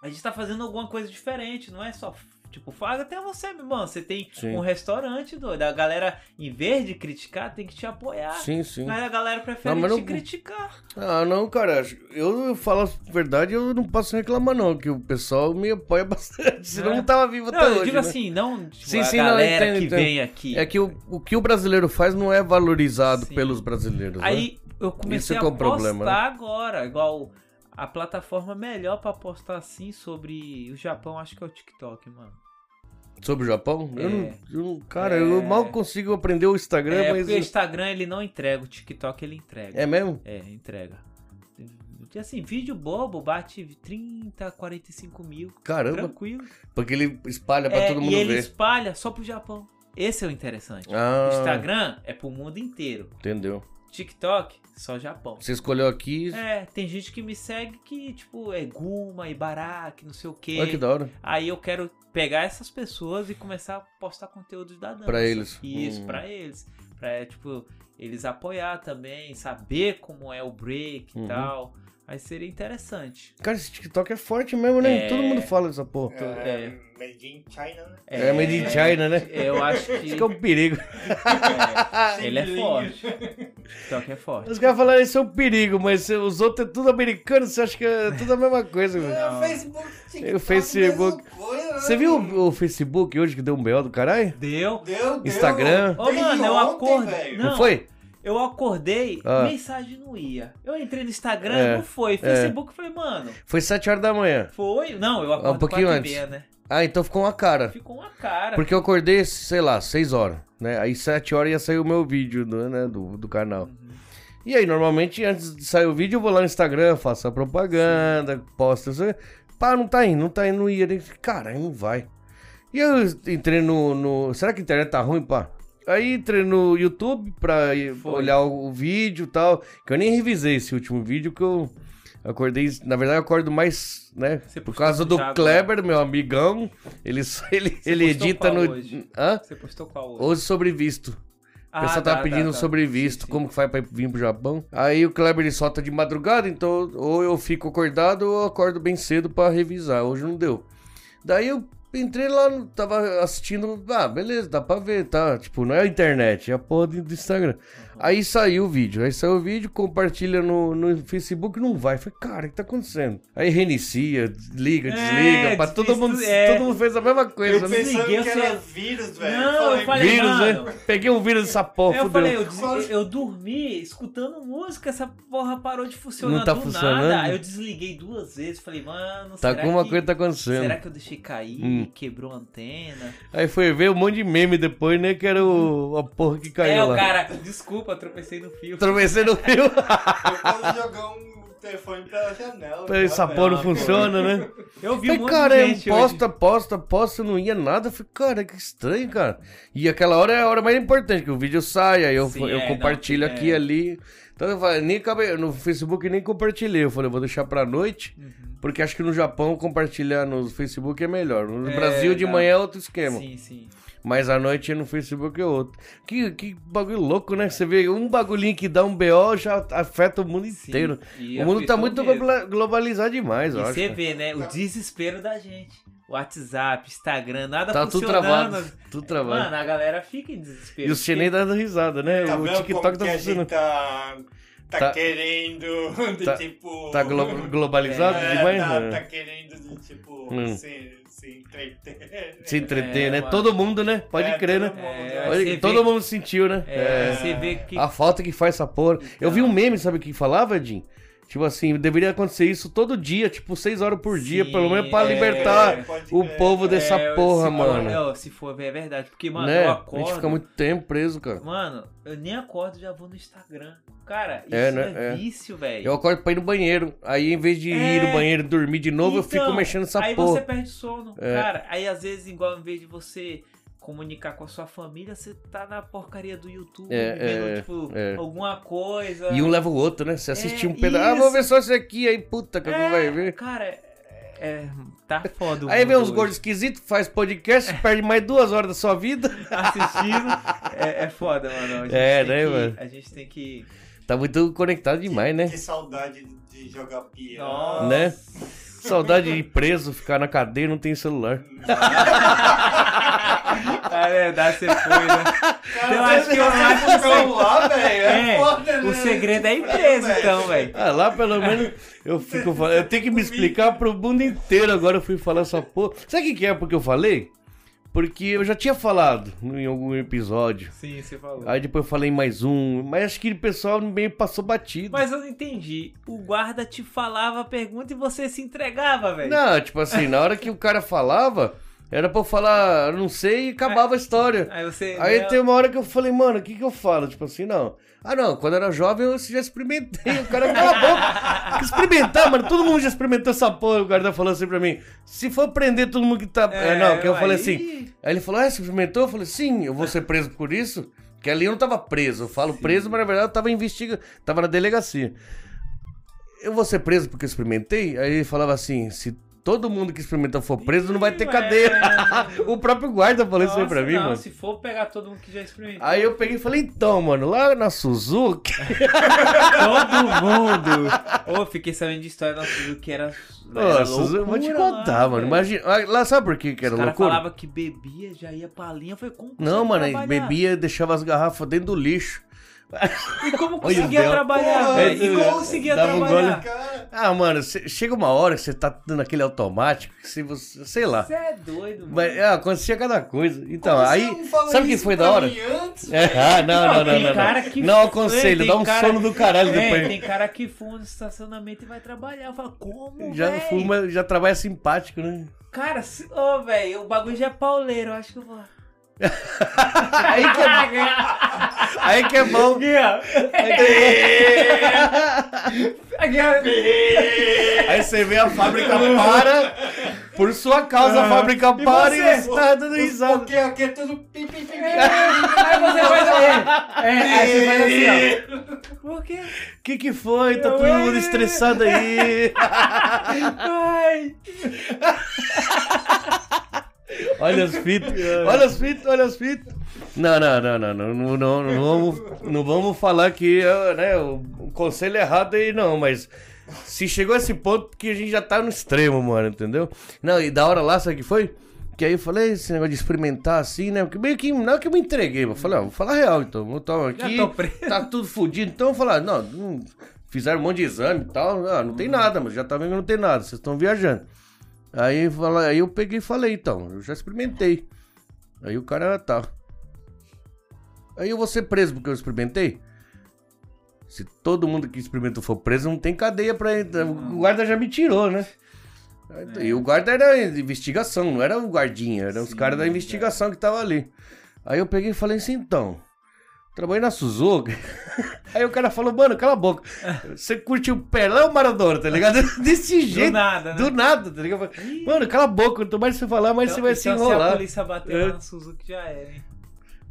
a gente tá fazendo alguma coisa diferente, não é só, tipo, faz até você, mano, você tem
Sim.
um restaurante, doido, a galera, em vez de criticar, tem que te apoiar.
Sim, sim.
Mas a galera prefere
Não, mas
te
não-
criticar.
Ah, não, cara. Eu, eu falo a verdade, eu não posso reclamar, não. Que o pessoal me apoia (laughs) bastante. Senão eu não tava vivo até
É. Não, eu
hoje,
digo
né?
assim, não tipo,
Sim,
a
sim, não,
galera
entendo,
que
entendo.
vem aqui.
É que o, o que o brasileiro faz não é valorizado
Sim.
pelos brasileiros, né?
Aí eu comecei
Isso
a
que é o
postar
problema, né?
agora, igual a plataforma melhor pra postar assim sobre o Japão, acho que é o TikTok, mano.
Sobre o Japão? Eu não,
É.
eu não- cara,
É.
eu mal consigo aprender o Instagram,
É,
mas.
porque o Instagram ele não entrega, o TikTok ele entrega.
É mesmo?
É, entrega. E Assim, vídeo bobo bate 30, 45 mil.
Caramba,
Tranquilo.
porque ele espalha pra
É,
todo
e
mundo
ele
ver.
espalha só pro Japão. Esse é o interessante.
Ah,
Instagram é pro mundo inteiro.
entendeu.
TikTok, só Japão.
Você escolheu aqui.
É, tem gente que me segue que, tipo, é Guma, Ibaraki, não sei o quê.
Olha que da hora.
Aí eu quero pegar essas pessoas e começar a postar conteúdos da dança.
Pra eles.
Isso,
Hum.
pra eles. Pra, tipo, eles apoiar também, saber como é o break
Uhum.
e tal. Aí
(laughs)
seria interessante.
Cara, esse TikTok é forte mesmo, né?
É.
Todo mundo fala dessa porra.
É.
É, Made in China, né?
É, made in China, né?
Eu acho que.
Isso que um é um perigo. Ah,
é, ele é forte. TikTok é forte.
Os caras falaram isso é um perigo, mas se- os outros é tudo americano, você acha que é tudo a mesma coisa, velho.
É, Facebook, TikTok,
O Facebook.
mesma coisa, né?
Você viu o, o Facebook hoje que deu um B.O. do caralho?
Deu.
Deu, deu.
Instagram.
Ô,
Desde
mano, eu
ontem,
acordei.
velho.
Não,
Não,
foi?
Eu acordei,
Ah.
mensagem não ia. Eu entrei no Instagram,
É,
não foi. Facebook, falei, mano,
Foi 7 horas da manhã.
foi? Não, eu
um
acordo
pouquinho
4 e meia, né?
Ah, então ficou uma cara.
Ficou uma cara.
Porque eu acordei, sei lá, 6 horas, né? Aí 7 horas ia sair o meu vídeo do, né, do, do canal.
Uhum.
E aí, normalmente, antes de sair o vídeo, eu vou lá no Instagram, faço a propaganda, posto, não sei. Pá, não tá indo, não tá indo, não ia. Daí eu falei, Caralho, não vai. E eu entrei no, no- Será que a internet tá ruim, pá? Aí entrei no YouTube pra ir
Foi.
olhar o, o vídeo e tal. Que eu nem revisei esse último vídeo, que eu acordei. Na verdade, eu acordo mais, né?
Você
Por
postou
causa do
já agora.
Kleber, meu amigão. Ele, (laughs) ele, ele
postou
edita
qual
no.
hoje?
Hã?
Você postou qual hoje?
Hoje sobre visto. O
Ah,
pessoal
tá,
tava
tá,
pedindo
tá.
sobre visto,
Sim, sim.
como que faz pra vir pro Japão. Aí o Kleber ele solta de madrugada, então ou eu fico acordado ou eu acordo bem cedo pra revisar. Hoje não deu. Daí eu entrei lá, no- tava assistindo, ah, beleza, dá pra ver, tá? Tipo, não é a internet, é a porra do do Instagram. Aí saiu o vídeo, aí saiu o vídeo, compartilha no, no Facebook, não vai. Falei, cara, o que tá acontecendo? Aí reinicia, liga,
É,
desliga, pra todo
difícil,
mundo,
é.
todo mundo fez a mesma coisa.
Eu
né?
pensando
desliguei,
que
eu
era
sei-
vírus, velho.
Não, eu falei-
Vírus,
mano.
né? Peguei um vírus dessa porra,
Eu
fudeu.
falei, eu, des- eu dormi escutando música, essa porra parou de funcionar
Não tá
do
funcionando?
nada. Aí eu desliguei duas vezes, falei, mano,
Tá
será
alguma
que...
coisa tá acontecendo.
Será que eu deixei cair?
Hum.
Quebrou a antena?
Aí foi ver um monte de meme depois, né? Que era o, a porra que caiu
é,
lá.
o cara, desculpa, Desculpa, tropecei no fio.
Tropecei no fio. (laughs)
(laughs)
Eu posso jogar um telefone pela janela. tá
Peraí, essa
cara.
porra não
não,
funciona, né?
Eu vi um
Falei,
monte
cara, é
de
eu
gente
posta, posta, posta, não ia nada. Eu Falei, cara, que estranho, cara. E aquela hora é a hora mais importante, que o vídeo sai, aí eu,
Sim,
eu
é,
compartilho
não,
aqui e
é.
ali. Então eu falei, nem acabei, no Facebook nem compartilhei. Eu falei, eu vou deixar pra noite,
Uhum.
porque acho que no Japão compartilhar no Facebook é melhor. No
É,
Brasil de
não.
manhã é outro
hoje.
esquema.
Sim, sim.
Mas à noite no Facebook é outro. Que, que bagulho louco, né? Você vê um bagulhinho que dá um BO já afeta o mundo
sim.
inteiro.
E
o mundo tá
afetou
muito
mesmo.
globa- globalizado demais, eu
E
acho.
você
cara.
vê, né? O desespero da gente. WhatsApp, Instagram, nada
Tá tudo
funcionando.
travado. Tudo travado.
Mano, a galera fica em desespero.
E os chineses dando risada, né?
Tá
o
vendo
TikTok
como
tá
que a
funcionando.
(laughs) gente tá, tá,
Tá-
querendo de
tá-
tipo...
Tá glo- globalizado
É,
demais,
tá,
né?
tá querendo de tipo
Hum.
se, se entreter.
Se entreter,
É,
né?
mano.
Todo mundo, né? (laughs) Pode
É,
crer,
todo
né?
mundo,
É,
né?
Pode-
você vê-
Todo mundo sentiu, né?
É, Você vê que. Então.
A falta que faz essa porra. Eu vi um meme, sabe o que falava, Jim? Tipo assim, deveria acontecer isso todo dia, tipo, seis horas por dia,
Sim,
pelo menos pra
é.
libertar
pode
o
crer.
povo dessa
É,
porra,
se for-
mano.
é, ó, se for ver, é verdade. Porque, mano,
né?
eu
A gente
acordo.
fica muito tempo preso, cara.
Mano, eu nem acordo já vou no Instagram. Cara, isso
É,
é,
né? É.
vício, velho.
Eu acordo pra ir no banheiro. Aí, em vez de ir no
É.
banheiro e dormir de novo, eu fico
Então,
mexendo nessa
Aí
porra.
você perde o sono.
É.
Cara, aí às vezes, igual em vez de você comunicar com a sua família, você tá na porcaria do YouTube,
É,
vendo,
é,
tipo,
é.
alguma coisa.
E um leva o outro, né? Você assistir um
É,
pedaço. Ah, vou
isso.
ver só isso aqui, aí puta que
É,
não vai ver.
Cara, é, é, tá foda. o
Aí
mundo
vem uns
hoje.
gordos esquisitos, faz podcast, perde mais duas horas da sua vida.
assistindo. É, é foda, mano. A gente
(laughs) É,
tem
né,
que-
mano?
A gente tem que.
Tá muito conectado demais, né?
Que saudade de jogar piano.
Nossa.
Né? Saudade de ir preso, ficar na cadeia e não tem celular.
É verdade, você foi, né?
Cara,
Eu acho que eu acho que
eu um lá, velho. É,
(laughs) É,
foda,
o
né?
segredo é a empresa, então, velho.
Ah, lá pelo menos eu fico falando. Eu tenho que me explicar pro mundo inteiro agora. Eu fui falar essa porra. Sabe o que que é porque eu falei? Porque eu já tinha falado em algum episódio.
Sim, você falou.
Aí depois eu falei em mais um. Mas acho que o pessoal meio passou batido.
Mas eu não entendi. O guarda te falava a pergunta e você se entregava, velho.
Não, tipo assim, na hora que o cara falava, era pra eu falar, "Eu não sei, e acabava a história.
Aí você. né,
Aí
não,
tem um uma hora que eu falei, mano, o que que eu falo? Tipo assim, não. Ah, não, quando eu era jovem eu já experimentei. O cara cala a boca. Experimentar, mano, todo mundo já experimentou essa porra. O cara tá falando assim pra mim. Se for prender todo mundo que tá. É, não, que eu
aí-
falei assim. Aí ele falou, ah, você experimentou? Eu falei, sim, eu vou ser preso por isso. Porque ali eu não tava preso. Eu falo preso, mas na verdade eu tava investigando. Tava na delegacia. Eu vou ser preso porque eu experimentei? Aí ele falava assim, se todo mundo que experimentou for preso, não vai ter
Ih,
cadeia.
é.
(laughs) o próprio guarda falou isso aí pra
Nossa,
mim,
não,
mano.
Se for pegar todo mundo que já experimentou.
Aí eu peguei e falei, então, mano, lá na Suzuki.
Todo mundo! Ô, fiquei sabendo de história da Suzuki que era.
Ô,
era
Suzuki, eu vou te
loucura
contar,
lá,
mano.
velho.
Imagina. ah, Lá sabe por que que era
Os cara
loucura?
falava que bebia, já ia pra linha. Foi como que
Não,
você
mano,
trabalhar?
bebia e deixava as garrafas dentro do lixo.
E
Olha
como
o
conseguia
Del.
trabalhar,
Porra,
velho? E
Deus.
como conseguia
Dava um
trabalhar?
Cara,
Ah, mano, cê- chega uma hora que você tá dando aquele automático, que se você. Sei lá.
Você é doido, mano.
Mas ah, acontecia cada coisa. Então,
como você
aí.
não falou
Sabe o que
isso
foi
pra
da hora?
mim antes?
É, (laughs) ah, não, não, não,
tem
não.
cara
Não,
que-
não aconselho,
tem
dá um
cara-
sono do caralho
É,
depois.
tem cara que fuma no estacionamento e vai trabalhar. Eu falo, como?
Já
véi?
fuma, já trabalha simpático, né? (laughs)
Cara, se... ô, velho, o bagulho já é pauleiro. Eu acho que
(laughs)
eu vou.
Aí que é, aí que é bom.
(laughs) É.
(laughs) Aí você vê a fábrica para, por sua causa a fábrica para e você tá dando risada.
Porque aqui é tudo pi, pi, pi, pi.
Aí você faz assim. É, aí você faz assim, ó. Por quê?
O que que foi? Tá
Eu-
todo mundo estressado aí.
Ai.
Olha as fitas, olha as fitas, olha as fitas. Não, não, não, não, não, não, não, não vamos, não vamos falar que ah, né, o, o conselho é errado aí não, mas se chegou a esse ponto porque a gente já tá no extremo, mano, entendeu? Não, e da hora lá, sabe o que foi? Que aí eu falei esse negócio de experimentar assim, né? Porque meio que não é que eu me entreguei, mas eu falei, ó, vou falar real, então, vou tomar
Já
aqui,
tô preso.
tá tudo fodido, então eu falar, não, não, fizeram um monte de exame e tal, ah, não tem nada, mas já tá vendo que não tem nada, vocês estão viajando. Aí, fala, aí eu peguei e falei, então, eu já experimentei. Aí o cara tá. Aí eu vou ser preso porque eu experimentei? Se todo mundo que experimentou for preso, não tem cadeia pra entrar. O guarda já me tirou, né? Aí, E o guarda era investigação, não era o guardinha, eram os
É. Sim, é.
caras da investigação que estavam ali. Aí eu peguei e falei assim, então. Trabalhei na Suzuki. (laughs) Aí o cara falou, mano, cala a boca. Você curte o Pelé ou Maradona, tá ligado? (laughs) Desse jeito.
É. Do nada, né?
Do nada, tá ligado? Mano, cala a boca. Quanto mais você falar, mais você vai se
Então, se a
enrolar.
polícia bater
É.
lá no Suzuki, já era, hein?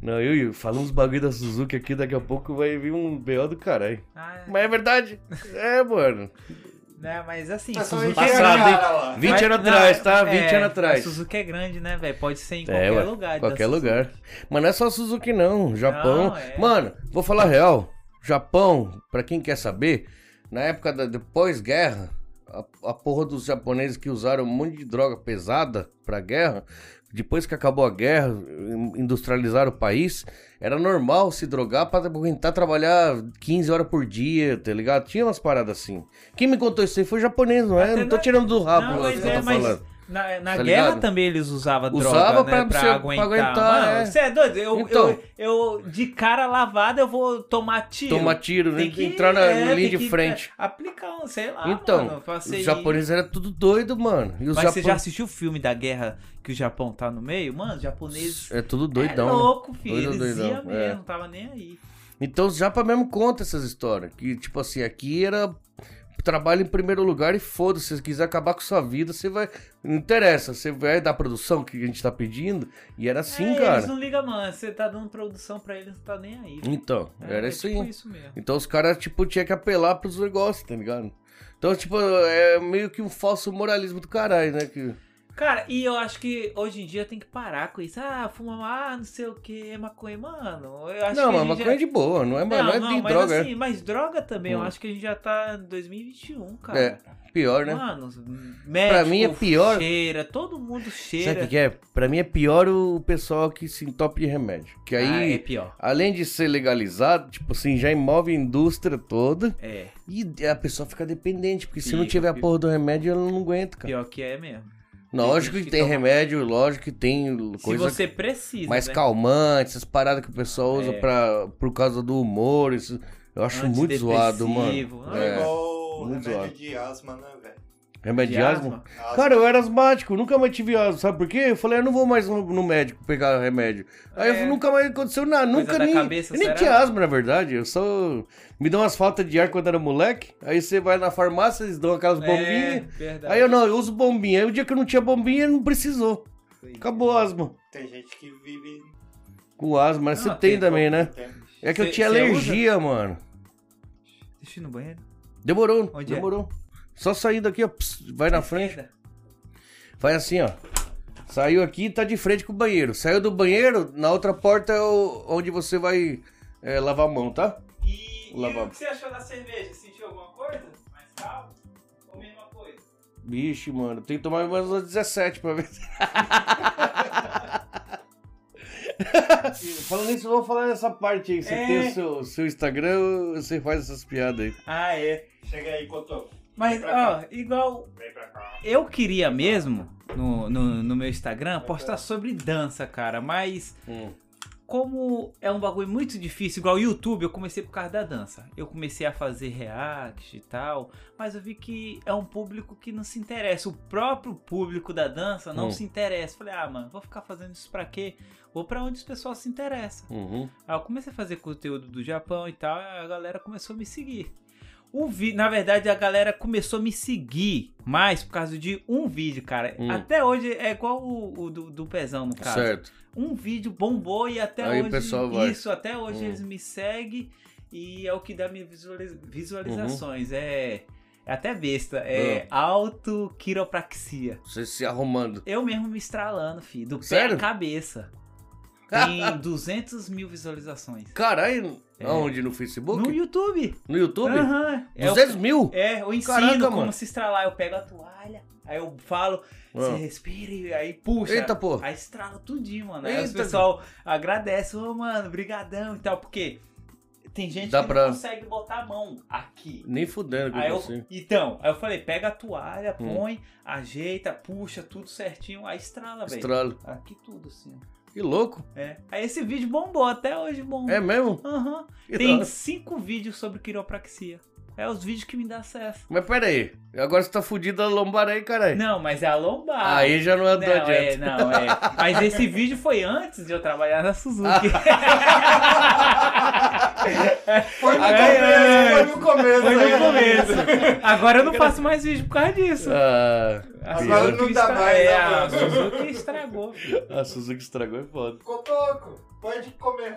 Não, eu, eu falo uns bagulho da Suzuki aqui, daqui a pouco vai vir um B.O. do caralho.
Ah,
Mas é verdade. É, mano.
né, mas assim,
Tá só
Suzuki...
enchendo a
Passado, hein?
cara lá.
20
Mas-
anos
não,
atrás, tá? 20
é,
anos atrás.
A Suzuki é grande, né, velho? Pode ser em
É,
qualquer
ué,
lugar. da
Qualquer
Suzuki.
lugar. Mas não é só Suzuki, não. Japão.
Não, é.
Mano, vou falar real. Japão, pra quem quer saber, na época da de pós-guerra, a, a porra dos japoneses que usaram um monte de droga pesada pra guerra, depois que acabou a guerra, in- industrializaram o país, era normal se drogar pra aguentar trabalhar 15 horas por dia, tá ligado? Tinha umas paradas assim. Quem me contou isso aí foi japonês, não é?
Até
Não tô
na-
tirando do rabo
Não,
o que
mas
eu
é,
tô
mas
falando.
na, na
Tá
guerra
ligado?
também eles usavam droga,
Usava
né?
pra
Pra,
você- pra
aguentar.
aguentar,
Mano,
é.
você é doido? Eu,
Então.
eu, eu, de cara lavada, eu vou tomar tiro.
Tomar tiro, né?
Tem que
Entrar na
é,
linha de
tem que,
frente.
é, aplicar um, sei lá,
Então,
mano, pra ser-
os japoneses eram tudo doido, mano. E os
Mas você
japoneses
já assistiu o filme da guerra que o Japão tá no meio? Mano, os japoneses...
é tudo
é
doidão. né?
louco, filho.
Doido,
eles
doidão,
iam
é.
mesmo, não tava nem aí.
Então os japa mesmo conta essas histórias. Que, tipo assim, aqui era trabalho em primeiro lugar e foda-se. Se você quiser acabar com sua vida, você vai. Não interessa, você vai dar produção que a gente tá pedindo. E era assim,
é,
cara.
Eles não ligam, mano. Você tá dando produção pra eles, não tá nem aí.
Então, era
é
isso aí.
tipo isso mesmo.
Então os caras, tipo, tinha que apelar pros negócios, tá ligado? Então, tipo, é meio que um falso moralismo do caralho, né? Que...
Cara, e eu acho que hoje em dia tem que parar com isso. Ah, fuma, ah, não sei o que, maconha. Mano, eu acho
Não, mas
que. a gente
maconha
já...
é de boa, não é, não, é de
mas
droga.
assim, mas droga também.
Hum.
Eu acho que a gente já tá em 2021, cara.
É, pior, né?
Mano, médico,
Pra mim é pior-
cheira, todo mundo
Sabe
cheira.
o que que é? Pra mim é pior o pessoal que se entope de remédio. Que aí,
Ah, é pior.
além de ser legalizado, tipo assim, já envolve a indústria toda
É,
e a pessoa fica dependente, porque se não
Fica,
tiver a
fica.
porra do remédio, ela não aguenta, cara.
pior que é mesmo.
lógico que
gente que
tem
toma-
remédio, lógico que tem coisa
Se você precisa.
mais
né?
calmante, essas paradas que o pessoal usa
É.
pra, por causa do humor, isso, eu acho muito zoado, mano.
Antidepressivo,
Não
né?
é
É.
igual
muito
remédio
zoado.
de asma, né, velho?
Remédio de asma?
Asma.
Cara, eu era asmático, nunca mais tive asma, sabe por quê? Eu falei, eu não vou mais no, no médico pegar remédio. Aí
É.
eu, nunca mais aconteceu nada,
Coisa
nunca
da
nem,
cabeça,
eu nem
será?
tinha asma, na verdade, eu só... Me dão umas faltas de ar quando era moleque, aí você vai na farmácia, eles dão aquelas
É,
bombinhas,
verdade.
aí eu não, eu uso bombinha, aí o dia que eu não tinha bombinha, não precisou,
Sim.
acabou a asma.
Tem gente que vive
Com asma, mas
Ah,
você tem
tem
também,
pouco
né?
tempo.
É que eu
Cê-
tinha
cê usa?
alergia, mano.
Deixa eu ir no banheiro.
Demorou,
Onde é?
demorou. Só sair daqui, ó, pss, vai na frente.
Esquerda.
Faz assim, ó. Saiu aqui tá de frente com o banheiro. Saiu do banheiro, na outra porta é o- onde você vai é, lavar a mão, tá?
E,
Lá vamos.
você achou da cerveja? Sentiu alguma coisa? Mais calmo? Ou mesma coisa?
Vixe, mano, tem que tomar mais umas 17 pra ver. se- (laughs) Falando isso, eu vou falar nessa parte aí. Você
É.
tem o seu, seu Instagram, você faz essas piadas aí.
Ah, é.
Chega aí, Cotô.
Mas, ó, igual
Vem pra cá.
eu queria mesmo no, no, no meu Instagram postar sobre dança, cara, mas
Hum.
como é um bagulho muito difícil, igual o YouTube, eu comecei por causa da dança. Eu comecei a fazer react e tal, mas eu vi que é um público que não se interessa. O próprio público da dança não
Hum.
se interessa. Falei, ah, mano, vou ficar fazendo isso pra quê? Vou pra onde os pessoal se interessa.
Uhum.
Aí eu comecei a fazer conteúdo do Japão e tal, a galera começou a me seguir. Um vi... Na verdade, a galera começou a me seguir mais por causa de um vídeo, cara.
Hum.
Até hoje é igual o, o do, do Pezão, no caso.
Certo.
Um vídeo bombou e até
Aí o
hoje.
pessoal vai.
Isso, até hoje
Hum.
eles me seguem e é o que dá minhas visualiz-
Uhum.
visualizações. É. É até besta. É
Ah.
autoquiropraxia.
Você se arrumando.
Eu mesmo me estralando, filho. Do pé
Sério? (laughs)
à cabeça. Tem 200 mil visualizações.
Caralho,
É.
aonde? No Facebook?
No
No,
YouTube.
YouTube?
Aham. É, o-
200 mil?
é, eu ensino
Caraca,
como
mano.
se estralar. Eu pego a toalha, aí eu falo, você
Ah.
respira e aí puxa.
Eita, porra.
Aí estrala tudinho, mano. Aí o
Eita.
pessoal agradece, ô mano, brigadão e tal. Porque tem gente
Dá
que
pra-
não consegue botar a mão aqui.
Nem fudendo que
Aí
eu
eu,
consigo.
então, aí eu falei, pega a toalha,
assim. Hum.
põe, ajeita, puxa, tudo certinho, aí estrala, velho.
Estralo.
Aqui tudo, assim.
Que louco.
É. Aí esse vídeo bombou, até hoje bombou.
É mesmo?
Aham.
(laughs) Que
Tem
da hora.
cinco vídeos sobre quiropraxia. É os vídeos que me dá acesso.
Mas pera aí, agora você tá fudido a lombar aí, caralho.
Não, mas é a lombar.
Aí já não é do
não,
adianta.
é, não, é. Mas esse vídeo foi antes de eu trabalhar na Suzuki.
Foi no
É,
começo,
é.
foi no começo.
Foi
né?
no começo. Agora eu não faço mais vídeo por causa disso.
Ah,
Agora
pior.
não
Suzuki
dá
estra-
mais,
É,
não,
a
mano.
Suzuki estragou.
A Suzuki estragou é foda.
Cotoco, pode comer.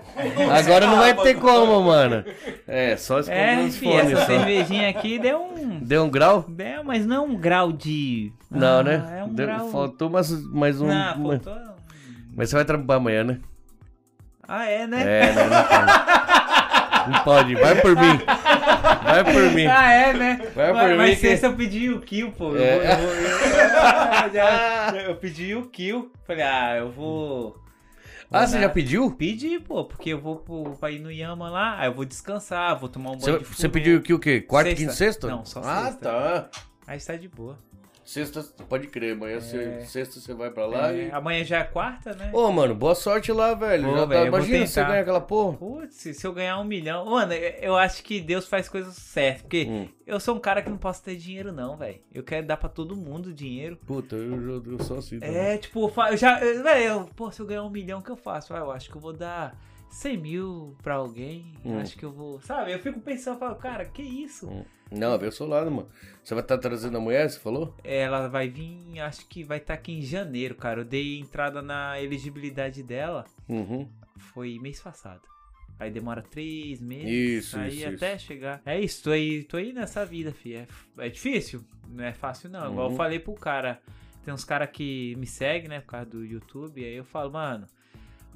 Agora não vai ter como, mano. É, só
Ah, É,
esconder os
enfim,
fones
essa
só.
cervejinha aqui deu um.
Deu um grau?
Deu, mas não um grau de.
Não,
Ah,
né?
É um
Deu-
grau.
Faltou mais, mais um.
Não,
uma-
faltou.
Mas você vai trampar amanhã, né?
Ah, é, né?
É, não, não pode. Não pode, vai por mim. Vai por mim.
Ah, é, né?
Vai por
mas
mim
mas
que-
sexta eu pedi o kill, pô. Eu,
É.
vou- eu vou- eu- Ah, já- (laughs) eu pedi o kill. Falei, ah, eu vou.
Ah,
vou
você
na-
já pediu?
Pedi, pô, porque eu vou pro, pra ir no Yama lá, aí eu vou descansar, vou tomar um
Você,
banho de
você
furo.
pediu o que o quê? Quarta,
Sexta.
quinta, sexta?
Não, só
Ah,
sexta.
tá.
Aí está de boa.
Sexta, pode crer, amanhã você, sexta você vai pra lá
É,
e.
Amanhã já é quarta, né?
Ô, mano, boa sorte lá, velho.
Pô,
Já tá-
velho, eu vou
Imagina você
tentar.
ganha aquela porra.
Putz, se eu ganhar um milhão. Mano, eu- eu acho que Deus faz coisas certas. Porque
Hum.
eu sou um cara que não posso ter dinheiro, não, velho. Eu quero dar pra todo mundo dinheiro.
Puta, eu, eu, eu sou assim. também.
É, tipo, eu fa- eu já. eu- Véi, eu, pô, se eu ganhar um milhão, o que eu faço? Ah, eu acho que eu vou dar 100 mil pra alguém.
Hum.
Acho que eu vou. Sabe? Eu fico pensando, eu falo, cara, que isso?
Não, eu sou lá, mano. Você vai estar trazendo a mulher, você falou?
Ela vai vir, acho que vai estar aqui em janeiro, cara. Eu dei entrada na elegibilidade dela.
Uhum.
Foi mês passado. Aí demora três meses.
Isso,
aí
isso,
até chegar. É isso, tô aí, tô aí nessa vida, fi. É, f- é difícil, não é fácil não. Igual
Uhum.
eu falei pro cara. Tem uns caras que me seguem, né, por causa do YouTube. Aí eu falo, mano,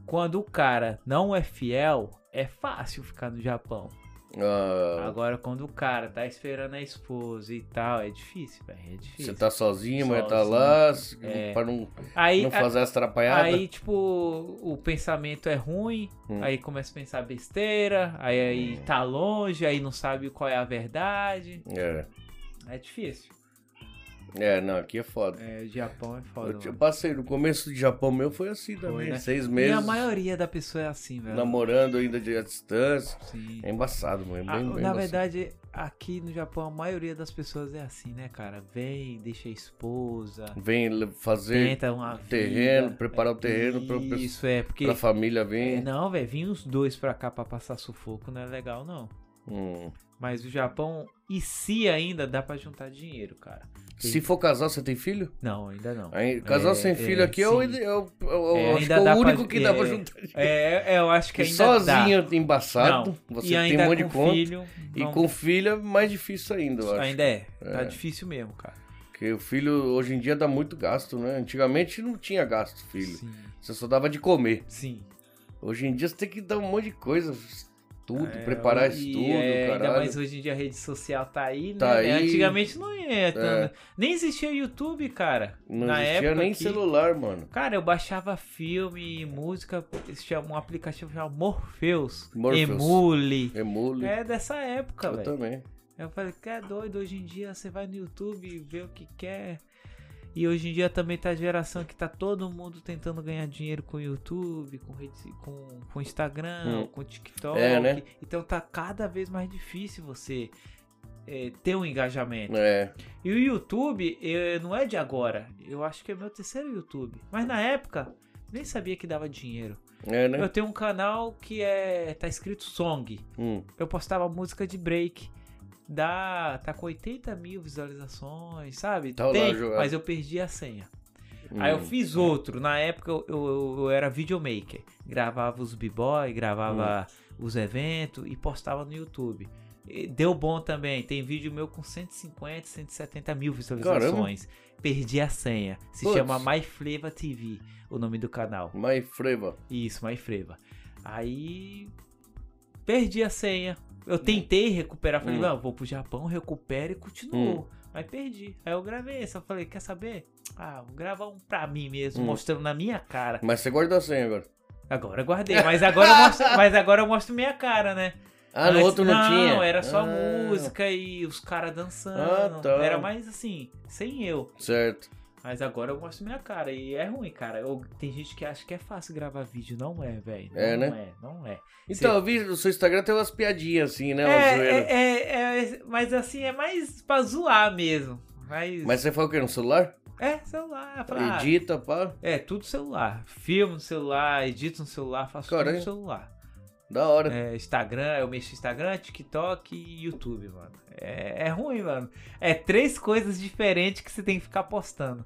quando o cara não é fiel, é fácil ficar no Japão.
Ah,
Agora, quando o cara tá esperando a esposa e tal, é difícil, velho. É
você
difícil.
tá sozinho, a mulher tá
Sozinho.
lá,
É.
pra não,
Aí,
não
a-
fazer as atrapalhadas.
Aí, tipo, o pensamento é ruim,
Hum.
aí começa a pensar besteira, aí, aí tá longe, aí não sabe qual é a verdade.
É.
É difícil.
é, não, aqui é foda.
É, o Japão é foda.
Eu, te- eu
mano.
passei no começo do Japão meu, foi assim também.
né?
Seis
E a
meses
maioria da pessoa é assim, velho.
namorando ainda de à distância.
Sim.
É embaçado, mano. É bem,
Ah,
bem
na
embaçado.
verdade, aqui no Japão, a maioria das pessoas é assim, né, cara? Vem, deixa a esposa,
Vem le- fazer
tenta uma
terreno,
vida. É
preparar o terreno pra, pra-
Isso, é, porque... é,
pra família vir.
Não, velho, vir os dois pra cá pra passar sufoco não é legal, não.
Hum.
Mas o Japão, e se ainda dá pra juntar dinheiro, cara?
Se for casal, você tem filho?
Não, ainda não.
Aí, casal
É,
sem filho
é,
aqui é o,
sim.
ide- é o- é o-
É,
eu acho que
ainda
é
dá
o
pra-
único que dá pra
é,
juntar. dinheiro.
É, é, eu acho que
E
ainda
sozinho,
dá.
embaçado,
Não.
você
e
tem
ainda
um monte de
com
conta.
filho,
E
não-
com filho é mais difícil ainda, eu acho.
ainda é. Tá difícil mesmo, cara.
Porque o filho hoje em dia dá muito gasto, né? Antigamente não tinha gasto, filho.
Sim.
Você só dava de comer.
Sim.
Hohoje em dia você tem que dar um monte de coisa, tudo,
É,
preparar
hoje-
estudo,
é,
caralho.
Ainda mais hoje em dia a rede social tá aí, né?
Tá
velho?
aí. É.
Antigamente não ia. tanto. Nem existia YouTube, cara.
Não
Na
existia
época
nem
que-
celular, mano.
Cara, eu baixava filme, música, chama- um aplicativo chamado Morpheus.
Morpheus.
Emule.
É mole.
É dessa época,
eu
velho.
também.
Eu falei, que é doido, hoje em dia você vai no YouTube e vê o que quer. E hoje em dia também tá a geração que tá todo mundo tentando ganhar dinheiro com o YouTube, com rede, com, com Instagram,
Hum.
com TikTok.
É, né?
Então tá cada vez mais difícil você eh, ter um engajamento.
É.
E o YouTube eh, não é de agora. Eu acho que é meu terceiro YouTube. Mas na época, nem sabia que dava dinheiro.
É, né?
Eu tenho um canal que é. tá escrito Song
Hum.
eu postava música de break. Dá, tá com 80 mil visualizações, sabe?
Tá lá
Tem,
jogado.
mas eu perdi a senha. Aí eu
Hum.
fiz outro. Na época eu, eu, eu era videomaker. Gravava os b-boy, gravava
Hum.
os eventos e postava no YouTube. E Deu bom também. Tem vídeo meu com 150, 170 mil visualizações. Perdi a senha. Se
Putz.
chama My Fleva TV, o nome do canal.
Mas freva.
Isso, mais freva. Aí perdi a senha. Eu tentei recuperar, falei,
Hum.
não, vou pro Japão, recupero e continuo. Mas perdi. Aí eu gravei essa, falei, quer saber? Ah, vou gravar um pra mim mesmo,
Hum.
mostrando na minha cara.
Mas você guarda a senha agora.
Agora eu guardei, mas agora eu
(laughs)
mostro, mas agora eu mostro minha cara, né?
Ah, no
Antes-
outro não, tinha.
Não, era só
Ah,
música e os caras dançando.
Ah, tá.
Era mais assim, sem eu.
Certo.
Mas agora eu mostro minha cara e é ruim, cara. Eu- tem gente que acha que é fácil gravar vídeo. Não é, velho.
É,
não
né?
é, não é.
Então, eu vi no seu Instagram tem umas piadinhas assim, né?
É,
Uma zoeira.
é, é, é, mas assim, é mais pra zoar mesmo. Mas,
Mas você fala o quê? No celular?
é celular. Pra,
Edita, pá.
é, tudo celular. Filmo no celular, edito no celular, faço
Caralho.
tudo no celular.
Da hora.
É, Instagram, eu mexo no Instagram, TikTok e YouTube, mano. É, é ruim, mano. É três coisas diferentes que você tem que ficar postando.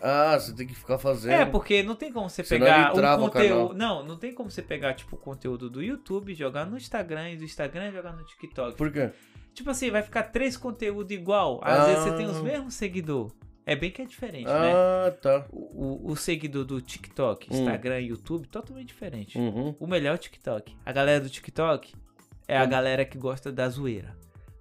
Ah, você tem que ficar fazendo.
É, porque não tem como você
Senão
pegar
ele trava
um
o canal.
conteúdo. Não, não tem como você pegar, tipo, o conteúdo do YouTube, jogar no Instagram e do Instagram jogar no TikTok.
Por quê?
Tipo assim, vai ficar três conteúdos igual. Às
Ah.
vezes você tem os mesmos seguidores. É bem que é diferente, né?
Ah, tá.
O, o- o seguidor do TikTok,
Hum.
Instagram e YouTube, totalmente diferente.
Uhum.
O melhor é o TikTok. A galera do TikTok é a
Hum.
galera que gosta da zoeira.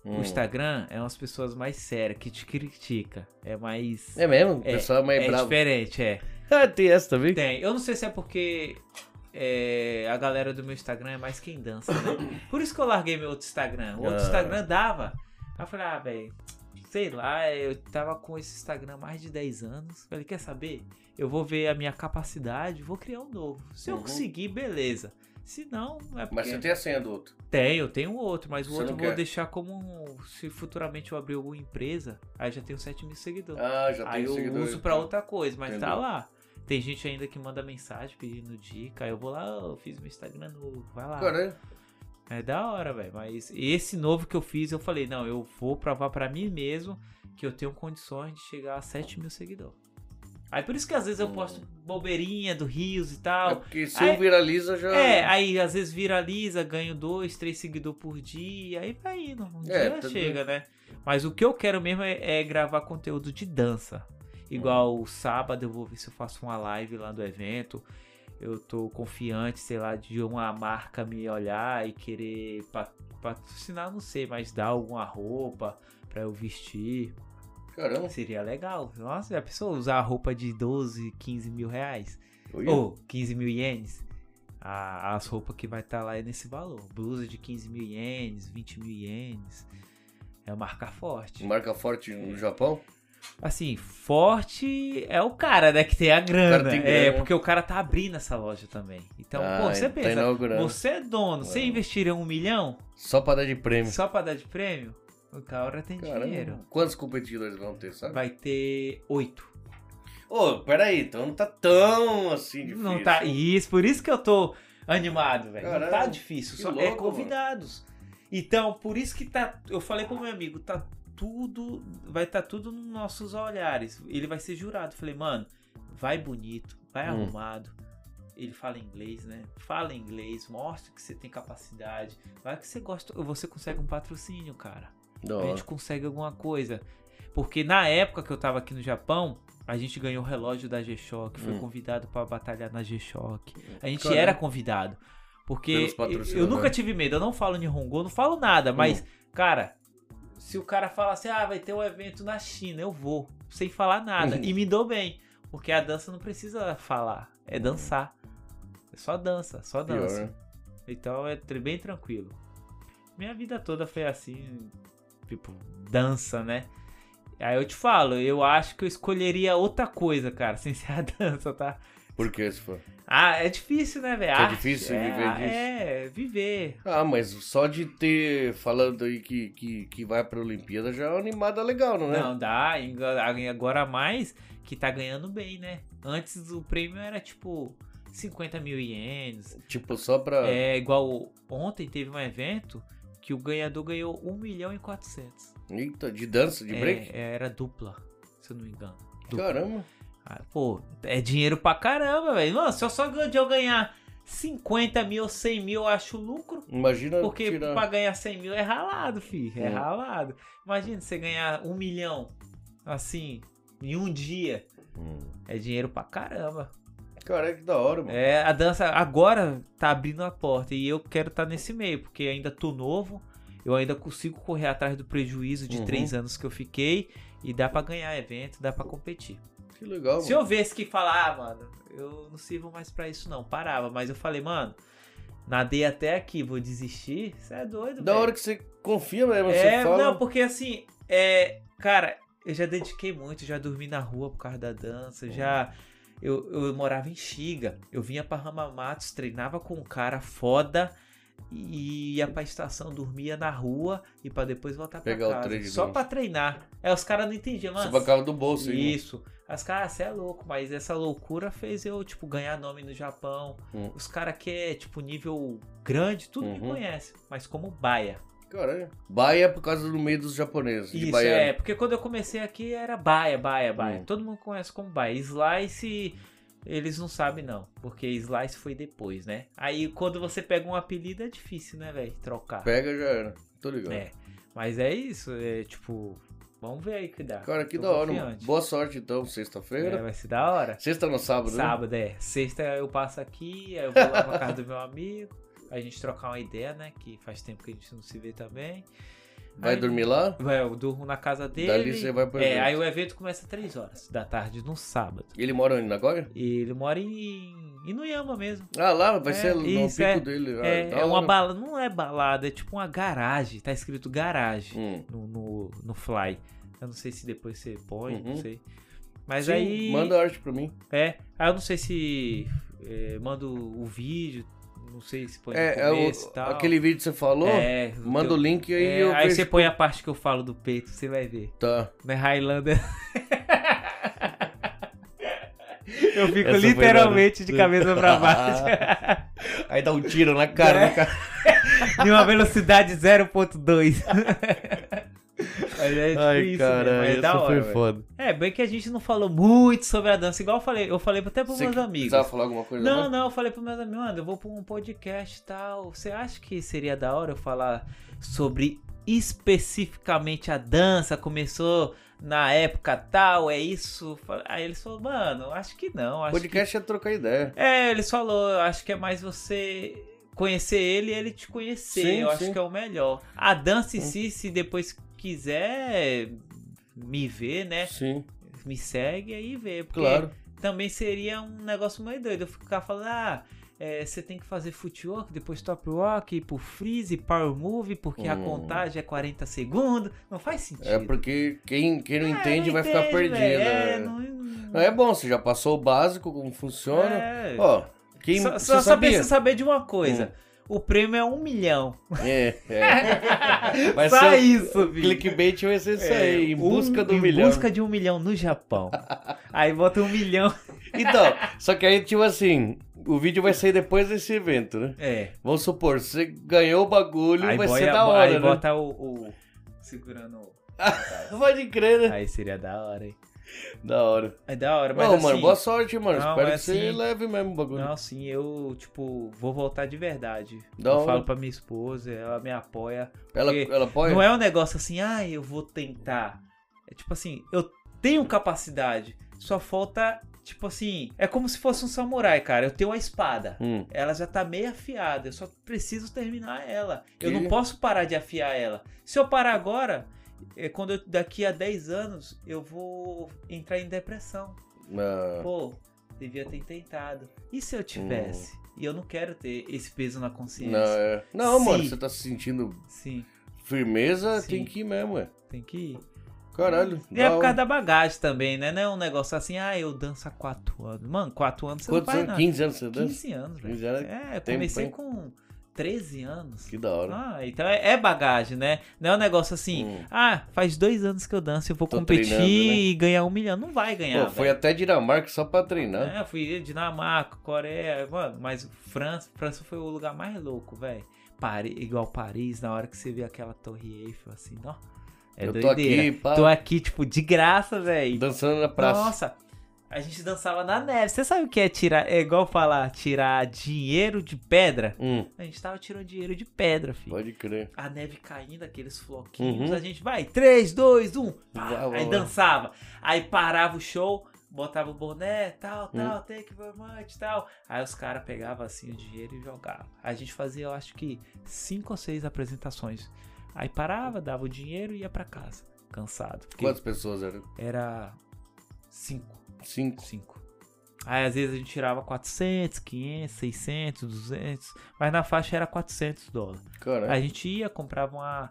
Hum.
O Instagram é umas pessoas mais sérias, que te critica. É mais.
É mesmo? O
É,
pessoal é mais
é
bravo.
diferente, é.
(laughs) Ah, tem essa também?
Tem. Eu não sei se é porque é, a galera do meu Instagram é mais quem dança, né? Por isso que eu larguei meu outro Instagram. O outro
Ah.
Instagram dava. Aí eu falei, ah, velho, sei lá, eu tava com esse Instagram há mais de 10 anos. Falei, quer saber? Eu vou ver a minha capacidade, vou criar um novo. Se eu
Uhum.
conseguir, beleza. Se não, é porque...
Mas você tem a senha do outro.
Tenho, tenho outro, mas o
Você
outro
não
eu vou
quer?
deixar como... um- Se futuramente eu abrir alguma empresa, aí já tenho 7 mil seguidores.
Ah, já
Aí
tem
eu
seguidor. então.
uso pra outra coisa, mas tá
Entendeu?
lá. Tem gente ainda que manda mensagem pedindo dica. Aí eu vou lá, "Ô, eu fiz meu Instagram novo, vai lá.
Caralho.
É da hora, velho. Mas esse novo que eu fiz, eu falei, não, eu vou provar pra mim mesmo que eu tenho condições de chegar a 7 mil seguidores. Aí por isso que às vezes eu
Hum.
posto bobeirinha do Rios e
É
tal.
porque se
Aí-
um viraliza já.
É, aí às vezes viraliza, ganho dois, três seguidores por dia, aí vai indo. Um
É,
dia
tudo
chega, né? Mas o que eu quero mesmo é, é gravar conteúdo de dança. Igual o sábado eu vou ver se eu faço uma live lá do evento. Eu tô confiante, sei lá, de uma marca me olhar e querer pa- patrocinar, não sei, mas dar alguma roupa pra eu vestir.
Caramba.
Seria legal. Nossa, já pensou usar a roupa de 12, 15 mil reais?
Ui.
Ou 15 mil ienes. a- as roupas que vai estar lá é nesse valor. Blusa de 15 mil ienes, 20 mil ienes. É marca forte.
Marca forte no Japão?
Assim, forte é o cara, né? Que tem a grana.
cara tem
É,
grana.
porque o cara tá abrindo essa loja também. Então,
Ah,
pô, você
tá
pensa.
inaugurando.
Você é dono, você
É.
investiria um milhão
Só pra dar de prêmio.
só pra dar de prêmio? O cara tem dinheiro.
Quantos competidores vão ter, sabe?
Vai ter oito.
Ô, peraí, então não tá tão assim difícil.
Não tá. Isso, por isso que eu tô animado, velho. Não
Caralho,
tá difícil,
que
só é
louco,
convidados. Então, por isso que tá. Eu falei pro meu amigo, tá tudo. Vai tá tudo nos nossos olhares. Ele vai ser jurado. Falei, mano, vai bonito, vai
Hum.
arrumado. Ele fala inglês, né? Fala inglês, mostra que você tem capacidade. Vai que você gosta. Você consegue um patrocínio, cara
Da
a
hora.
gente consegue alguma coisa. Porque na época que eu tava aqui no Japão, a gente ganhou o relógio da G-Shock, foi
Hum.
convidado pra batalhar na G-Shock. A gente
Caramba.
era convidado. Porque
Pelos
eu,
patrocinadores.
eu nunca tive medo, eu não falo Nihongo, não falo
Hum.
nada, mas, cara, se o cara fala assim, ah, vai ter um evento na China, eu vou, sem falar nada.
Uhum.
E me dou bem, porque a dança não precisa falar, é dançar. É só dança, só
Pior,
dança.
né?
Então é tr- bem tranquilo. Minha vida toda foi assim, tipo, dança, né? Aí eu te falo, eu acho que eu escolheria outra coisa, cara, (laughs) sem ser a dança, tá?
Por que se for?
Ah, é difícil, né, velho?
Que é
Arte,
difícil
é,
viver disso.
É, viver.
Ah, mas só de ter falando aí que, que, que vai pra Olimpíada já é uma animada legal, não é?
Não dá, enga- agora mais que tá ganhando bem, né? Antes o prêmio era tipo 50 mil ienes,
Tipo, só pra.
É igual ontem teve um evento que o ganhador ganhou 1 milhão e 400.
Eita, de dança, de
É,
break?
é, era dupla, se eu não me engano. Dupla.
Caramba.
Ah, pô, é dinheiro pra caramba, velho. Mano, se eu só ganho de eu ganhar 50 mil, 100 mil, eu acho lucro.
Imagina
Porque
tirar.
pra ganhar 100 mil é ralado, filho. É,
É.
ralado. Imagina você ganhar 1 milhão, assim, em um dia.
Hum.
É dinheiro pra caramba.
Cara, que da hora, mano.
É, a dança agora tá abrindo a porta e eu quero estar nesse meio, porque ainda tô novo, eu ainda consigo correr atrás do prejuízo de
Uhum.
três anos que eu fiquei e dá pra ganhar evento, dá pra competir.
Que legal,
Se eu vesse que falar, ah, mano, eu não sirvo mais pra isso não, parava, mas eu falei, mano, nadei até aqui, vou desistir, você é doido,
mano. Da
velho.
hora que você confia mesmo, você
É,
fala.
não, porque assim, é, cara, Eu já dediquei muito, já dormi na rua por causa da dança, já. Eu, eu morava em Xiga, eu vinha pra Ramamatos, treinava com um cara foda e ia pra estação, dormia na rua e pra depois voltar pra
Pegar o
casa.
trem de
só
novo.
pra treinar. É, os caras não entendiam,
Você
mas.
bancava do bolso, hein?
Isso. As caras, você é louco, mas essa loucura fez eu, tipo, ganhar nome no Japão.
Hum.
Os caras que é, tipo, nível grande, tudo me
Uhum.
conhece, mas como baia.
Caralho. Baia é por causa do meio dos japoneses. de
Isso,
baiano.
é, porque quando eu comecei aqui era baia, baia, baia.
Hum.
Todo mundo conhece como baia. Slice, eles não sabem não, porque Slice foi depois, né? Aí quando você pega um apelido é difícil, né, velho, trocar.
Pega já era. Tô ligado.
É, mas é isso, é tipo, vamos ver aí que dá.
Cara, que
Tô
da hora. mano.
confiante.
Boa sorte então,
É,
sexta-feira.
vai ser da hora.
Sexta no sábado, né?
Sábado, é. Sexta eu passo aqui, aí eu vou lá pra casa do meu amigo, a gente trocar uma ideia, né, que faz tempo que a gente não se vê também.
Vai
Aí-
dormir lá?
Vai, eu durmo na casa dele.
Dali você vai pro
É,
evento.
aí o evento começa às 3 horas da tarde, no sábado.
Ele mora onde? Na Goia?
E ele mora em Inuyama mesmo.
Ah, lá vai
É,
ser no
isso,
pico
é.
dele. Ah,
é
da
é uma
hora.
balada, não é balada, é tipo uma garagem. Tá escrito garagem
Hum.
no, no, no Fly. Eu não sei se depois você põe,
Uhum.
não sei. Mas
Sim,
aí.
Manda arte pra mim.
É, aí eu não sei se é, manda o vídeo, não sei se põe
É, é
no
o-
começo e tal.
aquele vídeo que você falou,
É, o
manda
teu-
o link aí
é,
eu
aí
vejo.
você põe a parte que eu falo do peito, você vai ver.
Tá.
Não é Highlander. (laughs) Eu fico
Essa foi da
literalmente
hora.
de cabeça pra (laughs) baixo.
Aí dá um tiro na (laughs) cara,
É.
na cara.
em uma velocidade 0.2. Mas é
Ai,
difícil, né?
cara,
Mas é da
essa
hora.
foi
velho.
foda.
É, bem que a gente não falou muito sobre a dança. Igual eu falei, eu falei até pros
Você
meus amigos.
precisava falar alguma coisa?
Não,
mais?
não, eu falei pro meus amigos, mano, eu vou pra um podcast e tal. Você acha que seria da hora eu falar sobre especificamente a dança? Começou na época tal, é isso? Fala- Aí eles falaram, mano, acho que não. Acho que...
Podcast é trocar ideia.
É, eles falou, acho que é mais você conhecer ele e ele te conhecer.
Sim,
eu
sim.
acho que é o melhor. A dança em si, se depois quiser me ver, né?
Sim,
Me segue aí e vê. Porque
claro.
também seria um negócio meio doido. Eu ficar falando, ah, é, você tem que fazer footwork, depois top walk, ir pro freeze, power move, porque a
Hum.
contagem é 40 segundos. Não faz sentido.
É porque quem, quem não
É,
entende vai ficar
entende,
perdido.
velho.
né?
É, não,
Não, é bom, você já passou o básico, como funciona.
é.
Ó, quem
só
você
só saber,
sabia? Hum.
você saber de uma coisa. O prêmio é um milhão.
É,
(laughs)
é. Vai
Só
ser o-
isso,
o
filho.
clickbait vai ser isso aí, em
Um-
busca do
em
milhão.
busca de um milhão
(laughs)
no Japão. Aí bota um milhão.
Então, só que aí, tipo assim, o vídeo vai sair depois desse evento, né?
É.
Vamos supor, você ganhou o bagulho,
Aí,
vai
boia-
ser da hora,
aí
né?
bota o, o- Segurando o.
Pode crer, né?
Aí seria da hora, hein?
Da hora.
É da hora, mas
Não,
assim...
mano, boa sorte, mano.
Não,
Espero
é
que você
assim.
leve mesmo o bagulho.
Não, sim, eu, tipo, vou voltar de verdade.
Da
eu
hora.
falo pra minha esposa, ela me apoia.
ela,
porque
ela apoia?
Não é um negócio assim, ah, eu vou tentar. É tipo assim, eu tenho capacidade, só falta, tipo assim, é como se fosse um samurai, cara. Eu tenho a espada.
Hum,
Ela já tá meio afiada, eu só preciso terminar ela. Eu
Que-
não posso parar de afiar ela. Se eu parar agora, é quando eu- daqui a 10 anos eu vou entrar em depressão.
na-
Pô, devia ter tentado. E se eu tivesse? E eu não quero ter esse peso na consciência.
na- é. Hum. Não, mano,
Sim.
você tá se sentindo
Sim,
firmeza,
Sim.
tem que ir mesmo, é.
tem que ir.
Caralho. um
E
da
é por
hora.
causa da bagagem também, né? Não é um negócio assim, ah, eu danço há 4 anos. Mano, 4 anos você
Quantos
não faz
anos?
nada.
15 anos você dança?
15 anos, velho.
15 anos
É, eu
tempo,
comecei
hein?
com 13 anos.
Que da hora.
Ah, então é, é bagagem, né? Não é um negócio assim,
Hum.
ah, faz dois anos que eu danço, eu vou
Tô
competir
treinando, né?
e ganhar um milhão. Não vai ganhar.
Pô, foi até Dinamarca só pra treinar.
É, fui Dinamarca, Coreia, mano, mas França, França foi o lugar mais louco, velho. Pari, igual Paris, na hora que você vê aquela Torre Eiffel, assim, ó. É
Eu tô
doideira.
aqui, pá.
Tô aqui, tipo, de graça, velho.
Dançando na praça.
Nossa, a gente dançava na neve. Você sabe o que é tirar? É igual falar, tirar dinheiro de pedra?
Hum,
A gente tava tirando dinheiro de pedra, filho.
pode crer.
A neve caindo, aqueles floquinhos,
Uhum.
a gente vai, 3, 2, 1, pá,
Vai, vai,
aí
vai.
dançava. Aí parava o show, botava o boné, tal,
Hum.
tal, take very much, tal. Aí os caras pegavam assim o dinheiro e jogavam. A gente fazia, eu acho que, cinco ou seis apresentações. Aí parava, dava o dinheiro e ia pra casa, cansado. Porque
Quantas pessoas eram?
era cinco,
Cinco.
cinco. Aí às vezes a gente tirava 400, 500, 600, 200, mas na faixa era 400 dólares.
Cara,
A gente ia, comprava uma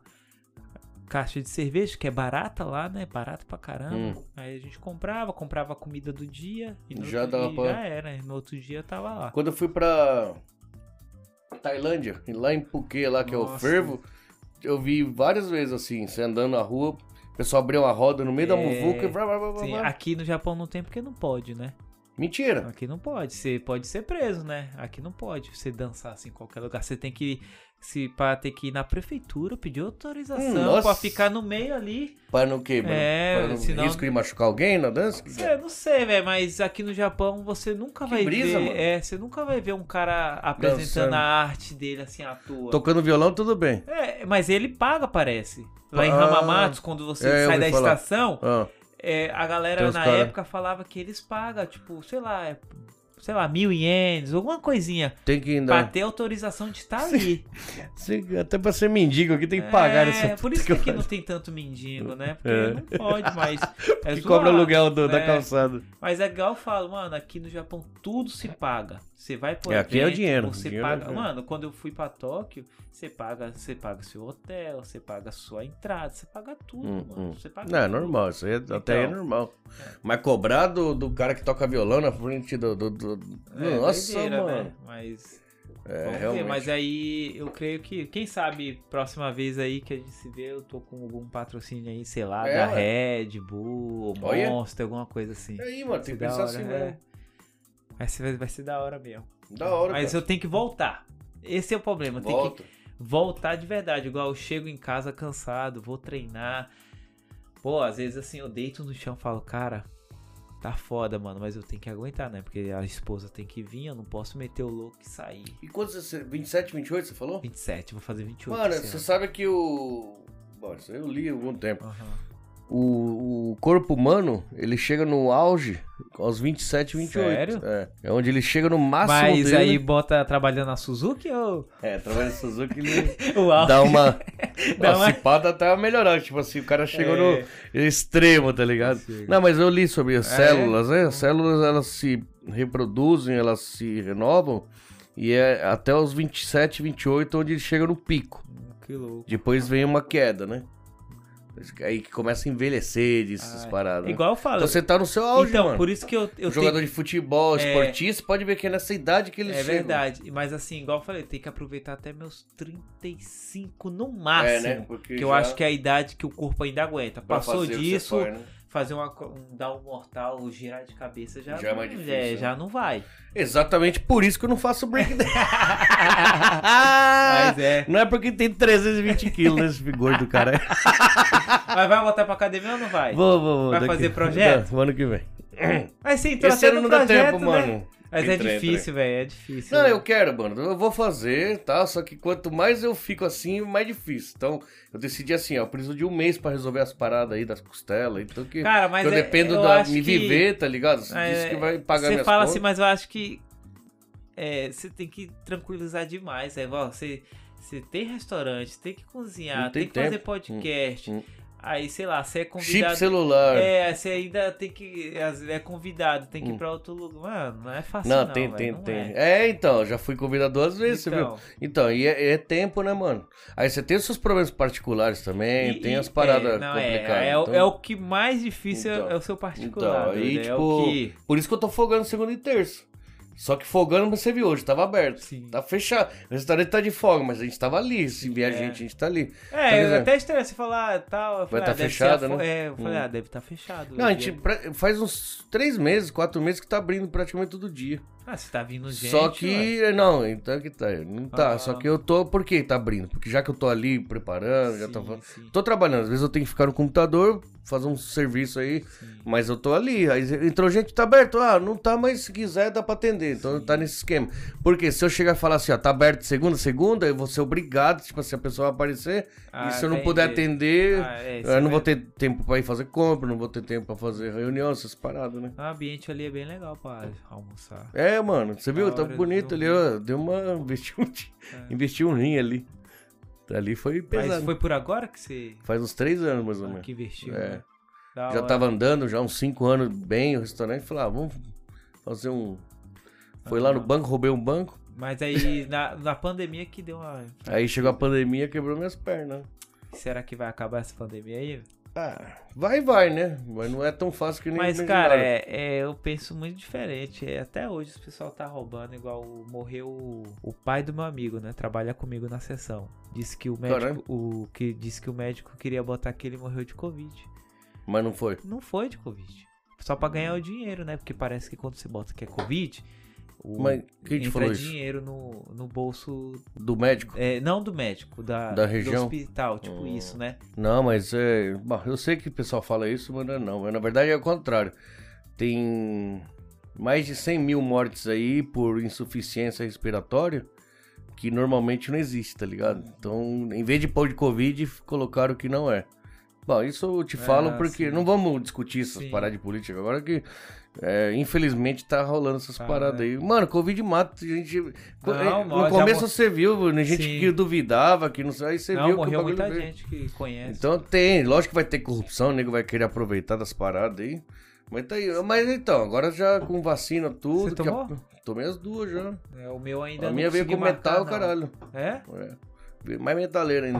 caixa de cerveja, que é barata lá, né? Barato pra caramba.
Hum.
Aí a gente comprava, comprava a comida do dia. E no
Já
outro
dava
dia,
pra-
Já era, e no outro dia tava lá.
Quando eu fui pra Tailândia, e lá em Phuket, lá que é o
Nossa.
fervo, eu vi várias vezes assim, você andando na rua, o pessoal abriu uma roda no meio da
É,
muvuca e blá, blá, blá, blá,
Sim,
blá.
aqui no Japão não tem porque não pode, né?
Mentira.
Aqui não pode. Você pode ser preso, né? Aqui não pode você dançar assim em qualquer lugar. Você tem que. Se pá, ter que ir na prefeitura pedir
Hum,
autorização
nossa.
pra ficar no meio ali.
Para não quê? mano?
É,
Para não
senão-
risco de machucar alguém na dança?
Cê, é, não sei, velho, mas aqui no Japão você nunca vai
brisa,
ver.
mano.
É, você nunca vai ver um cara apresentando
Dançando.
a arte dele assim à toa.
Tocando violão, tudo bem.
É, mas ele paga, parece. Lá em
Ah,
Ramamatsu, quando você
é, eu
sai
ouvi
da
falar.
estação,
Ah,
é, a
Tem
galera
uns
na
cara-
época falava que eles pagam, tipo, sei lá, é, sei lá, mil ienes, alguma coisinha.
tem que
Pra
ainda.
ter autorização de estar ali.
Cê- Até pra ser mendigo aqui tem que pagar
é,
essa
Por
puta
isso que aqui
eu-
não tem tanto mendigo, né? Porque
É.
não pode,
(laughs)
mas. É
que cobra o
zoado.
aluguel do- da
É.
calçada.
Mas é igual eu falo, mano, aqui no Japão tudo se paga. Você vai por
É, aqui é o dinheiro,
Você
dinheiro é
paga.
dinheiro.
Mano, quando eu fui pra Tóquio, você paga, você paga seu hotel, você paga sua entrada, você paga tudo,
Hum,
mano.
hum.
Você paga
Não, é
tudo.
normal, isso aí é- até aí é
Então.
normal. Mas cobrar do, do cara que toca violão na frente do. do- do-
É,
Nossa,
doideira,
mano.
Né? Mas.
É,
vamos ver,
realmente.
mas aí eu creio que, quem sabe, próxima vez aí que a gente se vê, eu tô com algum patrocínio aí, sei lá,
É,
da
ué.
Red Bull,
Olha.
Monster, alguma coisa assim.
E aí, mano, tem que
Da
pensar
hora,
assim,
é.
né?
Vai ser, vai ser da hora mesmo.
Da hora,
Mas
cara.
eu tenho que voltar. Esse é o problema. Tem que
Volta.
voltar de verdade. Igual eu chego em casa cansado, vou treinar. Pô, às vezes assim, eu deito no chão e falo, cara, tá foda, mano, mas eu tenho que aguentar, né? Porque a esposa tem que vir, eu não posso meter o louco e sair.
E quantos? você- 27, 28, você falou?
27, vou fazer 28.
Mano,
esse
você
ano.
sabe que o. Bom, isso aí eu li há algum tempo.
Aham.
O, o corpo humano, ele chega no auge aos 27, 28.
Sério?
É, é onde ele chega no máximo
Mas
dele.
aí bota trabalhando na
(laughs)
Suzuki ou
É, trabalha no Suzuki, ele
o Alfa?
(laughs) dá um uma...
(laughs) Dá
Nossa,
uma-
se pá, dá até uma melhorada. Tipo assim, o cara chegou
É.
no extremo, tá ligado?
Chega.
Não, mas eu li sobre as
Ah,
células, né? As células, elas se reproduzem, elas se renovam. E é até os 27, 28, onde ele chega no pico.
Que louco.
Depois vem uma queda, né? Aí que começa a envelhecer dessas
Ah,
paradas. né?
Igual eu falo.
Então você tá no seu auge,
então,
mano. Um
por isso que eu, eu
Jogador de futebol,
É.
esportista, pode ver que é nessa idade que eles
É
chegam.
verdade, mas assim, igual eu falei, tem que aproveitar até meus 35 no
É,
máximo.
né? Porque
Ah, Que eu
já
acho que é a idade que o corpo ainda aguenta.
pra
Passou
fazer o que você
disso,
faz, né?
fazer uma, co- um dar um mortal, um girar de cabeça já,
Já é mais
não-
difícil, né?
já não vai.
Exatamente por isso que eu não faço (laughs)
(laughs)
breakdance.
Mas é.
Não é porque tem 320 quilos nesse figura do cara.
Mas vai voltar pra academia ou não (laughs) vai?
Vou, vou, vou.
Vai
daqui-
fazer projeto?
Não, ano que vem.
Mas sim, então
Esse
até
ano
no
não dá
projeto,
tempo,
né?
mano.
Mas é
Entrei,
difícil, velho, é difícil.
Não,
né?
eu quero, mano. Eu vou fazer, tá? Só que quanto mais eu fico assim, mais difícil. Então, eu decidi assim, ó, eu preciso de um mês pra resolver as paradas aí das costelas. Então que
Cara, mas
que eu
é-
dependo
eu
da
acho
me
que-
viver, tá ligado? Isso
É,
que vai pagar
Você
minhas
fala
contas.
assim, mas eu acho que é, você tem que tranquilizar demais. É, igual você, você tem restaurante, tem que cozinhar,
Não tem
tem, que fazer
tempo.
podcast.
Hum, hum.
Aí, sei lá, você é
Chip
convidado.
celular.
é, aí você ainda tem que. às vezes É convidado, tem que
Hum.
ir pra outro lugar. Mano, não é fácil.
Não,
Não,
tem,
velho,
tem,
não
tem.
É.
É. então, já fui convidado duas vezes, você viu?
Então,
Então, e é, é tempo, né, mano? Aí você tem os seus problemas particulares também,
e-
tem
e-
as paradas
é, não, é,
complicadas.
É, o-
então-
é o que mais difícil é-
Então.
é o seu particular.
Então, aí,
doido, é
tipo,
o que.
Por isso que eu tô folgando segunda e terça. Só que folgando você viu hoje, tava aberto.
Sim.
Tá fechado. O restaurante tá de folga, mas a gente tava ali. Se vier
é.
gente, a gente tá ali. Tá
É, eu
ligado?
até estranho você falar ah, tal. eu
Vai
falei,
tá
ah, deve ser a
fechado,
fo-
né?
É, eu falei,
Hum.
ah, deve estar
Não,
fechado.
tipo, a
hoje,
gente
é.
pra- faz uns três meses, quatro meses que tá abrindo praticamente todo dia.
Ah, você tá vindo gente.
só que. Não, então que tá. Não tá.
Ah.
Só que eu tô. Por que tá abrindo? Porque já que eu tô ali preparando, já tô falando.
Sim,
Tô trabalhando, às vezes eu tenho que ficar no computador, fazer um serviço aí,
sim.
mas eu tô ali. Aí entrou gente, tá aberto? Ah, não tá, mas se quiser dá pra atender. Então
Sim.
tá nesse esquema. Porque se eu chegar e falar assim, ó, tá aberto de segunda, a segunda, eu vou ser obrigado, tipo, se a pessoa aparecer,
Ah,
e se eu não
entendi.
puder atender,
Ah, é,
Eu não vou
ter.
ter tempo pra ir fazer compra, não vou ter tempo pra fazer reunião, essas paradas, né?
O ambiente ali é bem legal pra almoçar.
É, mano, você viu?
Da
Tá
hora,
bonito
do-
ali, ó. Deu uma. (laughs) Investiu um, ti-
É.
investiu um rim ali. Ali foi Tá pesado.
Mas foi por agora que você
Faz uns três anos, mais ou
ah,
menos.
que investiu,
É.
né? Da
Já
hora.
tava andando, já uns cinco anos bem o restaurante. Falei, ah, vamos fazer um. Foi lá no
Ah.
banco, roubei um banco. (laughs)
Mas aí, na, na pandemia que deu uma.
Aí chegou a pandemia, quebrou minhas pernas.
Será que vai acabar essa pandemia aí?
Ah, vai, vai, né? Mas não é tão fácil que nem
Mas,
imaginaram.
cara, é, é, eu penso muito diferente. É, até hoje o pessoal tá roubando, igual o- morreu o, o pai do meu amigo, né? Trabalha comigo na sessão. Disse que o
Caramba.
médico. O, que, disse que o médico queria botar que ele morreu de Covid.
Mas não foi.
Não foi de Covid. Só pra ganhar o dinheiro, né? Porque parece que quando você bota que é Covid, o,
Mas quem te
entra
falou isso?
dinheiro no, no bolso.
Do médico?
é, não do médico, da,
Da região?
do hospital, tipo
Hum.
isso, né?
Não, mas é. Bom, eu sei que o pessoal fala isso, mas não é não. Mas, na verdade é o contrário. Tem mais de 100 mil mortes aí por insuficiência respiratória que normalmente não existe, tá ligado? Então, em vez de pôr de Covid, colocaram que não é. Bom, isso eu te falo
Ah,
porque
sim.
não vamos discutir essas
Sim.
paradas de política agora que. é, infelizmente tá rolando essas
Tá,
paradas
né?
aí. Mano, Covid mata. A gente. É,
Não,
no
mó- já
começo
mor-
você viu, né, gente
Sim.
que duvidava, que não sei. Aí você
não,
viu que o
morreu
bagulho
muita
veio.
gente que conhece.
Então tem, lógico que vai ter corrupção, o nego vai querer aproveitar das paradas aí. Mas tá aí, mas então, agora já com vacina tudo.
Você
que a-
tomou?
Tomei as duas já.
É, o meu ainda
tá a
não
minha veio
consegui
com metal,
marcar, não.
caralho.
É?
É. Veio Mais metaleira ainda.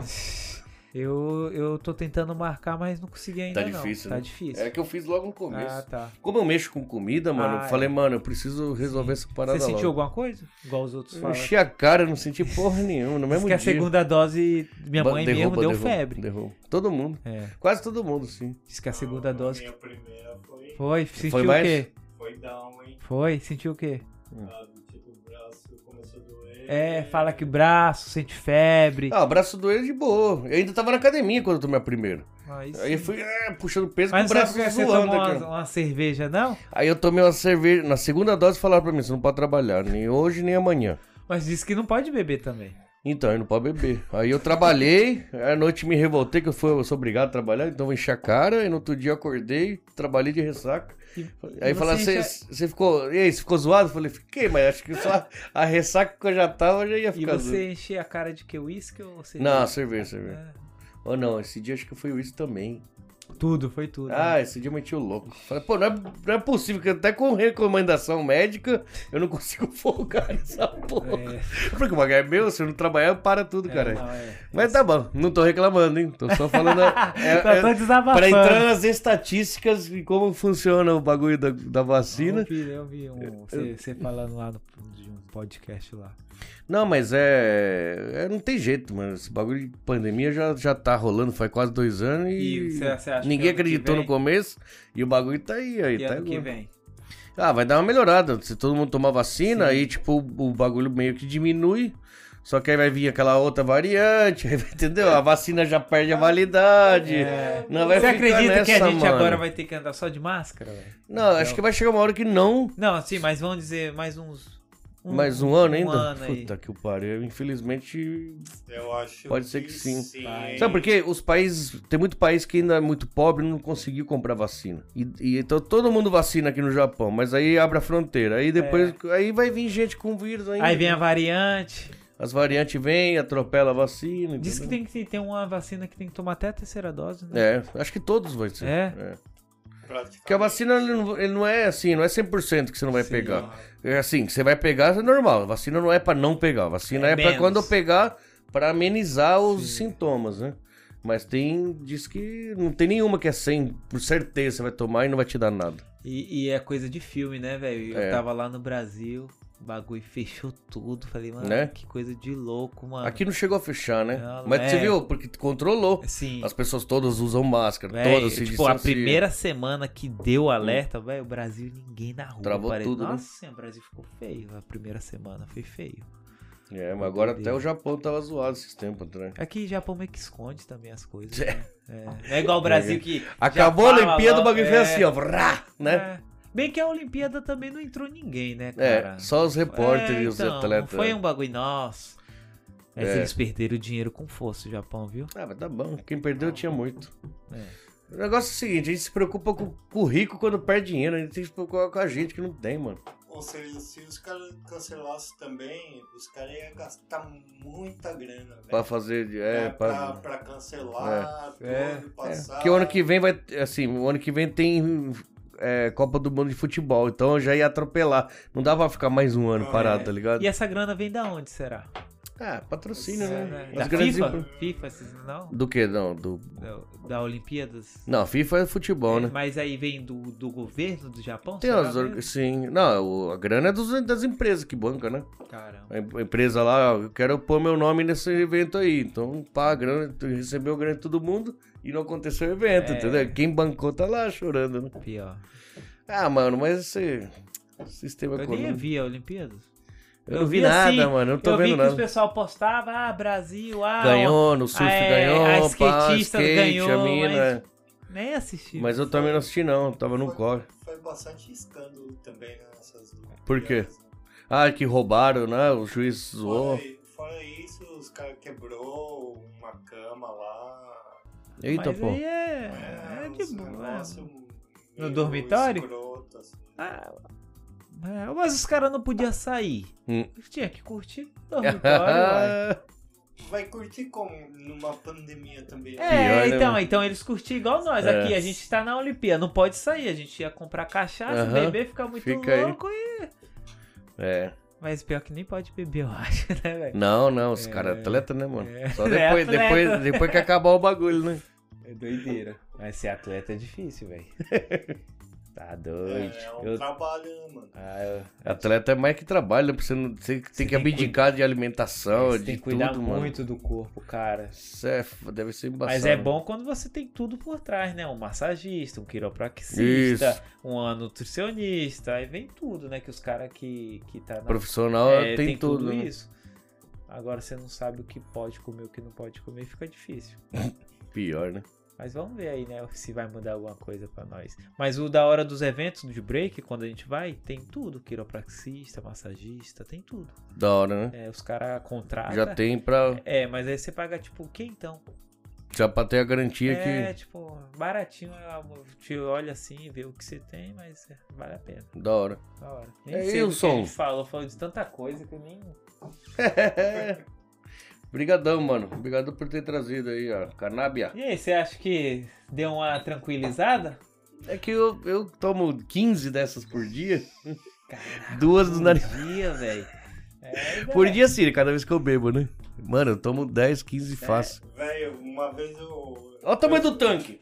Eu, eu tô tentando marcar, mas não consegui ainda
Tá
não.
difícil,
Tá
né?
difícil.
É que eu fiz logo no começo.
ah, tá.
Como eu mexo com comida, mano,
Ah,
eu
é.
falei, mano, eu preciso resolver essa parada
Você sentiu
logo.
alguma coisa? Igual os outros
Eu
falam.
Enchi a cara, não senti porra nenhuma, no mesmo
que a
dia.
segunda dose, minha
Ba-
mãe
derruba,
mesmo deu
derruba,
febre.
Derruba. Todo mundo.
É,
Quase todo mundo, sim.
diz que a
Ah,
segunda dose
Minha primeira foi,
foi, sentiu
mais?
o quê?
foi down, hein?
Foi, sentiu o quê?
Sabe? Tipo, o braço começou a doer.
É, fala que braço, sente febre.
Ah, braço doer de boa. Eu ainda tava na academia quando eu tomei a primeira.
Aí
Aí eu
sim.
fui é, puxando peso
Mas
com o
não sabe
braço
por que você
zoando
tomou
aqui,
uma,
ó.
uma cerveja, não?
Aí eu tomei uma cerveja. Na segunda dose falaram pra mim, você não pode trabalhar, nem hoje, nem amanhã.
Mas disse que não pode beber também.
Então, eu não pode beber. Aí eu trabalhei, (laughs) aí à noite me revoltei, que eu, fui, eu sou obrigado a trabalhar, então eu vou encher a cara, e no outro dia eu acordei, trabalhei de ressaca.
E-
Aí
e
falaram,
você
você
enche-
você ficou. E aí, você ficou zoado? Eu falei, fiquei, mas acho que só a ressaca que eu já tava já ia
E
ficar zoado.
você enchia a cara de que uísque ou cerveja?
Não, cerveja, cerveja.
É.
Ou não, esse dia acho que foi isso também.
Tudo, foi tudo. né?
Ah, esse dia eu meti o louco. Falei, pô, não é, não é possível, que até com recomendação médica eu não consigo (laughs) folgar nessa porra. Porque o bagulho é meu, se eu não trabalhar, para tudo, cara.
Não, é.
Mas tá bom, não tô reclamando, hein? Tô só falando.
(laughs)
é,
Tá
é,
só desabafando.
pra entrar nas estatísticas e como funciona o bagulho da, da vacina.
Eu vi, eu vi um, você, você falando lá no, de um podcast lá.
Não, mas é, é. Não tem jeito, mano. Esse bagulho de pandemia já, já tá rolando, faz quase dois anos
E
e.
você- você acha que
ninguém
ano que
acreditou no
vem-
começo e o bagulho tá aí, aí.
E
tá
ano que
igual.
vem.
Ah, vai dar uma melhorada. Se todo mundo tomar vacina, aí, tipo, o o bagulho meio que diminui. Só que aí vai vir aquela outra variante, (laughs) aí vai- entendeu? A vacina já perde a validade.
É.
Não vai
você
ficar
acredita que a
nessa,
gente
mano.
agora vai ter que andar só de máscara? velho?
Não, acho que vai chegar uma hora que não.
Não, sim, mas vamos dizer mais uns.
Mais um ano ainda?
ano aí.
Puta que o pariu. Infelizmente.
Eu acho
Pode ser que sim.
Vai.
Sabe por quê? Os países. Tem muito país que ainda é muito pobre e não conseguiu comprar vacina. E, e então todo mundo vacina aqui no Japão, mas aí abre a fronteira. Aí depois. Aí vai vir gente com vírus ainda.
É. Aí vem a variante.
As variantes vêm, atropela a vacina.
Diz que
entendeu?
tem que ter- tem uma vacina que tem que tomar até a terceira dose, né?
É, acho que todos vai ser.
É?
Porque é a vacina ele não, ele não é assim, não é 100% que você não vai
Sim.
pegar. É assim, que você vai pegar, é normal. A vacina não é pra não pegar. A vacina é,
É
pra
menos.
quando eu pegar, pra amenizar os sintomas, né? Mas tem, diz que não tem nenhuma que é 100, por certeza você vai tomar e não vai te dar nada.
E, e é coisa de filme, né, velho? Eu
É.
tava lá no Brasil, o bagulho fechou tudo. Falei, mano,
Né?
que coisa de louco, mano.
Aqui não chegou a fechar, né?
Não,
Mas
é.
você viu, porque controlou.
Assim,
As pessoas todas usam máscara,
Véi,
todas se
tipo, a
distanciam. Hum.
primeira semana que deu o alerta, velho, o Brasil ninguém na rua.
Travou
parece.
tudo, né?
Nossa, senhora, o Brasil ficou feio. A primeira semana foi feio.
É, mas agora até o Japão tava zoado esses tempos né? atrás.
Aqui Japão meio que esconde também as
(laughs)
coisas. né? É. Não é igual o Brasil que.
Acabou a
fala
Olimpíada, o
logo,
bagulho foi
é,
assim, ó. vrá, né?
é. Bem que a Olimpíada também não entrou ninguém, né,
É,
cara?
só os repórteres
É,
e os
então,
atletas.
Não foi um bagulho nosso. Mas
É.
eles perderam dinheiro com força, o Japão, viu?
Ah, mas tá bom. Quem perdeu tinha muito.
É.
O negócio é o seguinte, a gente se preocupa com, com o rico quando perde dinheiro, a gente tem que se preocupar com a gente que não tem, mano.
Ou seja, se os caras cancelassem também, os caras iam gastar muita grana, velho.
Pra fazer. É,
É, pra,
pra.
pra cancelar, tudo,
É.
É,
passar.
porque o ano que vem vai. Assim, o ano que vem tem é, Copa do Mundo de Futebol, então eu já ia atropelar. Não dava pra ficar mais um ano
Não,
parado,
é.
tá ligado?
E essa grana vem da onde, será? É,
Ah, patrocínio,
Sim.
né?
As
Os
Da
grandes
FIFA?
impor-
FIFA, esses não?
Do que, não? Do...
Da, da Olimpíadas?
Não, FIFA é futebol, né?
Mas aí vem do, do governo do Japão?
Tem
será
as... or-
mesmo?
Sim. Não, o- a grana é dos- das empresas que banca, né?
Caramba.
A em- a empresa lá, ó, eu quero pôr meu nome nesse evento aí. Então, pá, a grana, tu recebeu a grana de todo mundo e não aconteceu o evento,
É.
entendeu? Quem bancou tá lá chorando, né?
Pior.
Ah, mano, mas esse sistema
Eu nem
econômico.
vi a Olimpíadas.
Eu não vi nada, mano, eu não tô
eu vi
vendo
que
nada.
o pessoal postava, ah, Brasil, ah...
Ganhou, no surf
Ah, é,
ganhou,
a
pá,
skatista
skate,
ganhou,
a mina. né?
mas- Nem assisti.
Mas eu também não assisti, não. Tava no corre.
Foi bastante escândalo também né, nessas
Por quê? Ah, que roubaram, né? O juiz zoou.
Fora, fora isso, os caras quebrou uma cama lá.
Eita,
Mas
pô.
aí é... É de
uns
boa.
negócio
No
meio
dormitório?
escroto, assim.
Ah, é, mas os caras não podiam sair.
Hum.
Tinha que curtir o
(laughs)
dormitório, uai.
Vai curtir como numa pandemia também.
Pior, né,
É, então,
mano?
então eles curtiam igual nós.
É.
Aqui a gente tá na Olimpíada, não pode sair. A gente ia comprar cachaça,
Aham,
beber, ficar muito
fica aí.
louco. E...
é.
Mas pior que nem pode beber, eu (laughs) acho, né, velho?
Não, não. Os caras
É.
atleta, né, mano?
(laughs) É.
Só
É
depois,
atleta.
depois, depois que acabar o bagulho, né?
É doideira. Mas ser atleta é difícil, velho. (laughs) tá doido. Ah,
É, é um trabalho, né, mano.
Atleta é mais que trabalho, né? Porque Você, não, você tem que
tem que
abdicar de alimentação, de
tem que
tudo,
cuidar
mano.
muito do corpo, cara.
Isso é, f- deve ser embaçado.
Mas é bom quando você tem tudo por trás, né? Um massagista, um quiropraxista,
Isso.
um nutricionista, aí vem tudo, né? Que os caras que, que tá na
Profissional
É,
tem, tudo. né?
isso. Agora você não sabe o que pode comer, o que não pode comer, fica difícil.
Pior, né?
Mas vamos ver aí, né, se vai mudar alguma coisa pra nós. Mas o da hora dos eventos, de break, quando a gente vai, tem tudo, quiropraxista, massagista, tem tudo.
Da hora, né?
É, os caras contratam.
Já tem pra.
É, mas aí você paga tipo, quem então?
Já pra ter a garantia
É, tipo, baratinho, ela te olha assim, vê o que você tem, mas é, vale a pena.
que. Da hora.
Da hora. Nem
É,
sei
e o
do que a
som?
gente falou, falou de tanta coisa que eu nem
Obrigadão, mano. Obrigado por ter trazido aí, ó. Canábia.
E aí, você acha que deu uma tranquilizada?
É que eu, eu tomo 15 dessas por dia. Duas do
(laughs)
nariz.
Por Um dia, velho.
(laughs)
É,
Por
velho.
dia sim, cada vez que eu bebo, né? Mano, eu tomo 10, 15
É.
fácil.
Velho, uma vez eu.
Olha o tamanho do tanque.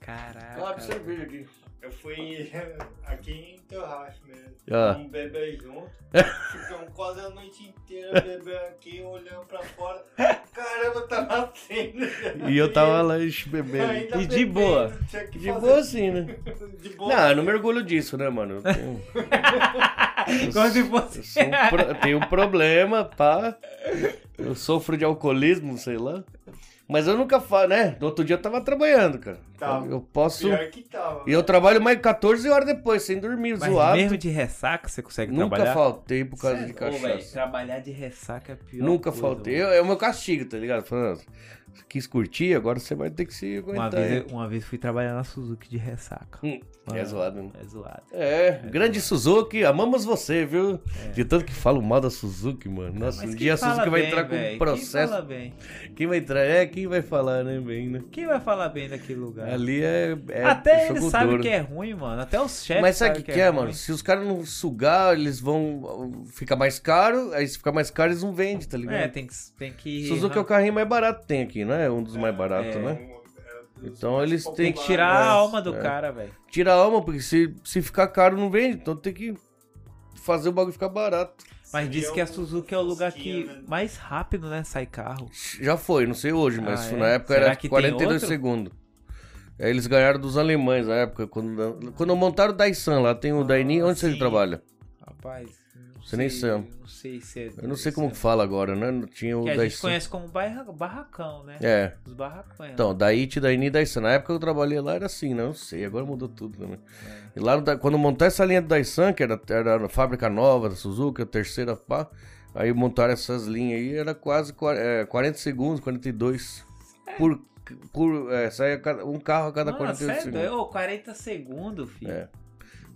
Caraca. velho.
aqui.
Eu fui (laughs) aqui em Terrache mesmo.
Ah.
Um bebê
(laughs)
junto. Ficamos quase a noite inteira bebendo aqui, olhando
(laughs)
pra fora. Caramba, tá nascendo.
E eu tava lá ixi, bebendo.
(laughs) Ainda
E de
bebendo,
boa. assim,
tinha que
De
fazer-
boa sim, né?
(laughs) De boa.
Não, eu não me orgulho disso, né, mano? Eu
(laughs)
tenho,
Como se
eu
fosse.
sou um pro- eu tenho um problema, pá. Eu sofro de alcoolismo, sei lá. Mas eu nunca falo, né? No outro dia eu tava trabalhando, cara.
Tá.
Tava.
Eu posso.
Pior que tava.
E eu trabalho mais 14 horas depois, sem dormir,
Mas
zoado.
mesmo de ressaca, você consegue
Nunca
trabalhar?
faltei por causa de
Ô, velho,
cachaça.
trabalhar de ressaca é pior.
Nunca
coisa,
faltei.
mano.
Eu- é o meu castigo, tá ligado? Falando, você quis curtir, agora você vai ter que se
Uma
aguentar.
vez,
hein?
eu- uma vez fui trabalhar na Suzuki de ressaca.
Hum, É
Mano,
zoado, né?
É zoado.
É, grande Suzuki, amamos você, viu? De tanto que falo mal da Suzuki, mano. Nossa, um
É. Ah, quem
dia a
fala
Suzuki vai
bem,
entrar com
velho?
um processo.
Quem fala bem?
Quem, vai entrar é quem vai falar, né, bem, né?
Quem vai falar bem daquele lugar?
Ali é. é
Até
jogo
ele sabe
duro.
que é ruim, mano. Até os chefes
Mas sabe o
sabem
que, que é,
ruim.
mano? Se os caras não sugar, eles vão. Fica mais caro, aí se ficar mais caro, eles não vendem, tá ligado?
É, tem que, tem que...
Suzuki é o carrinho mais barato que tem aqui, né? É um dos mais baratos,
é.
né?
É, dos
Então
mais
eles
Tem
têm
que
populares.
tirar a alma do
É.
cara, velho.
Tira a alma, porque se, se ficar caro não vende, então tem que fazer o bagulho ficar barato.
Mas
Seria
disse que a
um
Suzuki é o lugar que
Fusquinha, né?
mais rápido, né? Sai carro.
Já foi, não sei hoje, mas
Ah, é?
na época
Será
era
que tem
42
outro?
segundos. Aí É, eles ganharam dos alemães na época, quando, quando montaram o Daisan lá, tem o Dainin, onde você
Ah, sim.
trabalha?
Rapaz, não
Você nem sabe.
Não sei se é.
Eu não sei como que fala agora, né? Não tinha o
Que a gente
Daisan.
conhece como barra- barracão, né?
É,
Os barracões.
então, Daichi, Dainin e Daisan. Na época que eu trabalhei lá era assim, né? Eu não sei, agora mudou tudo também.
né?
E lá, no Da- quando montar essa linha do Daisan, que era, era a fábrica nova da Suzuki, a terceira pá, aí montaram essas linhas aí, era quase qua- é, 40 segundos, 42.
É.
Por, por é, saia cada- um carro a cada
Mano,
48
cê é
segundos.
doido? Ô, 40 segundos, filho.
É.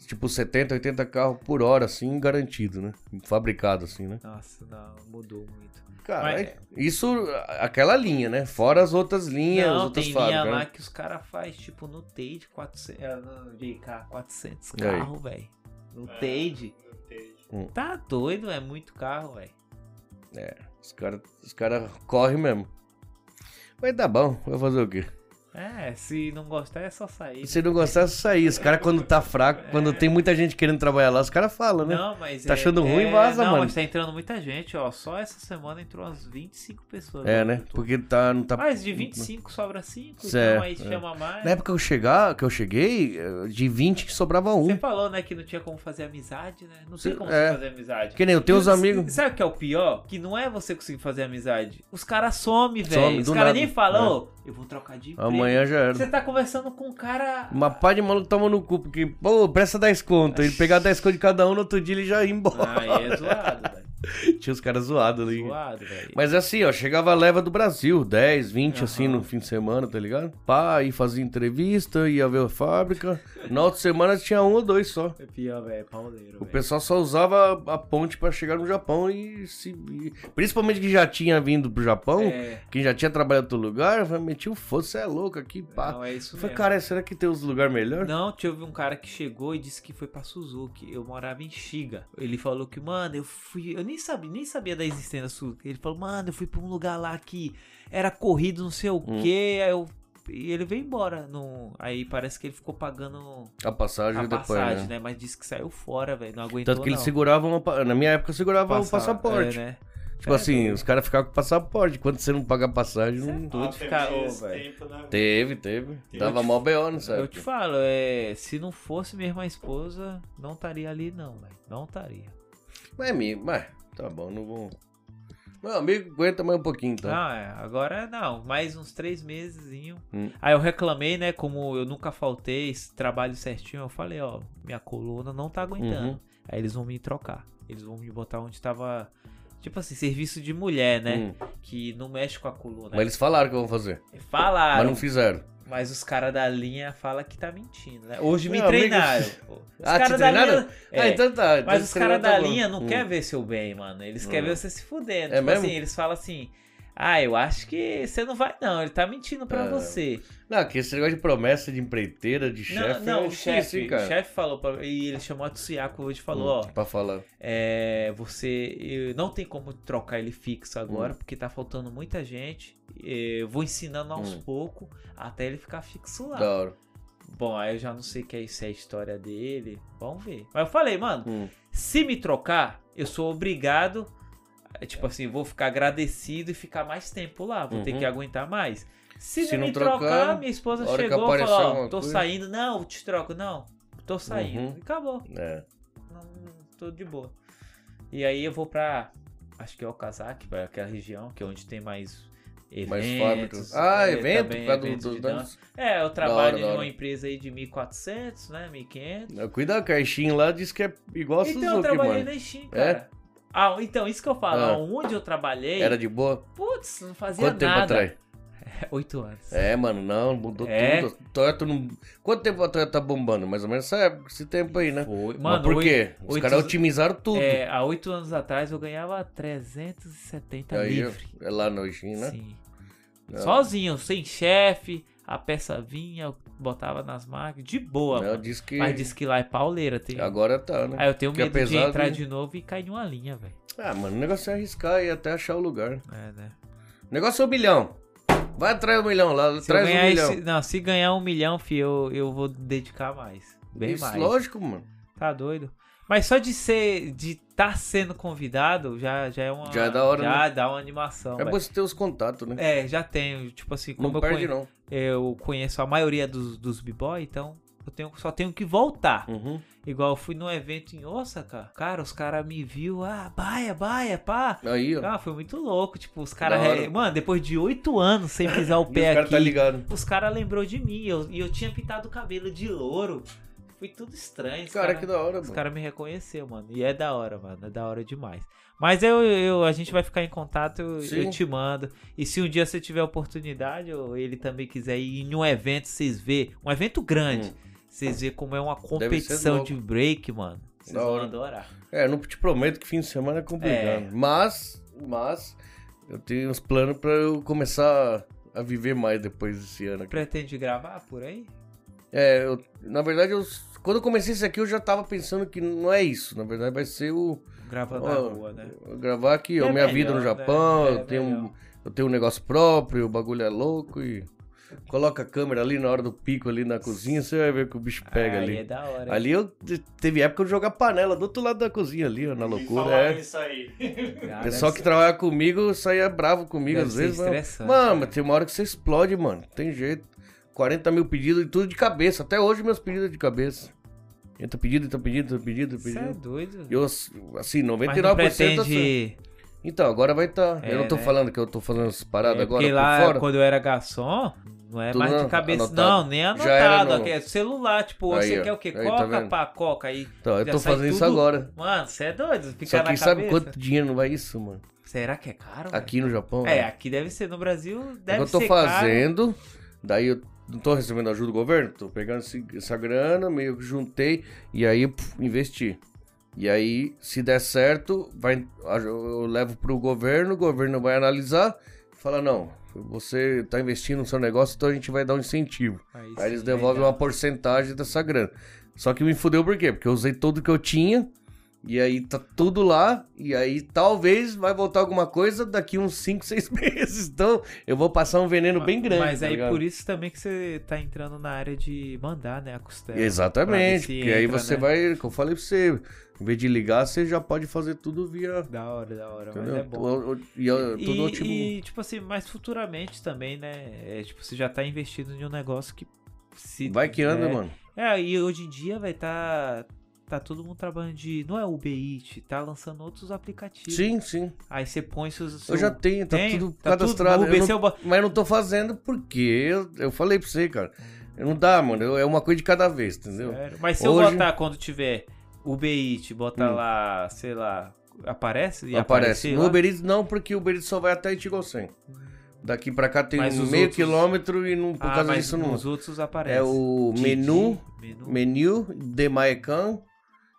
Tipo 70, 80 carros por hora, assim, garantido, né? Fabricado, assim, né?
Nossa, não, mudou muito.
Cara,
Mas-
é- isso, a- aquela linha, né? Fora as outras linhas, as
não,
outras
tem linha
fábricas.
lá
né?
que os caras fazem, tipo, no Tade, 400, é, no JK, 400
E aí? Hum.
carro, velho. No
É,
Tade.
no Tade.
Tá doido, é muito carro, velho.
Os caras os cara correm mesmo. Mas tá bom, vai fazer o quê?
É, se não gostar é só sair.
Se não gostar, é só sair. Os caras, quando tá fraco, quando tem muita gente querendo trabalhar lá, os caras falam, né?
Não, mas
Tá
é-
achando ruim,
é-
vaza,
não,
mano.
mas tá entrando muita gente, ó. Só essa semana entrou umas 25 pessoas.
é,
no
né?
YouTube.
Porque tá, não tá.
Mas de 25 sobra 5,
Certo,
então aí
é.
chama mais.
Na época que eu, chegar, que eu cheguei, eh, de 20 sobrava
Você
um.
falou, né, que não tinha como fazer amizade, né? Não sei como
É.
você fazer amizade.
Que nem eu tenho uns
E-
amigos.
Sabe o que é o pior? Que não é você conseguir fazer amizade. Os caras somem,
Some,
velho. Os
do
caras
nada. É.
nem falam, ô, eu vou trocar de emprego.
Amanhã é- já era.
Você tá conversando com um cara.
Uma pá de maluco toma no cu, porque, pô, presta 10 conto. Ele pegar 10 conto de cada um, no outro dia ele já ia embora.
Ah, é zoado, velho.
(laughs) Tinha os caras zoados ali.
Zoado, velho.
Mas assim, ó, chegava a leva do Brasil, 10, 20 assim
Aham.
no fim de semana, tá ligado? Pá, e fazia entrevista, ia ver a fábrica. Na outra semana tinha um ou dois só.
É pior, velho. É pauleiro,
O
velho.
pessoal só usava a ponte pra chegar no Japão e se. e- Principalmente que já tinha vindo pro Japão,
É,
quem já tinha trabalhado em outro lugar, eu falei, meti o foda, você é louco aqui, pá.
não, é isso
eu falei,
mesmo.
cara, será que tem uns lugar melhor?
Não, teve um cara que chegou e disse que foi pra Suzuki. Eu morava em Shiga. Ele falou que, mano, eu fui. Eu nem sabia, nem sabia da existência da Suzuki. Ele falou, mano, eu fui pra um lugar lá que era corrido, não sei o
Hum.
quê. Aí eu. E ele veio embora. No... Aí parece que ele ficou pagando
A passagem
a
depois,
passagem,
né?
né? Mas disse que saiu fora, velho. Não aguentou.
Tanto que eles
não.
seguravam, uma pa- na minha época segurava o
Passa-
passaporte.
é, né?
Tipo assim, os caras ficavam com o passaporte, quando você não paga a passagem, não...
Ah,
Tudo fica- ô, velho.
né?
Teve, teve.
Teve.
Tava mó B.O. nessa
Eu te
época.
falo, é, se não fosse mesmo a esposa, não estaria ali, não, velho. Não estaria.
Mas, amigo, mas tá bom, não vou... Meu amigo, aguenta mais um pouquinho, então.
Não, é, agora não, mais uns três meses.
Hum.
Aí eu reclamei, né? Como eu nunca faltei esse trabalho certinho, eu falei, ó, minha coluna não tá aguentando.
Uhum.
Aí eles vão me trocar. Eles vão me botar onde tava. Tipo assim, serviço de mulher, né?
Hum.
Que não mexe com a coluna.
Mas eles falaram que vão fazer, mas
Falaram,
não
mas,
fizeram.
os caras da linha falam que tá mentindo, né? Hoje me
Meu amigo,
treinaram. pô. Os
Ah, te
caras da
treinaram?
linha.
(laughs)
É,
Ah, então tá. então
mas
esse
os
treinador
caras da
tá bom.
linha não
Hum.
querem ver seu bem, mano. Eles querem ver você se fudendo.
É
tipo
mesmo?
assim, eles falam assim: Ah, eu acho que você não vai, não. Ele tá mentindo pra
É,
você.
Não, que esse negócio de promessa, de empreiteira, de
Não,
chefe...
não,
é
o
difícil,
chefe.
hein,
O
cara. Hum,
chefe falou pra E ele chamou a Tsuyaku hoje e falou: Ó,
Pra falar.
é, você eu- não tem como trocar ele fixo agora,
Hum.
porque tá faltando muita gente. Eu vou ensinando aos
Hum.
poucos até ele ficar fixo lá.
Da hora.
Bom, aí eu já não sei o que é isso, é a história dele. Vamos ver. Mas eu falei, mano,
Hum.
se me trocar, eu sou obrigado. é, Tipo assim, vou ficar agradecido e ficar mais tempo lá. Vou ter
Uhum.
que aguentar mais. Se,
Se
não
não
me trocar,
trocar,
minha esposa
a hora que
chegou e
aparecer
falou: Ó,
alguma
tô
coisa."
saindo. Não, eu te troco. Não, tô saindo.
Uhum.
E acabou.
É.
Não, não, tô de boa. E aí eu vou pra. Acho que é o Kazakh, vai aquela região que é onde tem mais.
Mais
Eventos,
fábricas. Ah,
é,
evento?
também
Por causa do-
eventos
do...
de dança.
dança.
É, eu
Da hora,
trabalho
da
numa
hora.
empresa aí de 1.400, né? 1.500.
Cuidado, a caixinha lá diz que é igual a
Então eu
Suzuki,
trabalhei
mano. É?
na Steam, cara. Ah, então isso que eu falo.
Ah.
Onde eu trabalhei,
Era de boa?
putz, não fazia
Quanto tempo
nada.
atrás?
Oito anos.
É, mano, não, mudou
É?
tudo. A Toyota não. Quanto tempo a Toyota tá bombando? Mais ou menos essa época, esse tempo aí, né?
Foi.
Mas
Mano,
por
oito-
quê? Os
oito-
caras otimizaram tudo.
é, há oito anos atrás eu ganhava 370
aí,
tá livre.
é lá no Ixin, né?
Sim.
Não.
Sozinho, sem chefe, a peça vinha, eu botava nas máquinas, de boa.
Ela
mano.
disse que.
Mas diz que lá é pauleira. Tem... É.
Agora tá, né?
Aí eu tenho
Fica
medo de
pesado,
entrar
hein?
de novo e cair numa linha, velho.
Ah, mano, o negócio é arriscar e até achar o lugar.
É, né?
O negócio é o milhão. Vai atrás do milhão lá,
Se
traz
eu
o
ganhar
milhão.
esse- não, se ganhar um milhão, fi, eu, eu vou dedicar mais. Bem
Isso,
mais.
lógico, mano.
Tá doido. Mas só de ser, de estar sendo convidado, já, já é uma.
Já é da hora,
Já dá uma animação.
é
velho.
bom você ter os contatos, né?
É, já tenho. Tipo assim, como
não
eu,
perde,
conhe-
não.
eu conheço a maioria dos, dos b-boy, então eu tenho, só tenho que voltar.
Uhum.
Igual eu fui num evento em Osaka, cara, os caras me viu, ah, baia, baia, pá.
Aí, ó.
Ah, foi muito louco. Tipo, os caras.
Então. Da hora.
Mano, depois de oito anos sem pisar o
(laughs) E os
um pé
caras
aqui.
tá ligado.
Os caras lembrou de mim eu- e eu, tinha pintado o cabelo de louro. Foi tudo estranho. os
Cara,
cara-
que da hora,
Os
mano.
caras me reconheceu, mano. E é da hora, mano. É da hora demais. Mas eu, eu- a gente vai ficar em contato, eu,
Sim.
eu te mando. E se um dia você tiver oportunidade, ou ele também quiser ir em um evento, vocês vê. Um evento grande. Vocês vê como é uma
Hum. ser
competição
louco.
de break, mano. Vocês
Da
vão
hora.
adorar.
É, não te prometo que fim de semana é complicado.
É.
Mas, mas, eu tenho uns planos pra eu começar a viver mais depois desse ano. aqui.
Pretende gravar por aí?
É, eu- na verdade, eu- quando eu comecei isso aqui, eu já tava pensando que não é isso. Na verdade, vai ser o.
Gravando na
ó,
rua, né?
Gravar aqui, ó,
É
minha
melhor,
vida no
né?
Japão,
É
eu, tenho um,
melhor.
eu tenho um negócio próprio, o bagulho é louco e. Coloca a câmera ali na hora do pico, ali na cozinha, você vai ver que o bicho pega
Aí
ali.
é da hora.
Ali eu teve época de jogar panela do outro lado da cozinha ali, ó, na loucura.
Falar
É.
isso aí. (laughs)
O
Cara,
pessoal que trabalha comigo saía bravo comigo
Ah, Deve
às
ser
vezes. mas-
estressante, né?"
mano,
cara.
mas tem uma hora que você explode, mano. não Tem jeito. 40 mil pedidos e tudo de cabeça. Até hoje meus pedidos de cabeça. Entra pedido, entra pedido, entra pedido, entra
Você é
pedido.
doido.
Eu, assim, 99%
Mas não
tá certo.
pretende...
Então, agora vai estar. Tá.
É,
eu não tô
né?
falando que eu tô falando essas paradas
É,
agora
porque
por
lá,
fora.
quando eu era garçom, não é
Tudo
mais de
an-
cabeça,
anotado.
não, nem
Já
anotado.
era no-
aqui é celular, tipo,
Aí,
você
ó.
quer o quê?
Aí, tá
coca,
vendo?
pá, coca. Aí
Então, eu
já
tô
sai
fazendo isso
tudo.
agora.
Mano, você é doido, ficar
Só
na
que
cabeça.
sabe quanto dinheiro não vai isso, mano?
Será que é caro? velho?
Aqui no Japão.
É,
né?
aqui deve ser. No Brasil,
É o que
deve
eu tô
ser caro.
fazendo, daí eu não tô recebendo ajuda do governo, tô pegando esse- essa grana, meio que juntei e aí puf, investi. E aí, se der certo, vai, eu levo pro governo, o governo vai analisar e fala: não, você tá investindo no seu negócio, então a gente vai dar um incentivo.
Aí
Aí eles
sim, né?
devolvem
legal.
uma porcentagem dessa grana. Só que me fudeu por quê? Porque eu usei tudo que eu tinha. E aí tá tudo lá. E aí talvez vai voltar alguma coisa daqui uns (laughs) 5, 6 meses. Então eu vou passar um veneno bem grande.
Mas
tá
aí
ligado?
por isso também que você tá entrando na área de mandar, né? A costela.
Exatamente.
Pra ver se
Porque aí
entra,
você
né?
vai, como eu falei pra você, em vez de ligar, você já pode fazer tudo via.
Da hora, da hora.
Entendeu?
Mas é bom.
O- o- E, eu-
E-
tudo
e,
ótimo.
tipo assim, mas futuramente também, né? É, tipo, você já tá investindo em um negócio que. Se,
Vai que anda,
é,
mano.
É, e hoje em dia, vai tá. Tá todo mundo trabalhando de. Não é Uber Eats, tá lançando outros aplicativos.
Sim, sim.
Aí você põe seus.
Eu já tenho, tá
Tem,
tudo
tá tudo
cadastrado.
Uber,
eu não-
seu ba-
Mas eu não tô fazendo porque eu, eu falei pra você, cara. Não dá, mano. Eu- é uma coisa de cada vez, entendeu?
Sério. Mas se eu
Hoje- Hum.
botar quando tiver Uber Eats, botar lá, sei lá. Aparece? E
Aparece.
aparecer
No
lá?
Uber Eats não, porque o Uber Eats só vai até Itigossen. Daqui pra cá tem
Mas
um
os
meio
outros-
quilômetro e não, por
ah,
causa
mas
disso não.
nos outros aparece.
É o
Didi,
menu,
menu.
menu, Demaecan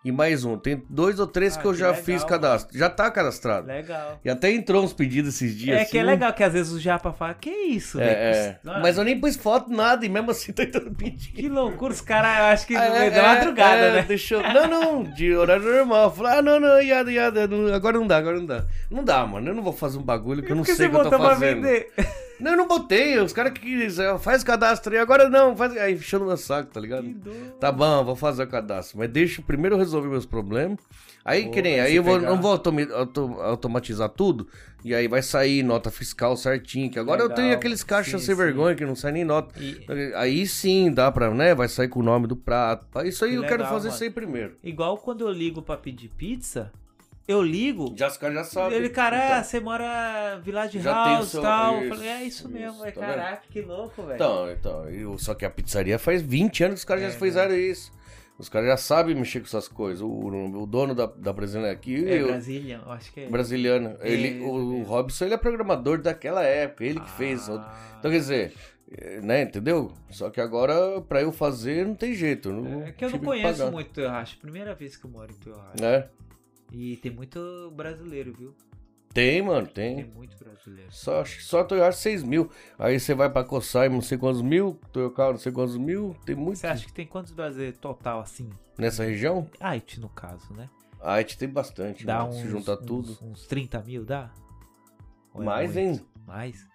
e mais um. Tem dois ou três
Ah,
que eu
que
já
legal,
fiz
mano.
cadastro. Já tá cadastrado.
Legal.
E até entrou uns pedidos esses dias.
É que é
assim.
legal né? que às vezes o japa fala, que isso,
É, é.
velho? Isso-
Mas eu nem pus foto, nada, e mesmo assim (laughs) tá entrando pedido.
Que loucura, os caras, eu acho
(laughs)
que
Ah,
não é, da madrugada,
é,
né?
Deixou... Não, não, de horário normal. Eu Falei, ah, não, não, iada, iada, não, agora não dá, agora não dá. Não dá, mano, eu não vou fazer um bagulho que eu não
Porque
sei
você
o que eu tô
botou pra
fazendo.
vender.
Não, eu não botei, os caras que quiser, faz cadastro aí, agora não, faz... Aí fechou no meu saco, (laughs) tá ligado?
Que doido.
Tá bom, vou fazer o cadastro, mas deixa eu primeiro resolver meus problemas. Aí, que nem, aí eu vou-
pegar.
não vou automi- auto- automatizar tudo, e aí vai sair nota fiscal certinho, que agora eu
Legal.
tenho aqueles caixas
Sim,
sem
sim.
vergonha que não sai nem nota.
E-
Aí sim dá pra, né? Vai sair com o nome do prato. tá? Isso aí
Que
eu quero
legal,
fazer
mano.
isso aí primeiro.
Igual quando eu ligo pra pedir pizza, eu ligo,
Já, os caras já sabem.
ele, cara, ah, você mora Village
Já tem o
House e
seu-
tal.
isso,
eu falei, é isso,
isso,
mesmo, é
tá vendo?
caraca, que louco, velho.
Então, então, eu- só que a pizzaria faz 20 anos que os caras
É,
já fizeram isso. Os caras já sabem mexer com essas coisas. O, o dono da, da brasileira aqui,
é
eu-
Brasília, eu acho que é.
brasiliano,
É,
ele,
isso
o,
mesmo.
Robson ele é programador daquela época, ele que fez. Então
Ah.
quer dizer, é, né, entendeu? Só que agora pra eu fazer não tem jeito. eu não
É que eu não
tive
conheço
pagar,
muito Toyohashi, primeira vez que eu moro em Toyohashi.
Né?
E tem muito brasileiro, viu?
Tem, mano,
Tem muito brasileiro.
Só, acho que só Toyota 6 mil. Aí você vai pra Coçai, não sei quantos mil, Toyota não sei quantos mil, tem muito
Você acha que tem quantos brasileiros total assim?
nessa região.
Haiti, no caso, né?
A Haiti tem bastante,
Dá
mano,
uns,
se juntar
uns-
tudo.
Uns 30 mil, dá? Ou é
mais,
muito?
hein?
Mais?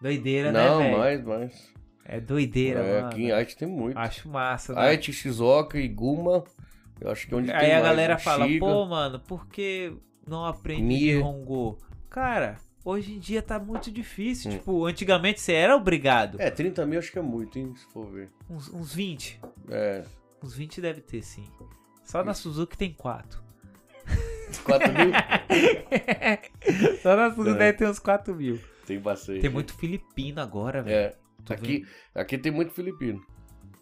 Doideira, né,
Não,
velho?
mais, mais.
É doideira,
É,
mano.
aqui em Haiti tem muito.
Acho massa, né?
Haiti, Shizuoka e Guma, eu acho que é onde tem
Aí a
mais.
galera fala,
Shiga.
pô, mano, por que não aprende
Mie.
Nihongo? Cara, hoje em dia tá muito difícil.
Hum.
Tipo, antigamente você era obrigado.
É, 30 mil acho que é muito, hein, se for ver.
Uns, uns 20.
É,
Uns 20 deve ter, sim. Só na Suzuki tem 4.
4 mil
(laughs) Só na Suzuki
É.
deve ter uns 4 mil.
tem bastante.
Tem muito filipino agora,
É,
velho. Tu
aqui, aqui tem muito filipino.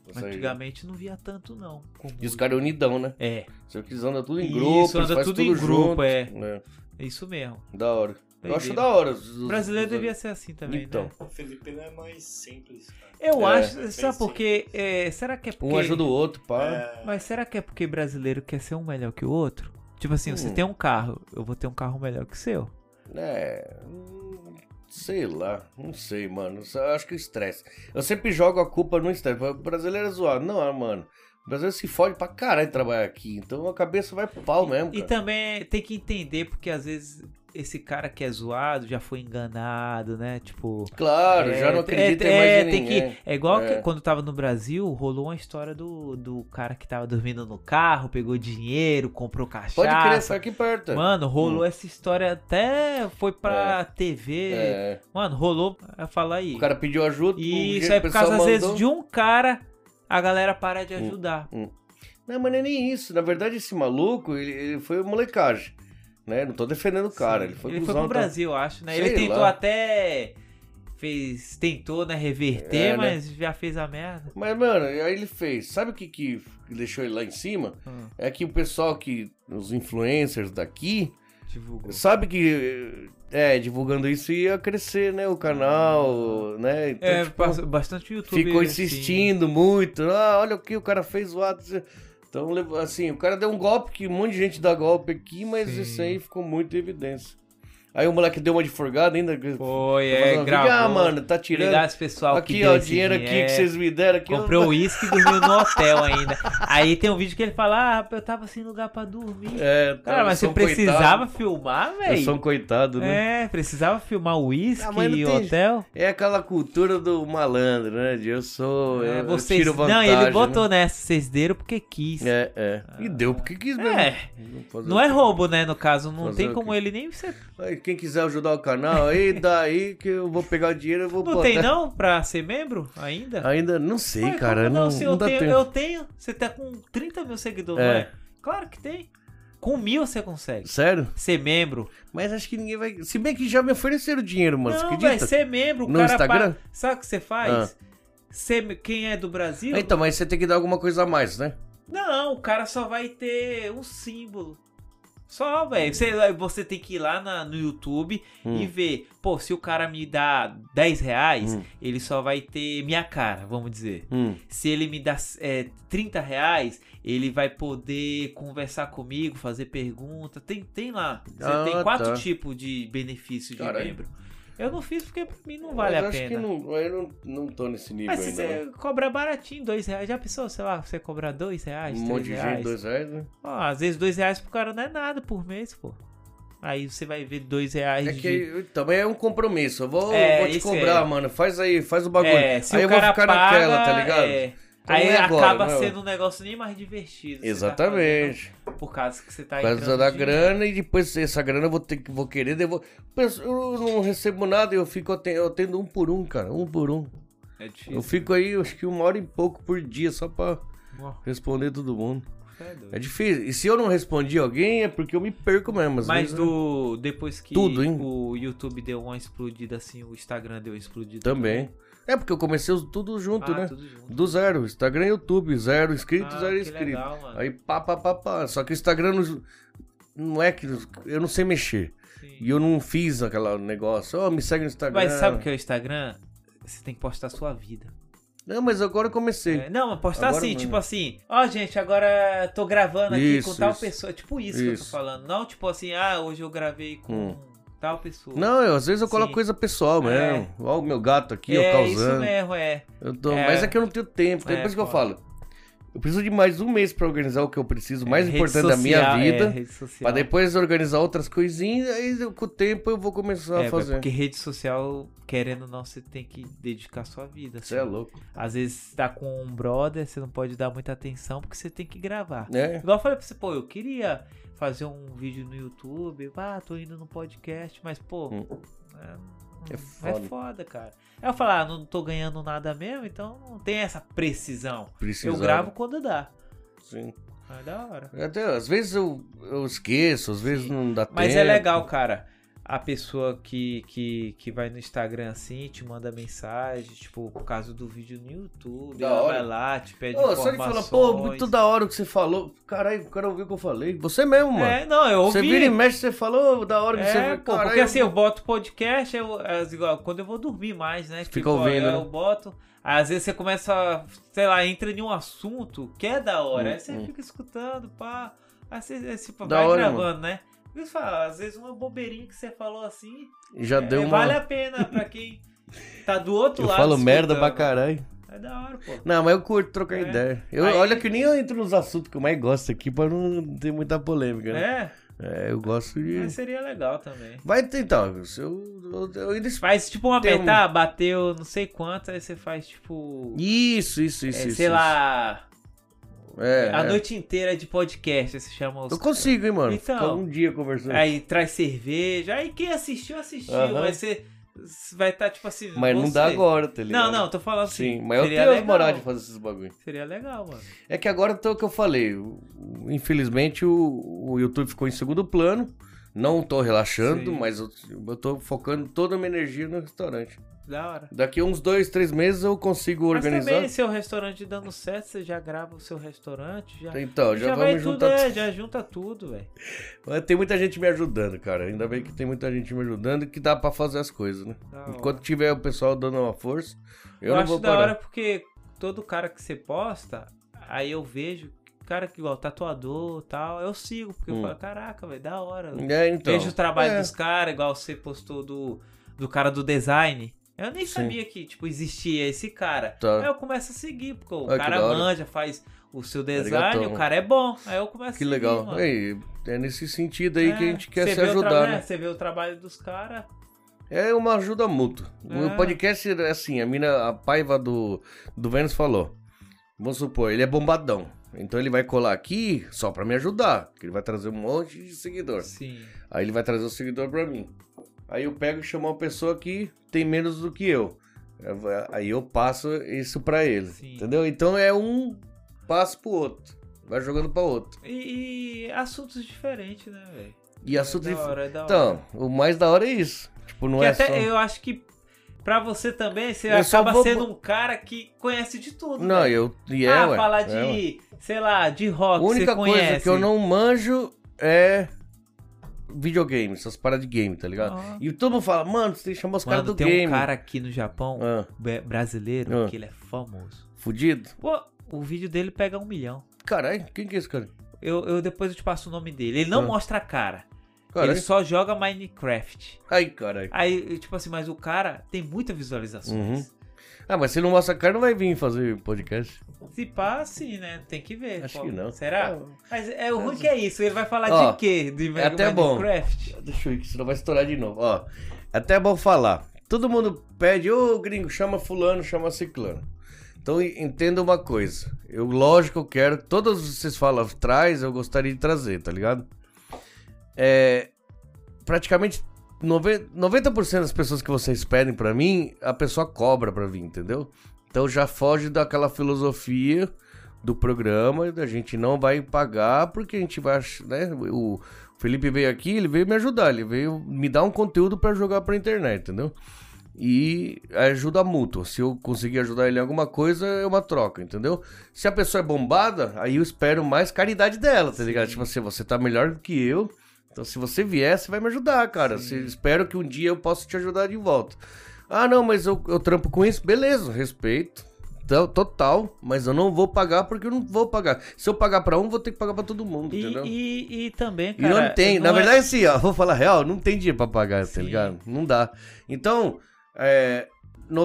Essa região.
Antigamente não via tanto, não. com
E os
música.
caras é unidão, né?
É,
Só que eles andam tudo em
Isso,
grupo,
anda
faz
tudo
tudo
em grupo,
junto.
é.
É,
é isso mesmo.
Da hora. Eu
Doideira.
acho da hora. os-
O
os-
brasileiro
os-
devia ser assim também,
Então,
né?
O Filipino é mais simples, cara.
Eu
É,
acho, sabe
bem
por quê? É, será que é porque...
Um ajuda o outro, pá.
É,
Mas será que é porque brasileiro quer ser um melhor que o outro? Tipo assim, você
Hum.
tem um carro, eu vou ter um carro melhor que o seu.
É. hum, Né? Sei lá, não sei, mano. Só- Eu acho que o estresse. Eu sempre jogo a culpa no estresse. O brasileiro é zoado. Não, ah, mano. O brasileiro se fode pra caralho trabalhar aqui. Então a cabeça vai pro pau mesmo.
E então-
Cara.
também tem que entender, porque às vezes esse cara que é zoado já foi enganado, né? Tipo.
Claro, já não
é,
acredita em mais
é,
em
tem que-
ninguém.
é igual
É.
que quando tava no Brasil, rolou uma história do, do cara que tava dormindo no carro, pegou dinheiro, comprou cachaça.
Pode crer, Hum. sai aqui perto.
Mano, rolou essa história até foi pra TV.
É.
Mano, rolou. Fala aí.
O cara pediu ajuda.
E
o
isso
jeito
aí
o
por
pessoal
causa, às vezes,
mandou. Um,
de um cara, a galera para de ajudar.
Não, mas não é nem isso. Na verdade, esse maluco, ele, ele foi molecagem. Né? Não tô defendendo o cara. Ele foi
Ele foi
cuzão,
pro
tá?
Brasil, eu acho, né?
Sei
ele tentou
lá.
até. Fez. Tentou, né, reverter,
É, né?
mas já fez a merda.
Mas, mano, aí ele fez. Sabe o que, que deixou ele lá em cima?
Hum.
É que o pessoal que. Os influencers daqui.
Divulgou.
Sabe que. É, divulgando isso ia crescer, né? O canal, né? Então,
É,
tipo,
passa- bastante YouTube.
ficou
assim.
insistindo muito. Ah, olha o que o cara fez o ato. Então, levo- assim, o cara deu um golpe que um monte de gente dá golpe aqui, mas
Sim.
isso aí ficou muito em evidência. Aí o moleque deu uma de forgada ainda. que- tá
Foi,
fazendo
é,
um vídeo,
gravou.
Ah, mano, tá tirando.
Obrigado, esse pessoal. que
aqui,
deu
ó, o
esse
dinheiro aqui
dinheiro.
que vocês me deram aqui. eu-
é. Comprou um o uísque e dormiu no hotel
(laughs)
ainda. Aí tem um vídeo que ele fala: Ah, eu tava sem lugar pra dormir.
É, tá,
Cara,
eu
mas você
sou um coitado.
precisava filmar,
Eu sou um
velho?
coitado, né?
É, precisava filmar o uísque
Ah, mas não
e o
tem-
hotel.
É. aquela cultura do malandro, né? De eu sou.
É,
eu,
vocês...
eu tiro vantagem.
não, ele
né?
botou nessa, vocês deram porque quis. É,
É, é. E deu porque quis mesmo. Fazer
não
o
é
quê?
roubo, né? No caso, não
Fazer
tem
o
como
quê?
ele nem ser.
Aí, Quem quiser ajudar o canal aí, (laughs) daí que eu vou pegar o dinheiro e vou
Não
botar.
tem, não, pra ser membro ainda?
Ainda não sei,
Ué,
cara.
como
Não,
se
não
eu,
dá
tenho,
tempo.
eu tenho. Você tá com 30 mil seguidores,
É.
não é? Claro que tem. Com mil você consegue.
Sério?
Ser membro.
Mas acho que ninguém vai. Se bem que já me ofereceram dinheiro, mano.
não,
você
vai
acredita?
ser membro. O
No
cara
Instagram? Ah.
paga- Sabe o que você faz? Ser- Quem é do Brasil?
Então, mas você tem que dar alguma coisa a mais, né?
Não, o cara só vai ter um símbolo. Só, velho. Você, eh, você tem que ir lá na- no YouTube e
Hum.
ver. Pô, se o cara me dá 10 reais,
Hum.
ele só vai ter minha cara, vamos dizer.
Hum.
Se ele me dá é, 30 reais, ele vai poder conversar comigo, fazer pergunta. Tem, tem lá. Você
Ah,
tem quatro
tá.
tipos de benefício de
Caralho.
membro. Eu não fiz porque pra mim não vale
mas
a
acho
pena.
que não, eu não, não tô nesse nível
Mas se
ainda. né?
você cobrar baratinho, dois reais. Já pensou, sei lá, você cobrar dois reais,
Um
três
monte de
reais?
gente, dois reais, né?
Ó, às vezes dois reais pro cara não é nada por mês, pô. Aí você vai ver dois reais
É
de...
que eu- também é um compromisso. Eu vou,
É,
vou te
isso
cobrar,
é.
mano. Faz aí, faz o bagulho.
É, se
aí
o
eu vou
cara
ficar
paga,
naquela, tá ligado?
é.
Então
aí
não é agora,
acaba
não é?
sendo um negócio nem mais divertido. você tá
Exatamente.
fazendo por causa que você tá
Por causa
entrando
da
de-
grana e depois essa grana eu vou ter que vou querer devolver. Eu não recebo nada, eu fico aten- eu atendo um por um, cara, um por um.
É
Eu
difícil.
fico aí, acho que uma hora e pouco por dia só pra
Ó,
responder todo mundo.
é doido.
É difícil. E se eu não respondi alguém é porque eu me perco mesmo. às
Mas
vezes, né?
do depois que
Tudo, hein?
o YouTube deu uma explodida assim, o Instagram deu uma explodida
também. É porque eu comecei os- tudo junto,
Ah,
né?
tudo junto.
Do zero, Instagram e YouTube, zero inscritos,
Ah,
zero
que
inscritos.
legal, mano.
Aí pá, pá, pá, pá. Só que o Instagram não, não é que. Eu não sei mexer.
Sim.
E eu não fiz aquele negócio. Ó, me segue no Instagram.
Mas sabe o que é o Instagram? Você tem que postar a sua vida.
Não, mas agora eu comecei.
É, não, mas postar
Agora
assim,
não.
tipo assim, ó, gente, agora tô gravando aqui
Isso,
com tal
isso.
pessoa. Tipo isso, que eu
Isso. Hum.
tô falando. Não, tipo assim, ah, hoje eu gravei com tal pessoa.
Não, eu, às vezes eu coloco
Sim.
coisa pessoal
É.
mesmo. Ó, o meu gato aqui, eu
é isso
causando.
mesmo, é.
Eu tô-
É.
Mas é que eu não tenho tempo. Então É,
É,
por isso que eu
foda.
falo. Eu preciso de mais um mês pra organizar o que eu preciso, mais
É,
importante
rede
da minha
social, é,
vida.
rede social.
pra depois organizar outras coisinhas, aí eu- com o tempo eu vou começar
É,
a
fazer.
fazer.
porque rede social, querendo ou não, você tem que dedicar sua vida.
Você é
assim.
louco.
Às vezes você tá com um brother, você não pode dar muita atenção porque você tem que gravar.
É.
Igual assim, eu falei pra você, pô, eu queria fazer um vídeo no YouTube, ah, tô indo no podcast, mas, pô,
Hum.
é,
É
é
foda.
foda, cara. Aí eu falo, ah, não tô ganhando nada mesmo, então não tem essa precisão.
Precisava.
Eu gravo quando dá.
Sim.
Mas é da hora.
Até, às vezes eu, eu esqueço, às vezes
Sim.
não dá tempo.
Mas é legal, cara. A pessoa que, que, que vai no Instagram assim, te manda mensagem, tipo, por causa do vídeo no YouTube,
Da
ela
hora.
vai lá, te pede
Ô, só ele fala,
é informações.
pô, muito da hora o que você falou. Caralho, o cara ouviu o que eu falei. Você mesmo, mano.
É, não, eu
Você
ouvi.
vira e mexe, você falou da hora que você
É,
viu.
pô, porque assim, eu boto podcast, eu, as- igual, quando eu vou dormir mais, né?
Fica ouvindo,
Eu,
né?
eu boto. Às vezes você começa, a, sei lá, entra em um assunto que é da hora.
Hum,
aí você
hum.
fica escutando, pá. Aí você, aí você
Da
vai
hora,
gravando, né? Por isso fala, às vezes uma bobeirinha que você falou assim.
Já
é,
deu uma.
Vale a pena pra quem tá do outro
eu
lado.
falo merda pra
escutando.
caralho.
É da hora, pô.
Não, mas eu curto trocar
É.
ideia. Eu,
Aí-
Olha que nem eu entro nos assuntos que eu mais gosto aqui pra não ter muita polêmica, né?
É,
É, eu gosto de.
mas seria legal também.
Vai tentar, viu? Se eu, eu, eu ainda espero.
Faz tipo uma
Tem um-
apertar, bateu não sei quanto, aí você faz tipo.
Isso, isso,
é,
isso. isso,
sei
isso.
lá.
É,
A
é.
noite inteira de podcast, aí você chama os.
Eu consigo, hein, mano?
Então.
Ficar um dia conversando.
Aí traz cerveja. Aí quem assistiu, assistiu.
Aham.
Mas você vai estar tipo assim.
mas não
você-
dá agora, tá ligado?
Não, não, tô falando assim.
Sim, mas eu
seria
tenho as
legal.
moral de fazer esses bagulho.
Seria legal, mano.
É que agora tô o que eu falei. o- o- Infelizmente o, o YouTube ficou em segundo plano. Não tô relaxando,
Sim.
mas eu, eu tô focando toda a minha energia no restaurante.
Da hora.
Daqui uns dois, três meses eu consigo
Mas
organizar.
também, seu restaurante dando certo, você já grava o seu restaurante, já,
Então, já,
já vai
vamos
tudo,
juntar.
é, já junta tudo, velho.
Mas Tem muita gente me ajudando, cara. Ainda bem que tem muita gente me ajudando e que dá pra fazer as coisas, né?
Da hora.
Enquanto tiver o pessoal dando uma força, eu,
Tá, Eu
não
acho
vou
da
parar.
hora porque todo cara que você posta, aí eu vejo, cara que igual tatuador e tal, eu sigo, porque
Hum.
eu falo, caraca, velho, da hora.
É, então.
vejo o trabalho
É.
dos caras, igual você postou do, do cara do design. Eu nem
Sim.
sabia que, tipo, existia esse cara.
Tá.
Aí eu começo a seguir, porque o
Ah, que
cara
da hora. Tá
manja, faz o seu design,
Arigatô.
o cara é bom. Aí eu começo a
Que
seguir,
legal.
mano.
Aí, é nesse sentido aí
É,
que a gente quer
você
se
vê o tra-
ajudar,
né,
né?
Você vê o trabalho dos caras.
É uma ajuda mútua.
É.
O podcast, é assim, a mina, a paiva do, do Vênus falou. Vamos supor, ele é bombadão. Então ele vai colar aqui só pra me ajudar. Porque ele vai trazer um monte de seguidor.
Sim.
Aí ele vai trazer o seguidor pra mim. Aí eu pego e chamo uma pessoa que tem menos do que eu. Aí eu passo isso pra ele.
Sim.
Entendeu? Então é um passo pro outro. Vai jogando pra outro.
E, e assuntos diferentes, né, velho?
E assunto
é
de.
da hora, é da hora.
Então, o mais da hora é isso. Tipo, não
que
é
até
só.
eu acho que pra você também, você
Eu só
acaba
vou-
sendo um cara que conhece de tudo.
Não,
né?
eu. E é,
Ah,
ué,
falar
é, ué.
de, sei lá, de rock,
A única
você conhece.
coisa que eu não manjo é. Videogame, essas paradas de game, tá ligado?
Ah.
E todo mundo fala, mano, você tem que chamar os caras
Mano,
do
tem
game.
um cara aqui no Japão,
Ah,
be- brasileiro,
Ah.
que ele é famoso.
fudido?
Pô, o vídeo dele pega um milhão.
Caralho, quem que é esse cara?
Eu, eu depois eu te passo o nome dele. Ele não
Ah.
mostra a cara.
Caralho.
Ele só joga Minecraft.
Ai, caralho.
Aí, tipo assim, mas o cara tem muitas visualizações.
Ah, mas se não mostra a cara, não vai vir fazer podcast.
Se pá, sim, né? Tem que ver.
Acho
Pô,
que não.
Será?
É.
Mas é, o ruim que é isso. Ele vai falar
Ó,
de quê? De
é até bom.
Minecraft?
Deixa eu ir, que senão vai estourar de novo. Ó, até é bom falar. Todo mundo pede, ô gringo, chama fulano, chama ciclano. Então e- entenda uma coisa. Eu, lógico, eu quero. Todos vocês falam, traz, eu gostaria de trazer, tá ligado? É. Praticamente. nove- 90% das pessoas que vocês pedem pra mim, a pessoa cobra pra vir, entendeu? Então já foge daquela filosofia do programa, a gente não vai pagar porque a gente vai, ach- né, o Felipe veio aqui, ele veio me ajudar, ele veio me dar um conteúdo pra jogar pra internet, entendeu? E ajuda mútua. Se eu conseguir ajudar ele em alguma coisa, é uma troca, entendeu? Se a pessoa é bombada, aí eu espero mais caridade dela, tá ligado? Tipo assim, você tá melhor do que eu. Então, se você vier, você vai me ajudar, cara. Se- espero que um dia eu possa te ajudar de volta. Ah, não, mas eu, eu trampo com isso. Beleza, respeito. to- Total, mas eu não vou pagar porque eu não vou pagar. Se eu pagar pra um, vou ter que pagar pra todo mundo,
E,
entendeu?
e, e também,
E
cara.
não tem. Na
é-
verdade, assim, ó, vou falar real, não tem dinheiro pra pagar, tá
Sim.
ligado? Não dá. Então, é,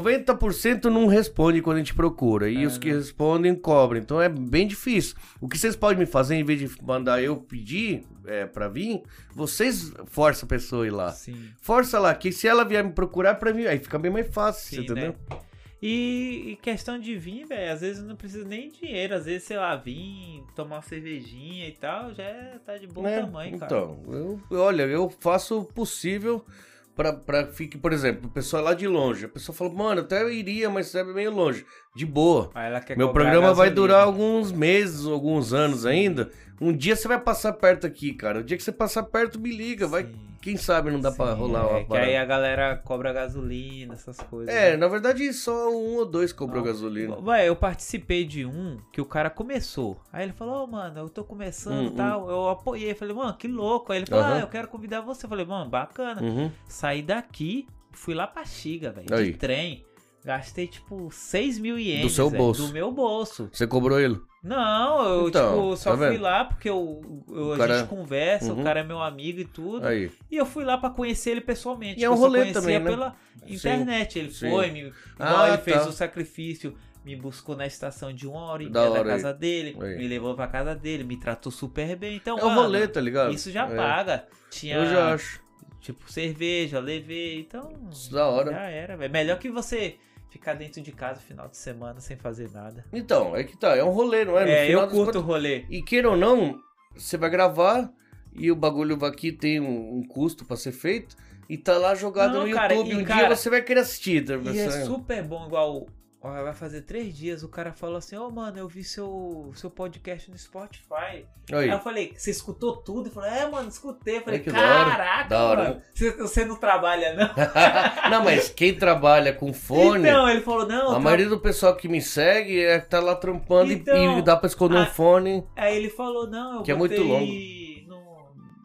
90% não responde quando a gente procura. E os que respondem cobram. Então é bem difícil. O que vocês podem me fazer, em vez de mandar eu pedir é, pra vir, vocês forçam a pessoa a ir lá.
Ah, Sim.
Força lá, que se ela vier me procurar é pra mim, aí fica bem mais fácil,
Sim,
você entendeu?
né? E, e questão de vir, velho, às vezes não precisa nem dinheiro, às vezes, sei lá, vir, tomar uma cervejinha e tal, já é- tá de bom
né?
tamanho, cara.
Então, eu, eu- olha, eu faço o possível pra, pra fique, por exemplo, o pessoal é lá de longe. A pessoa fala, mano, até eu iria, mas sabe meio longe. De boa.
Aí ela quer
Meu
cobrar
programa vai
gasolina.
durar um alguns meses, alguns anos ainda. Um dia você vai passar perto aqui, cara. O dia que você passar perto, me liga. Vai,
Sim.
quem sabe não dá pra
Sim,
rolar uma
é, que
parada.
aí a galera cobra gasolina, essas coisas.
É,
né?
na verdade só um ou dois cobrou
Não.
gasolina.
Ué, eu participei de um que o cara começou. Aí ele falou, ô, mano, eu tô começando e
Hum,
tal. Eu apoiei, falei, mano, que louco. Aí ele falou,
Aham. Hum.
ah, eu quero convidar você. Eu falei, mano, bacana.
Uhum.
Saí daqui, fui lá pra Xiga, velho,
Aí.
de trem. Gastei tipo 6 mil ienes.
Do seu
velho,
bolso.
Do meu bolso.
Você cobrou ele?
Não, eu
Então,
tipo, só
tá
fui
vendo?
lá porque eu, eu-
O
a
cara-
gente conversa,
Uhum.
o cara é meu amigo e tudo.
Aí.
E eu fui lá pra conhecer ele pessoalmente.
E é
que
um
eu só
rolê
conhecia
também, né?
pela internet. Ele
sim.
foi, me, igual
Ah,
ele fez
tá.
o sacrifício, me buscou na estação de uma hora e
Da
meia da
hora aí.
casa dele,
Aí.
me levou pra casa dele, me tratou super bem. Então,
é um
mano,
rolê, tá ligado?
isso já
É.
paga. Tinha,
Eu já acho.
tipo, cerveja, levei, então...
Isso da hora.
Já era, velho. Melhor que você ficar dentro de casa final de semana sem fazer nada.
Então, é que tá. É um rolê, não é? No
É,
final
eu
das
curto o rolê.
E queira ou não, você vai gravar e o bagulho aqui tem um, um custo pra ser feito e tá lá jogado
Não,
no
cara,
YouTube.
e,
um dia
cara,
você vai querer assistir, tá
E é
pensando?
super bom, igual. ó, Vai fazer três dias, o cara falou assim: Ô mano, eu vi seu, seu podcast no Spotify. Aí eu
Aí.
falei: Você escutou tudo? Ele falou: É, mano, escutei. Eu falei:
que da hora,
Caraca,
da hora."
mano, você, você não trabalha, não?
(laughs) não, mas quem trabalha com fone.
Então, ele falou: Não, eu
a
tra-
maioria do pessoal que me segue é que tá lá trampando e-
Então,
e, dá pra esconder um
a-
fone.
Aí ele falou, não, eu
Que é muito
botei
longo. Uhum.
no-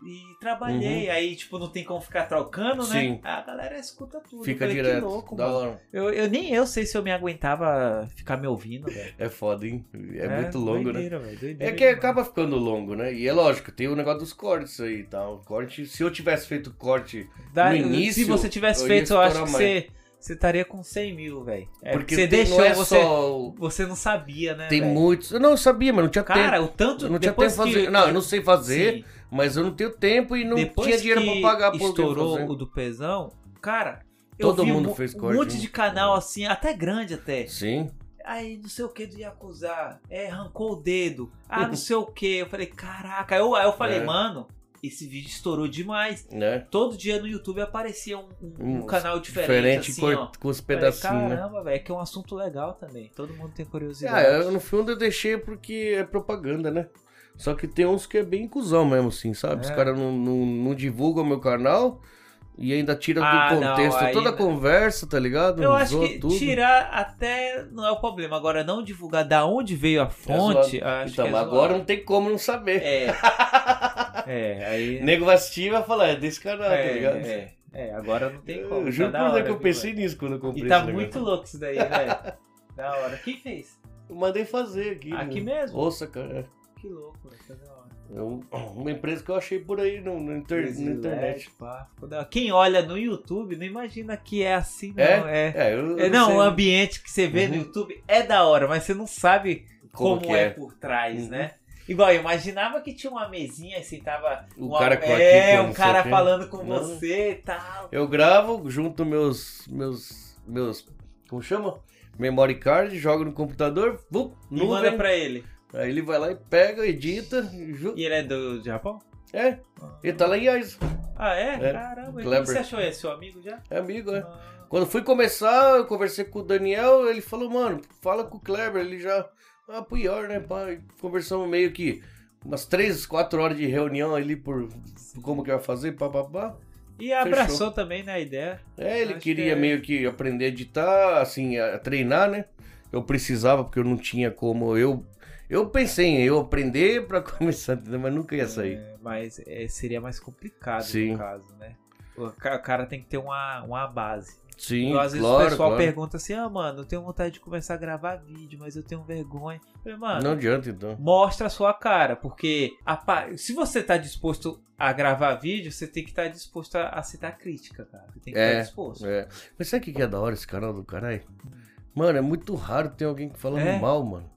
E trabalhei. Aí, tipo, não tem como ficar trocando, né?
Sim.
A galera escuta tudo.
Fica
Eu falei,
direto.
Que louco,
da
mano.
hora.
Eu, eu nem eu sei se eu me aguentava ficar me ouvindo, velho.
É foda, hein? É, muito longo, né?
doideira, velho, doideira
É que
demais.
acaba ficando longo, né? E é lógico, tem o negócio dos cortes aí e tal. Corte, se eu tivesse feito corte
Da-
no início,
se você tivesse
eu ia
feito, eu acho que
estourar mais.
você, você estaria com 100 mil, velho. É,
Porque
você
tem-
deixou,
não é
você,
só. o-
você não sabia, né?
Tem
velho?
muitos. Eu não sabia, mas não tinha
Cara,
tempo.
o tanto.
Eu não tinha tempo
depois
de fazer.
que-
Não, eu não sei fazer,
Sim.
mas eu não tenho tempo e não
Depois
tinha dinheiro
que
pra pagar por
estourou
fazer.
o do pesão, cara,
Todo
eu vi
mundo
um,
fez
um
corte,
monte
né?
de canal assim, até grande até.
Sim.
Aí não sei o que do Yakuza, é, arrancou o dedo, ah, não sei o que. Eu falei, caraca, aí eu, aí eu falei,
É.
mano, esse vídeo estourou demais.
Né?
Todo dia no YouTube aparecia um, um- um
Um
canal
Diferente,
diferente, assim, ó.
cor- com os pedacinhos,
falei,
né?
caramba, velho, é que é um assunto legal também. Todo mundo tem
Ah,
curiosidade.
eu, no fundo eu deixei porque é propaganda, né? Só que tem uns que é bem cuzão mesmo, assim, sabe? Os
É.
caras não, não, não divulgam o meu canal e ainda tiram
Ah,
do
não,
contexto
aí
toda a
não.
conversa, tá ligado?
Eu acho
Zoa
que
tudo.
tirar até não é o problema. Agora, não divulgar da onde veio a fonte, acho
É Então,
que é
mas agora não tem como não saber.
É.
(laughs)
É, aí.
O nego vai assistir e vai falar, é desse canal, tá ligado?
é, é, agora não tem como.
Eu juro
tá
por
da
Deus
hora,
que eu
viu,
pensei
velho?
nisso quando eu comprei
E tá
esse negócio.
muito louco isso
(laughs)
daí, velho. Da hora. Quem fez?
Eu mandei fazer aqui.
Aqui
né?
mesmo?
Nossa, cara.
Que louco, velho. Tá da hora.
É um- uma empresa que eu achei por aí no, no inter- na
Brasilete,
internet.
pá, ficou da hora. Quem olha no YouTube não imagina que é assim, não.
É?
É.
É, eu, eu
É, não, o
sei
ambiente que você vê no
Uhum.
YouTube é da hora, mas você não sabe como,
que
é. por trás,
Uhum.
né? Igual, eu imaginava que tinha uma mesinha assim, tava.
O
uma-
Um cara com aqui,
É,
com
um
não
cara
sei o quê.
falando com
Não.
você e tal.
Eu gravo, junto meus. meus. meus. Como chama? Memory card, jogo no computador, vum,
E manda
nuvem.
pra ele.
Aí ele vai lá e pega, edita. e ju-
E ele é do Japão?
É, ele tá lá em Ice.
Ah, é?
É.
Caramba, então
Kleber.
você achou esse seu amigo já?
É amigo, é.
Ah,
Quando fui começar, eu conversei com o Daniel, ele falou, mano, fala com o Kleber, ele já. Ah, pior, né, pai? Conversamos meio que umas três, quatro horas de reunião ali por como que vai fazer, papapá.
E abraçou também, né, a ideia.
É, ele
Acho
queria
que é.
meio que aprender a editar, assim, a treinar, né? Eu precisava, porque eu não tinha como. Eu, eu pensei em eu aprender pra (laughs) começar, entendeu? mas nunca ia sair.
É, mas é, seria mais complicado
Sim.
no caso, né? O ca- o cara tem que ter uma, uma base.
Sim,
Então, às vezes
claro,
o pessoal
claro.
pergunta assim: ah, mano, eu tenho vontade de começar a gravar vídeo, mas eu tenho vergonha. Eu falei, mano,
Não adianta, então.
mostra a sua cara, porque a pa- se você tá disposto a gravar vídeo, você tem que estar disposto a aceitar crítica, cara. Você tem que
É,
estar disposto.
É. Mas sabe o que que é da hora esse canal do caralho? Mano, é muito raro ter alguém falando
É?
mal, mano.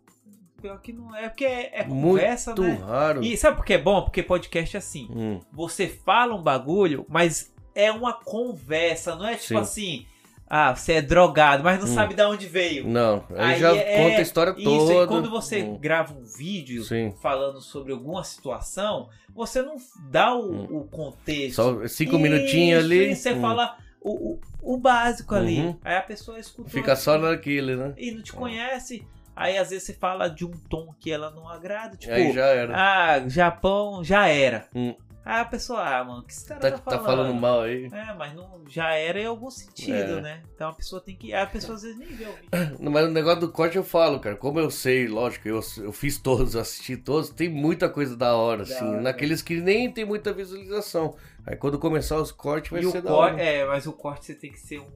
Pior que não é, porque é, é
Muito
conversa,
Muito
né?
raro.
E sabe por que é bom? Porque podcast é assim.
Hum.
Você fala um bagulho, mas é uma conversa, não é tipo
Sim.
assim, ah, você é drogado, mas não
Hum.
sabe de onde veio.
Não, aí,
Aí
já
é-
conta a história
Isso,
toda.
e quando você
Hum.
grava um vídeo
Sim.
falando sobre alguma situação, você não dá o,
Hum.
o contexto.
Só cinco
Isso,
minutinhos ali.
e Você
hum,
fala o, o, o básico ali.
Uhum.
Aí a pessoa escuta.
Fica só naquilo, né?
E não te conhece. Aí às vezes você fala de um tom que ela não agrada. Tipo,
aí já era.
ah, Japão já era.
Hum.
Aí a pessoa, ah, mano, o que esse cara
tá,
tá,
tá falando mal aí.
É, mas não, já era em algum sentido,
É.
né? Então a pessoa tem que. A pessoa às vezes nem vê o vídeo.
Não, Mas o negócio do corte eu falo, cara. Como eu sei, lógico, eu, eu fiz todos, eu assisti todos, tem muita coisa da hora,
Da
assim.
hora.
Naqueles que nem tem muita visualização. Aí quando começar os cortes vai
E o é,
ser Tipo, da
corte-
hora.
é, mas o corte você tem que ser um,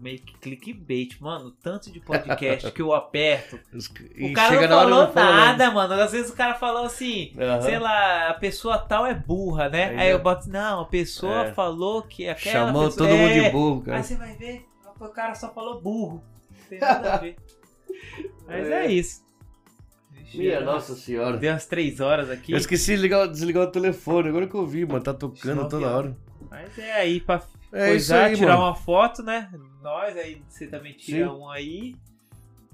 meio que clickbait, mano. Tanto de podcast que eu
(laughs)
aperto.
E
o cara
chega
não
na hora,
falou
não fala né?
nada, mano. Às vezes o cara falou assim,
Aham.
sei lá, a pessoa tal é burra, né?
Aí
Aí,
já-
eu boto, não, a pessoa
É.
falou que aquela
Chamou
pessoa-
todo mundo de
É.
burro, cara.
Aí você vai ver, o cara só falou burro. Não tem nada
(laughs)
a ver. Mas é,
É.
isso.
Minha nossa senhora.
né? Deu umas três horas aqui.
Eu esqueci de ligar, desligar o telefone, agora que eu vi, mano. Tá tocando
Nove
toda hora.
horas. Mas é aí pra
É isso
coisar,
aí,
tirar
mano.
uma foto, né? Nós, aí você também tira
Sim.
um aí.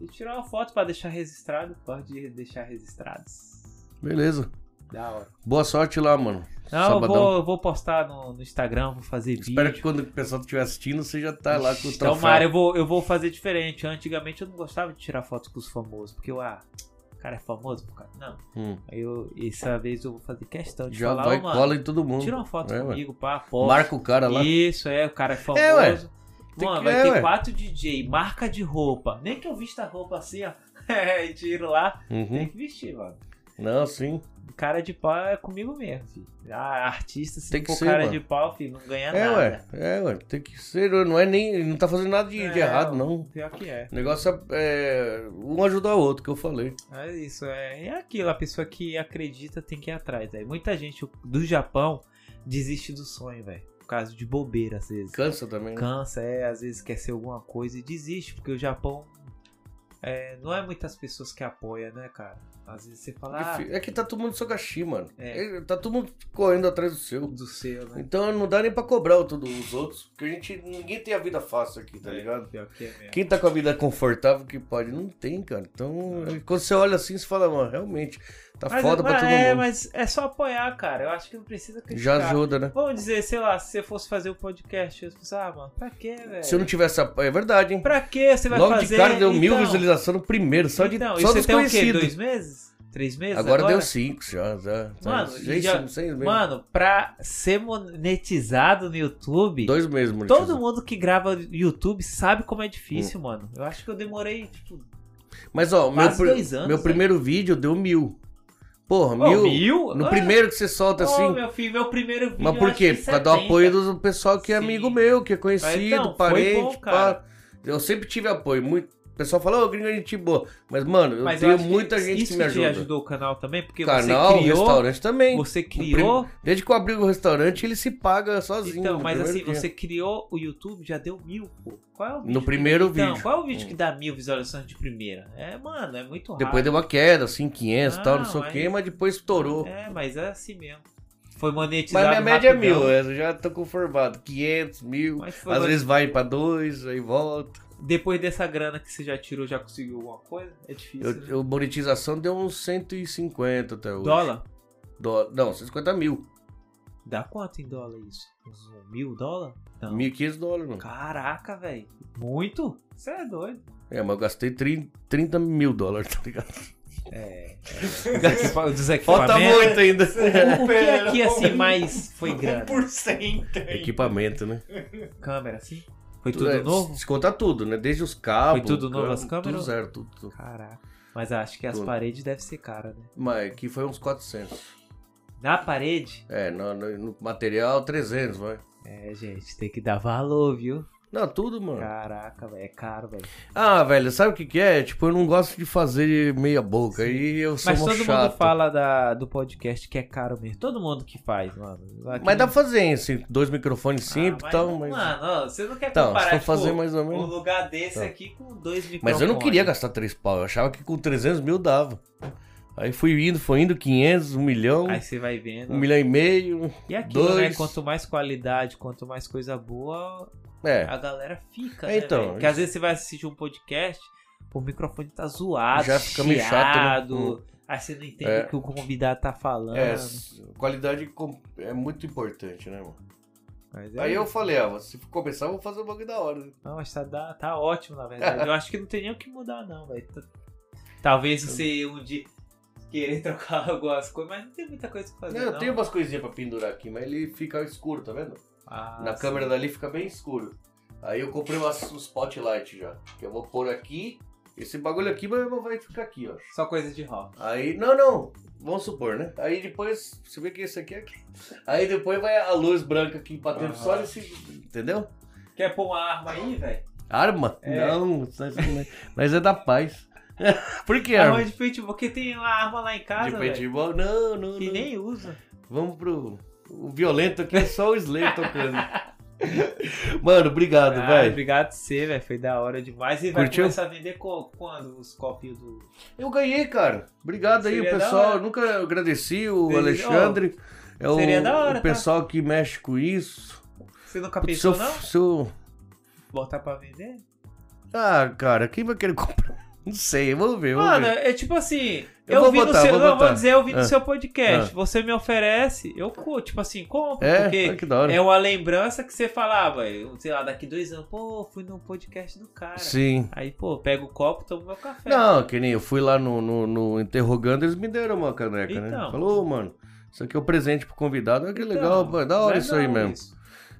E tirar uma foto pra deixar registrado. Pode deixar registrados.
Beleza.
Da hora.
Boa sorte lá, mano.
Não, eu vou, eu vou postar no, no Instagram, vou fazer vídeo. é
Espero que quando o pessoal estiver assistindo, você já tá lá com o troféu.
Tomara, eu vou, eu vou fazer diferente. Antigamente eu não gostava de tirar foto com os famosos, porque eu, ah, o cara é famoso, pô, cara. Não.
Hum,
Aí eu, essa vez eu vou fazer questão de
já
falar,
vai
"Ô,
e
mano,
cola em todo mundo.
tira um uma foto
É, ué.
comigo, pá, posta.
Marca o cara lá.
Isso, é, o cara é famoso.
É, ué. Tem
Mano,
que-
vai
é,
ter
ué.
quatro DJ, marca de roupa. Nem que eu vista a roupa assim, ó. (laughs) e tiro lá. Tem
Uhum.
que vestir, mano.
Não, sim.
Cara de pau é comigo mesmo, filho. Ah, artista, se
Tem que
for
ser,
cara
mano.
de pau, filho, não ganha
É,
nada.
ué. É, ué. Tem que ser. Não é nem. Não tá fazendo nada de, de
É,
errado, não.
Pior que é.
O negócio é, é, Um ajudar o outro, que eu falei.
É isso, é, é aquilo, a pessoa que acredita tem que ir atrás, velho. Muita gente do Japão desiste do sonho, velho. Por causa de bobeira, às vezes.
Cansa também. né?
Cansa, é, às vezes quer ser alguma coisa e desiste, porque o Japão é, não é muitas pessoas que apoiam, né, cara? Às vezes você fala ah,
Difí- É que tá todo mundo sogashi, mano.
É.
É, Tá todo mundo correndo atrás do seu.
do seu, né?
Então não dá nem pra cobrar o- tudo, os outros. Porque a gente. Ninguém tem a vida fácil aqui, tá ligado?
Pior que é mesmo.
Quem tá com a vida confortável que pode, não tem, cara. Então, é, quando você olha assim, você fala, mano, realmente, tá
Mas,
foda pra
mas-
todo
é,
mundo.
mas é só apoiar, cara. Eu acho que não precisa
Já
criticar.
ajuda, né?
Vamos dizer, sei lá, se você fosse fazer o podcast, eu pensava, ah, mano, pra quê, velho?
Se eu não tivesse apoio, é verdade, hein?
Pra quê você vai
Logo
fazer?
de cara deu mil
Então,
visualizações no primeiro, só de
então, e
só
você
dos
tem o quê?
conhecidos.
Dois meses? Três meses?
agora, deu cinco já, já. já-
Mano,
seis,
já-
cinco, seis meses.
Mano, pra ser monetizado no YouTube,
Dois meses, monetizado.
todo mundo que grava YouTube sabe como é difícil,
Hum.
mano. Eu acho que eu demorei, tipo,
Mas ó, meu,
quase
pri-
dois anos.
meu
né?
primeiro vídeo deu mil. Porra,
Pô,
mil.
mil?
No
Ah,
primeiro que você solta
pô,
assim.
meu filho, meu primeiro vídeo.
Mas por quê? Por causa do apoio do pessoal que é
Sim.
amigo meu, que é conhecido,
então, foi
parente,
bom,
pá.
cara.
Eu sempre tive apoio. Muito... O pessoal fala, ô, gringo é gente boa. Mas, mano, eu
Mas
tenho
acho que
muita gente
isso
que me ajuda.
te ajudou o canal também, porque
Canal,
você criou.
restaurante também.
Você criou.
Desde que eu abri o restaurante, ele se paga sozinho.
Então,
no
mas
primeiro
assim,
dia.
você criou o YouTube, já deu mil, pô. Qual é o vídeo?
No primeiro
Então,
vídeo. Hum.
qual é o vídeo que dá mil visualizações de primeira? É, mano, é muito raro.
Depois deu uma queda, assim, 500 e tal, não
Ah,
sei o
mas-
quê, mas depois estourou.
É, mas é assim mesmo. Foi
mas
monetizado
minha média é
rapidão,
mil, eu já tô conformado. 500, mil.
Mas foi
Às
mone-
vezes vai pra dois, aí volta.
Depois dessa grana que você já tirou, já conseguiu alguma coisa? É difícil,
Eu,
né?
eu- monetização deu uns 150 até hoje.
Dólar?
Dó- Não, 150 mil.
Dá quanto em dólar isso? Uns um mil dólar? Não.
1.500 dólares, mano.
Caraca, velho. Muito? Você é doido.
É, mas eu gastei 30, 30 mil dólares, tá ligado?
É. é. Dos
Falta (laughs)
equipamentos.
muito
(laughs)
ainda.
O que aqui, assim, mais foi grana?
1% aí.
Equipamento, né?
Câmera, assim? Foi
É,
tudo novo?
Desconta tudo, né? Desde os cabos.
Foi tudo novo
cabo,
as câmeras?
Tudo zero, tudo. tudo.
Caraca. Mas acho que as
Tudo.
paredes devem ser caras, né?
Mas aqui foi uns 400.
Na parede?
É, no, no- no material 300, vai.
É, gente, tem que dar valor, viu?
Não, tudo, mano.
Caraca, velho, é caro, velho.
Ah, velho, sabe o que que é? Tipo, eu não gosto de fazer meia boca. Aí eu sou
Mas
mó
todo
chato.
mundo fala da- do podcast que é caro mesmo. Todo mundo que faz, mano. Aqui
Mas dá
não-
pra fazer, hein, assim, dois microfones
Ah,
simples e tal, então, mas...
Mano, ó, você não quer
Então, se
comparar
for
tipo,
fazer mais ou
um
menos...
lugar desse
Tá.
aqui com dois microfones.
Mas eu não queria gastar três pau, eu achava que com 300 mil dava. Aí fui indo, foi indo, 500, um milhão,
Aí você vai vendo.
um milhão e meio...
E aquilo,
dois.
né? Quanto mais qualidade, quanto mais coisa boa,
É,
a galera fica,
É,
né?
então,
velho? Porque às vezes você vai assistir um podcast, o microfone tá zoado,
Já fica meio chato, né?
chiado, Aí você não entende
É.
o que o convidado tá falando.
é, s- qualidade com- é muito importante, né, mano?
Mas é
Aí eu falei, ah, se começar, eu vou fazer um bagulho da hora. né?
Não, mas tá, dá- tá ótimo, na verdade. Eu acho que não tem nem o que mudar, não, velho. Tá- Talvez você um dia querer trocar (laughs) algumas coisas, mas não tem muita coisa pra fazer.
Não, eu
não.
tenho umas coisinhas pra pendurar aqui, mas ele fica escuro, tá vendo?
Ah,
Na
sim.
câmera dali fica bem escuro. Aí eu comprei umas, um spotlight já, que eu vou pôr aqui. Esse bagulho aqui mas não vai ficar aqui, ó.
Só coisa de rock.
Aí, não, não, vamos supor, né? Aí depois, você vê que esse aqui é aqui. Aí depois vai a luz branca aqui batendo
Aham.
só nesse, entendeu?
Quer pôr uma arma aí, velho?
Arma?
É.
Não, nós, nós é da paz. (laughs) Por que
Arma
arma?
Tá de paintball, porque tem uma arma lá em casa,
de
velho,
paintball? Não, não,
que
não.
nem usa.
Vamos pro. O violento aqui é só o Slayer
(laughs)
tocando. Mano, obrigado,
Ah,
velho.
Obrigado por você, velho. Foi da hora demais. E vai
Curtiu?
começar a vender co- quando os copinhos do.
Eu ganhei, cara. Obrigado aí,
Seria
o
da
pessoal.
hora.
Eu nunca agradeci o
Seria-
Alexandre. É o,
seria da hora,
o pessoal que mexe com isso.
Você nunca
Putz,
pensou,
se eu-
não?
se eu-
Botar pra vender?
Ah, cara, quem vai querer (laughs) comprar? Não sei, vamos ver. Vamos
Mano,
ver.
é tipo assim.
Eu
Eu,
vou
vi
botar,
no seu.
vou
não, eu
botar.
vou dizer, eu vi
Ah.
no seu podcast.
Ah.
Você me oferece, eu curto. Tipo assim, compro,
É, olha
porque.
que da hora.
É uma lembrança que você falava, eu, sei lá, daqui dois anos, pô, fui no podcast do cara. É.
Sim.
Aí, pô, pego o copo, tomo meu café.
Não, que nem eu fui lá no, no, no Interrogando, eles me deram uma caneca, né?
Então.
Falou, "Ô, mano, isso aqui é o presente pro convidado. Olha que
Então,
legal, pô, da hora
não é
isso aí
não,
mesmo.
isso.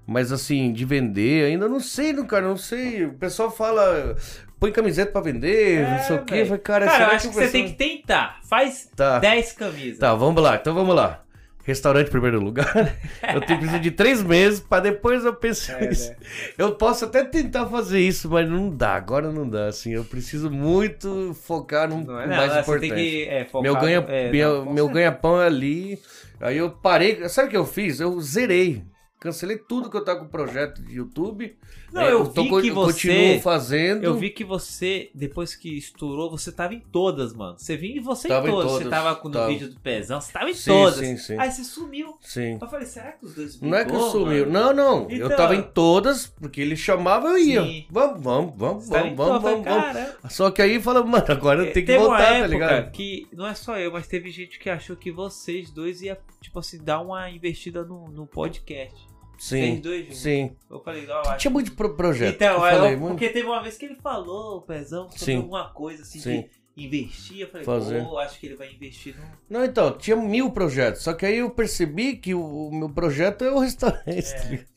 Mas assim, de vender, ainda não sei, não, cara, não sei. O pessoal fala, põe camiseta pra vender,
É,
não sei o quê. Eu
velho.
falei, cara,
Cara,
será
eu acho que
o
você tem que
pessoal-
tentar. Faz
Tá.
10 camisas.
Tá, vamos lá, então vamos lá. Restaurante em primeiro lugar. né? Eu
(laughs)
tenho preciso de três meses pra depois eu pensar
É,
isso.
né?
Eu posso até tentar fazer isso, mas não dá, agora não dá. Assim, eu preciso muito focar no
Não é
no
nada,
mais
você
importante.
tem que é, focar.
Meu ganha,
é,
meu,
não, com
meu
certeza.
ganha-pão é ali. Aí eu parei. Sabe o que eu fiz? Eu zerei. Cancelei tudo que eu tava com o projeto de YouTube.
Não,
É,
eu
tô
vi
co-
que
eu
você-
Continuo fazendo.
Eu vi que você, depois que estourou, você tava em todas, mano. Você vinha e você
Tava em
em todas. Você
todas,
tava com- no
tava.
vídeo do Pezão, você tava em
Sim,
todas.
sim, sim.
Aí você sumiu.
Sim.
Eu falei, será que os dois
Não é que eu
brigou,
sumiu.
mano?
Não, não. Eu
Então-
tava em todas, porque ele chamava eu ia.
Sim.
Vamos, vamos, vamos,
Você tava
vamos,
em
vamos,
todas, eu
vamos,
falei,
vamos.
"Cara, É,
Só que aí fala, mano, agora eu tenho que
Teve uma
voltar, tá
época
ligado?
Que não é só eu, mas teve gente que achou que vocês dois ia, tipo assim, dar uma investida no, no podcast. Vocês
Sim.
dois juntos.
Sim.
Eu falei, ó, eu acho.
Tinha muito pro projeto.
Então,
eu
eu-
falei, mano.
porque teve uma vez que ele falou, Pezão, sobre
Sim.
alguma coisa assim
Sim.
de investir. Eu falei,
Fazer.
pô, acho que ele vai investir é, no.
(laughs) Não, então, tinha mil projetos. Só que aí eu percebi que o, o meu projeto é o restaurante. tá ligado?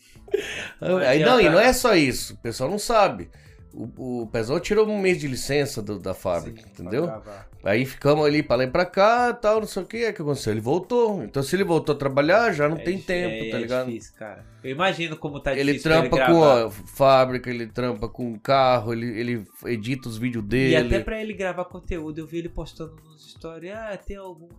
(laughs) aí,
Não
não, e
adianta.
não é só isso. O pessoal não sabe. O, o pessoal tirou um mês de licença do- da fábrica,
Sim,
entendeu?
pra gravar.
Aí ficamos ali pra lá e pra cá, tal, não sei o que. É que aconteceu. Ele voltou. Então, se ele voltou a trabalhar, já não
É
tem
difí-
tempo,
é-
tá
é
ligado?
difícil, cara. Eu imagino como tá
Ele
difícil pra
trampa
ele
com
gravar.
a fábrica, ele trampa com carro, ele, ele edita os vídeos
E
dele.
até pra ele gravar conteúdo, eu vi ele postando nos stories, ah, tem algum.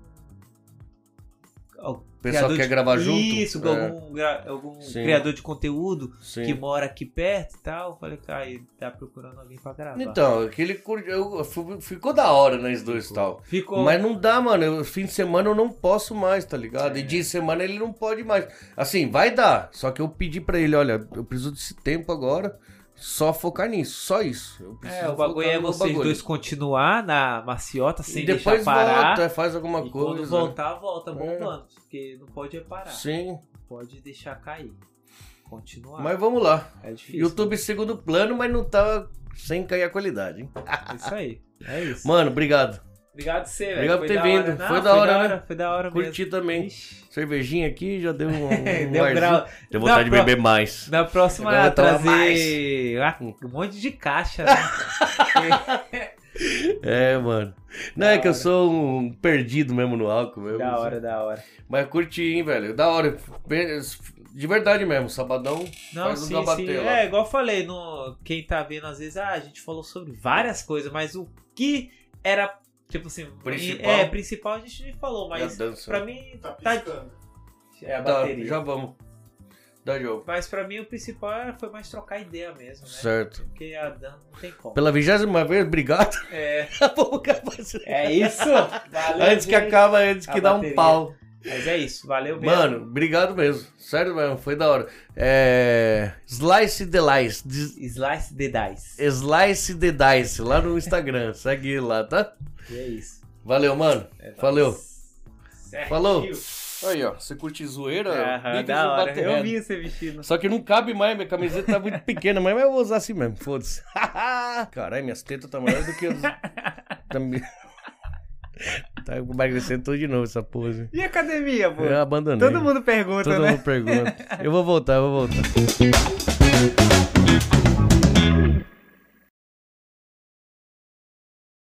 algum
O pessoal
criador
quer
de-
gravar junto?
Isso,
É,
algum, gra- algum
Sim.
criador de conteúdo
sim.
que mora aqui perto e tal. Eu Falei, cara, ele tá procurando alguém pra gravar.
Então, aquele cur- eu- fu- ficou da hora nós dois e tal.
Ficou.
Mas não dá, mano. Eu, fim de semana eu não posso mais, tá ligado? E
É.
dia de semana ele não pode mais. Assim, vai dar. Só que eu pedi pra ele, olha, eu preciso desse tempo agora, só focar nisso, só isso. Eu preciso
É, o bagulho
focar
é
no
vocês
bagulho.
dois continuar na maciota sem
e depois
deixar parar.
volta, é, faz alguma
e
coisa. É.
quando voltar, volta bombando. Porque não pode é parar.
Sim,
Não pode deixar cair. Continuar.
mas vamos lá.
É difícil.
YouTube segundo plano, mas não tá sem cair a qualidade, hein?
É isso aí. É isso.
Mano, obrigado.
Obrigado por você, velho.
Obrigado por
Foi
ter
da
vindo.
hora. Não,
Foi da hora, né?
Foi da hora mesmo.
Curti também.
Ixi.
Cervejinha aqui já
(laughs)
deu um, um
Deu um
arzinho.
grau.
Deu vontade
(laughs) Não,
de
pro-
beber mais.
Na próxima
Agora
eu
toma
trazer ah, um monte de caixa.
(laughs)
Né?
É, mano. Não é
Da
que eu
hora.
sou um perdido mesmo no álcool mesmo.
da hora, da hora.
Mas curti, hein, velho. Da hora. De verdade mesmo, sabadão.
Não,
Faz um
sim,
gabatê
sim.
lá.
É, igual eu falei, no, quem tá vendo às vezes, ah, a gente falou sobre várias coisas, mas o que era, tipo assim,
Principal.
é, principal a gente não falou, mas
Já dança.
pra mim
Tá
tá,
piscando.
é a
Tá,
bateria.
já vamos. Dá jogo.
Mas pra mim o principal era- foi mais trocar ideia mesmo, né?
Certo.
Porque a Dan não tem como.
Pela vigésima vez, obrigado. (laughs)
É,
Vamos acabar isso. (laughs)
é isso. Valeu,
Antes que
gente.
acaba, antes que
A
dá um
bateria.
pau.
Mas é isso, valeu mesmo.
Mano, obrigado mesmo. Sério mesmo, foi da hora. É... Slice the Lice. Des-
Slice the dice.
Slice the Dice, lá no Instagram. Segue ele lá, tá?
E é isso.
Valeu, mano.
É nóis.
Valeu.
Certinho.
Falou. Aí, ó. Você curte zoeira?
Aham,
Beatles
da
no
hora.
Baterrado.
Eu vi você vestido.
Só que não cabe mais, minha camiseta tá muito pequena, mas eu vou usar assim mesmo, foda-se. (laughs) Caralho, minhas tetas tá maior do que as... tá me- (laughs) tá emagrecendo tudo de novo essa pose.
E academia, pô?
Eu abandonei.
Todo mundo pergunta,
Todo
né?
mundo pergunta. Eu vou voltar, eu vou voltar.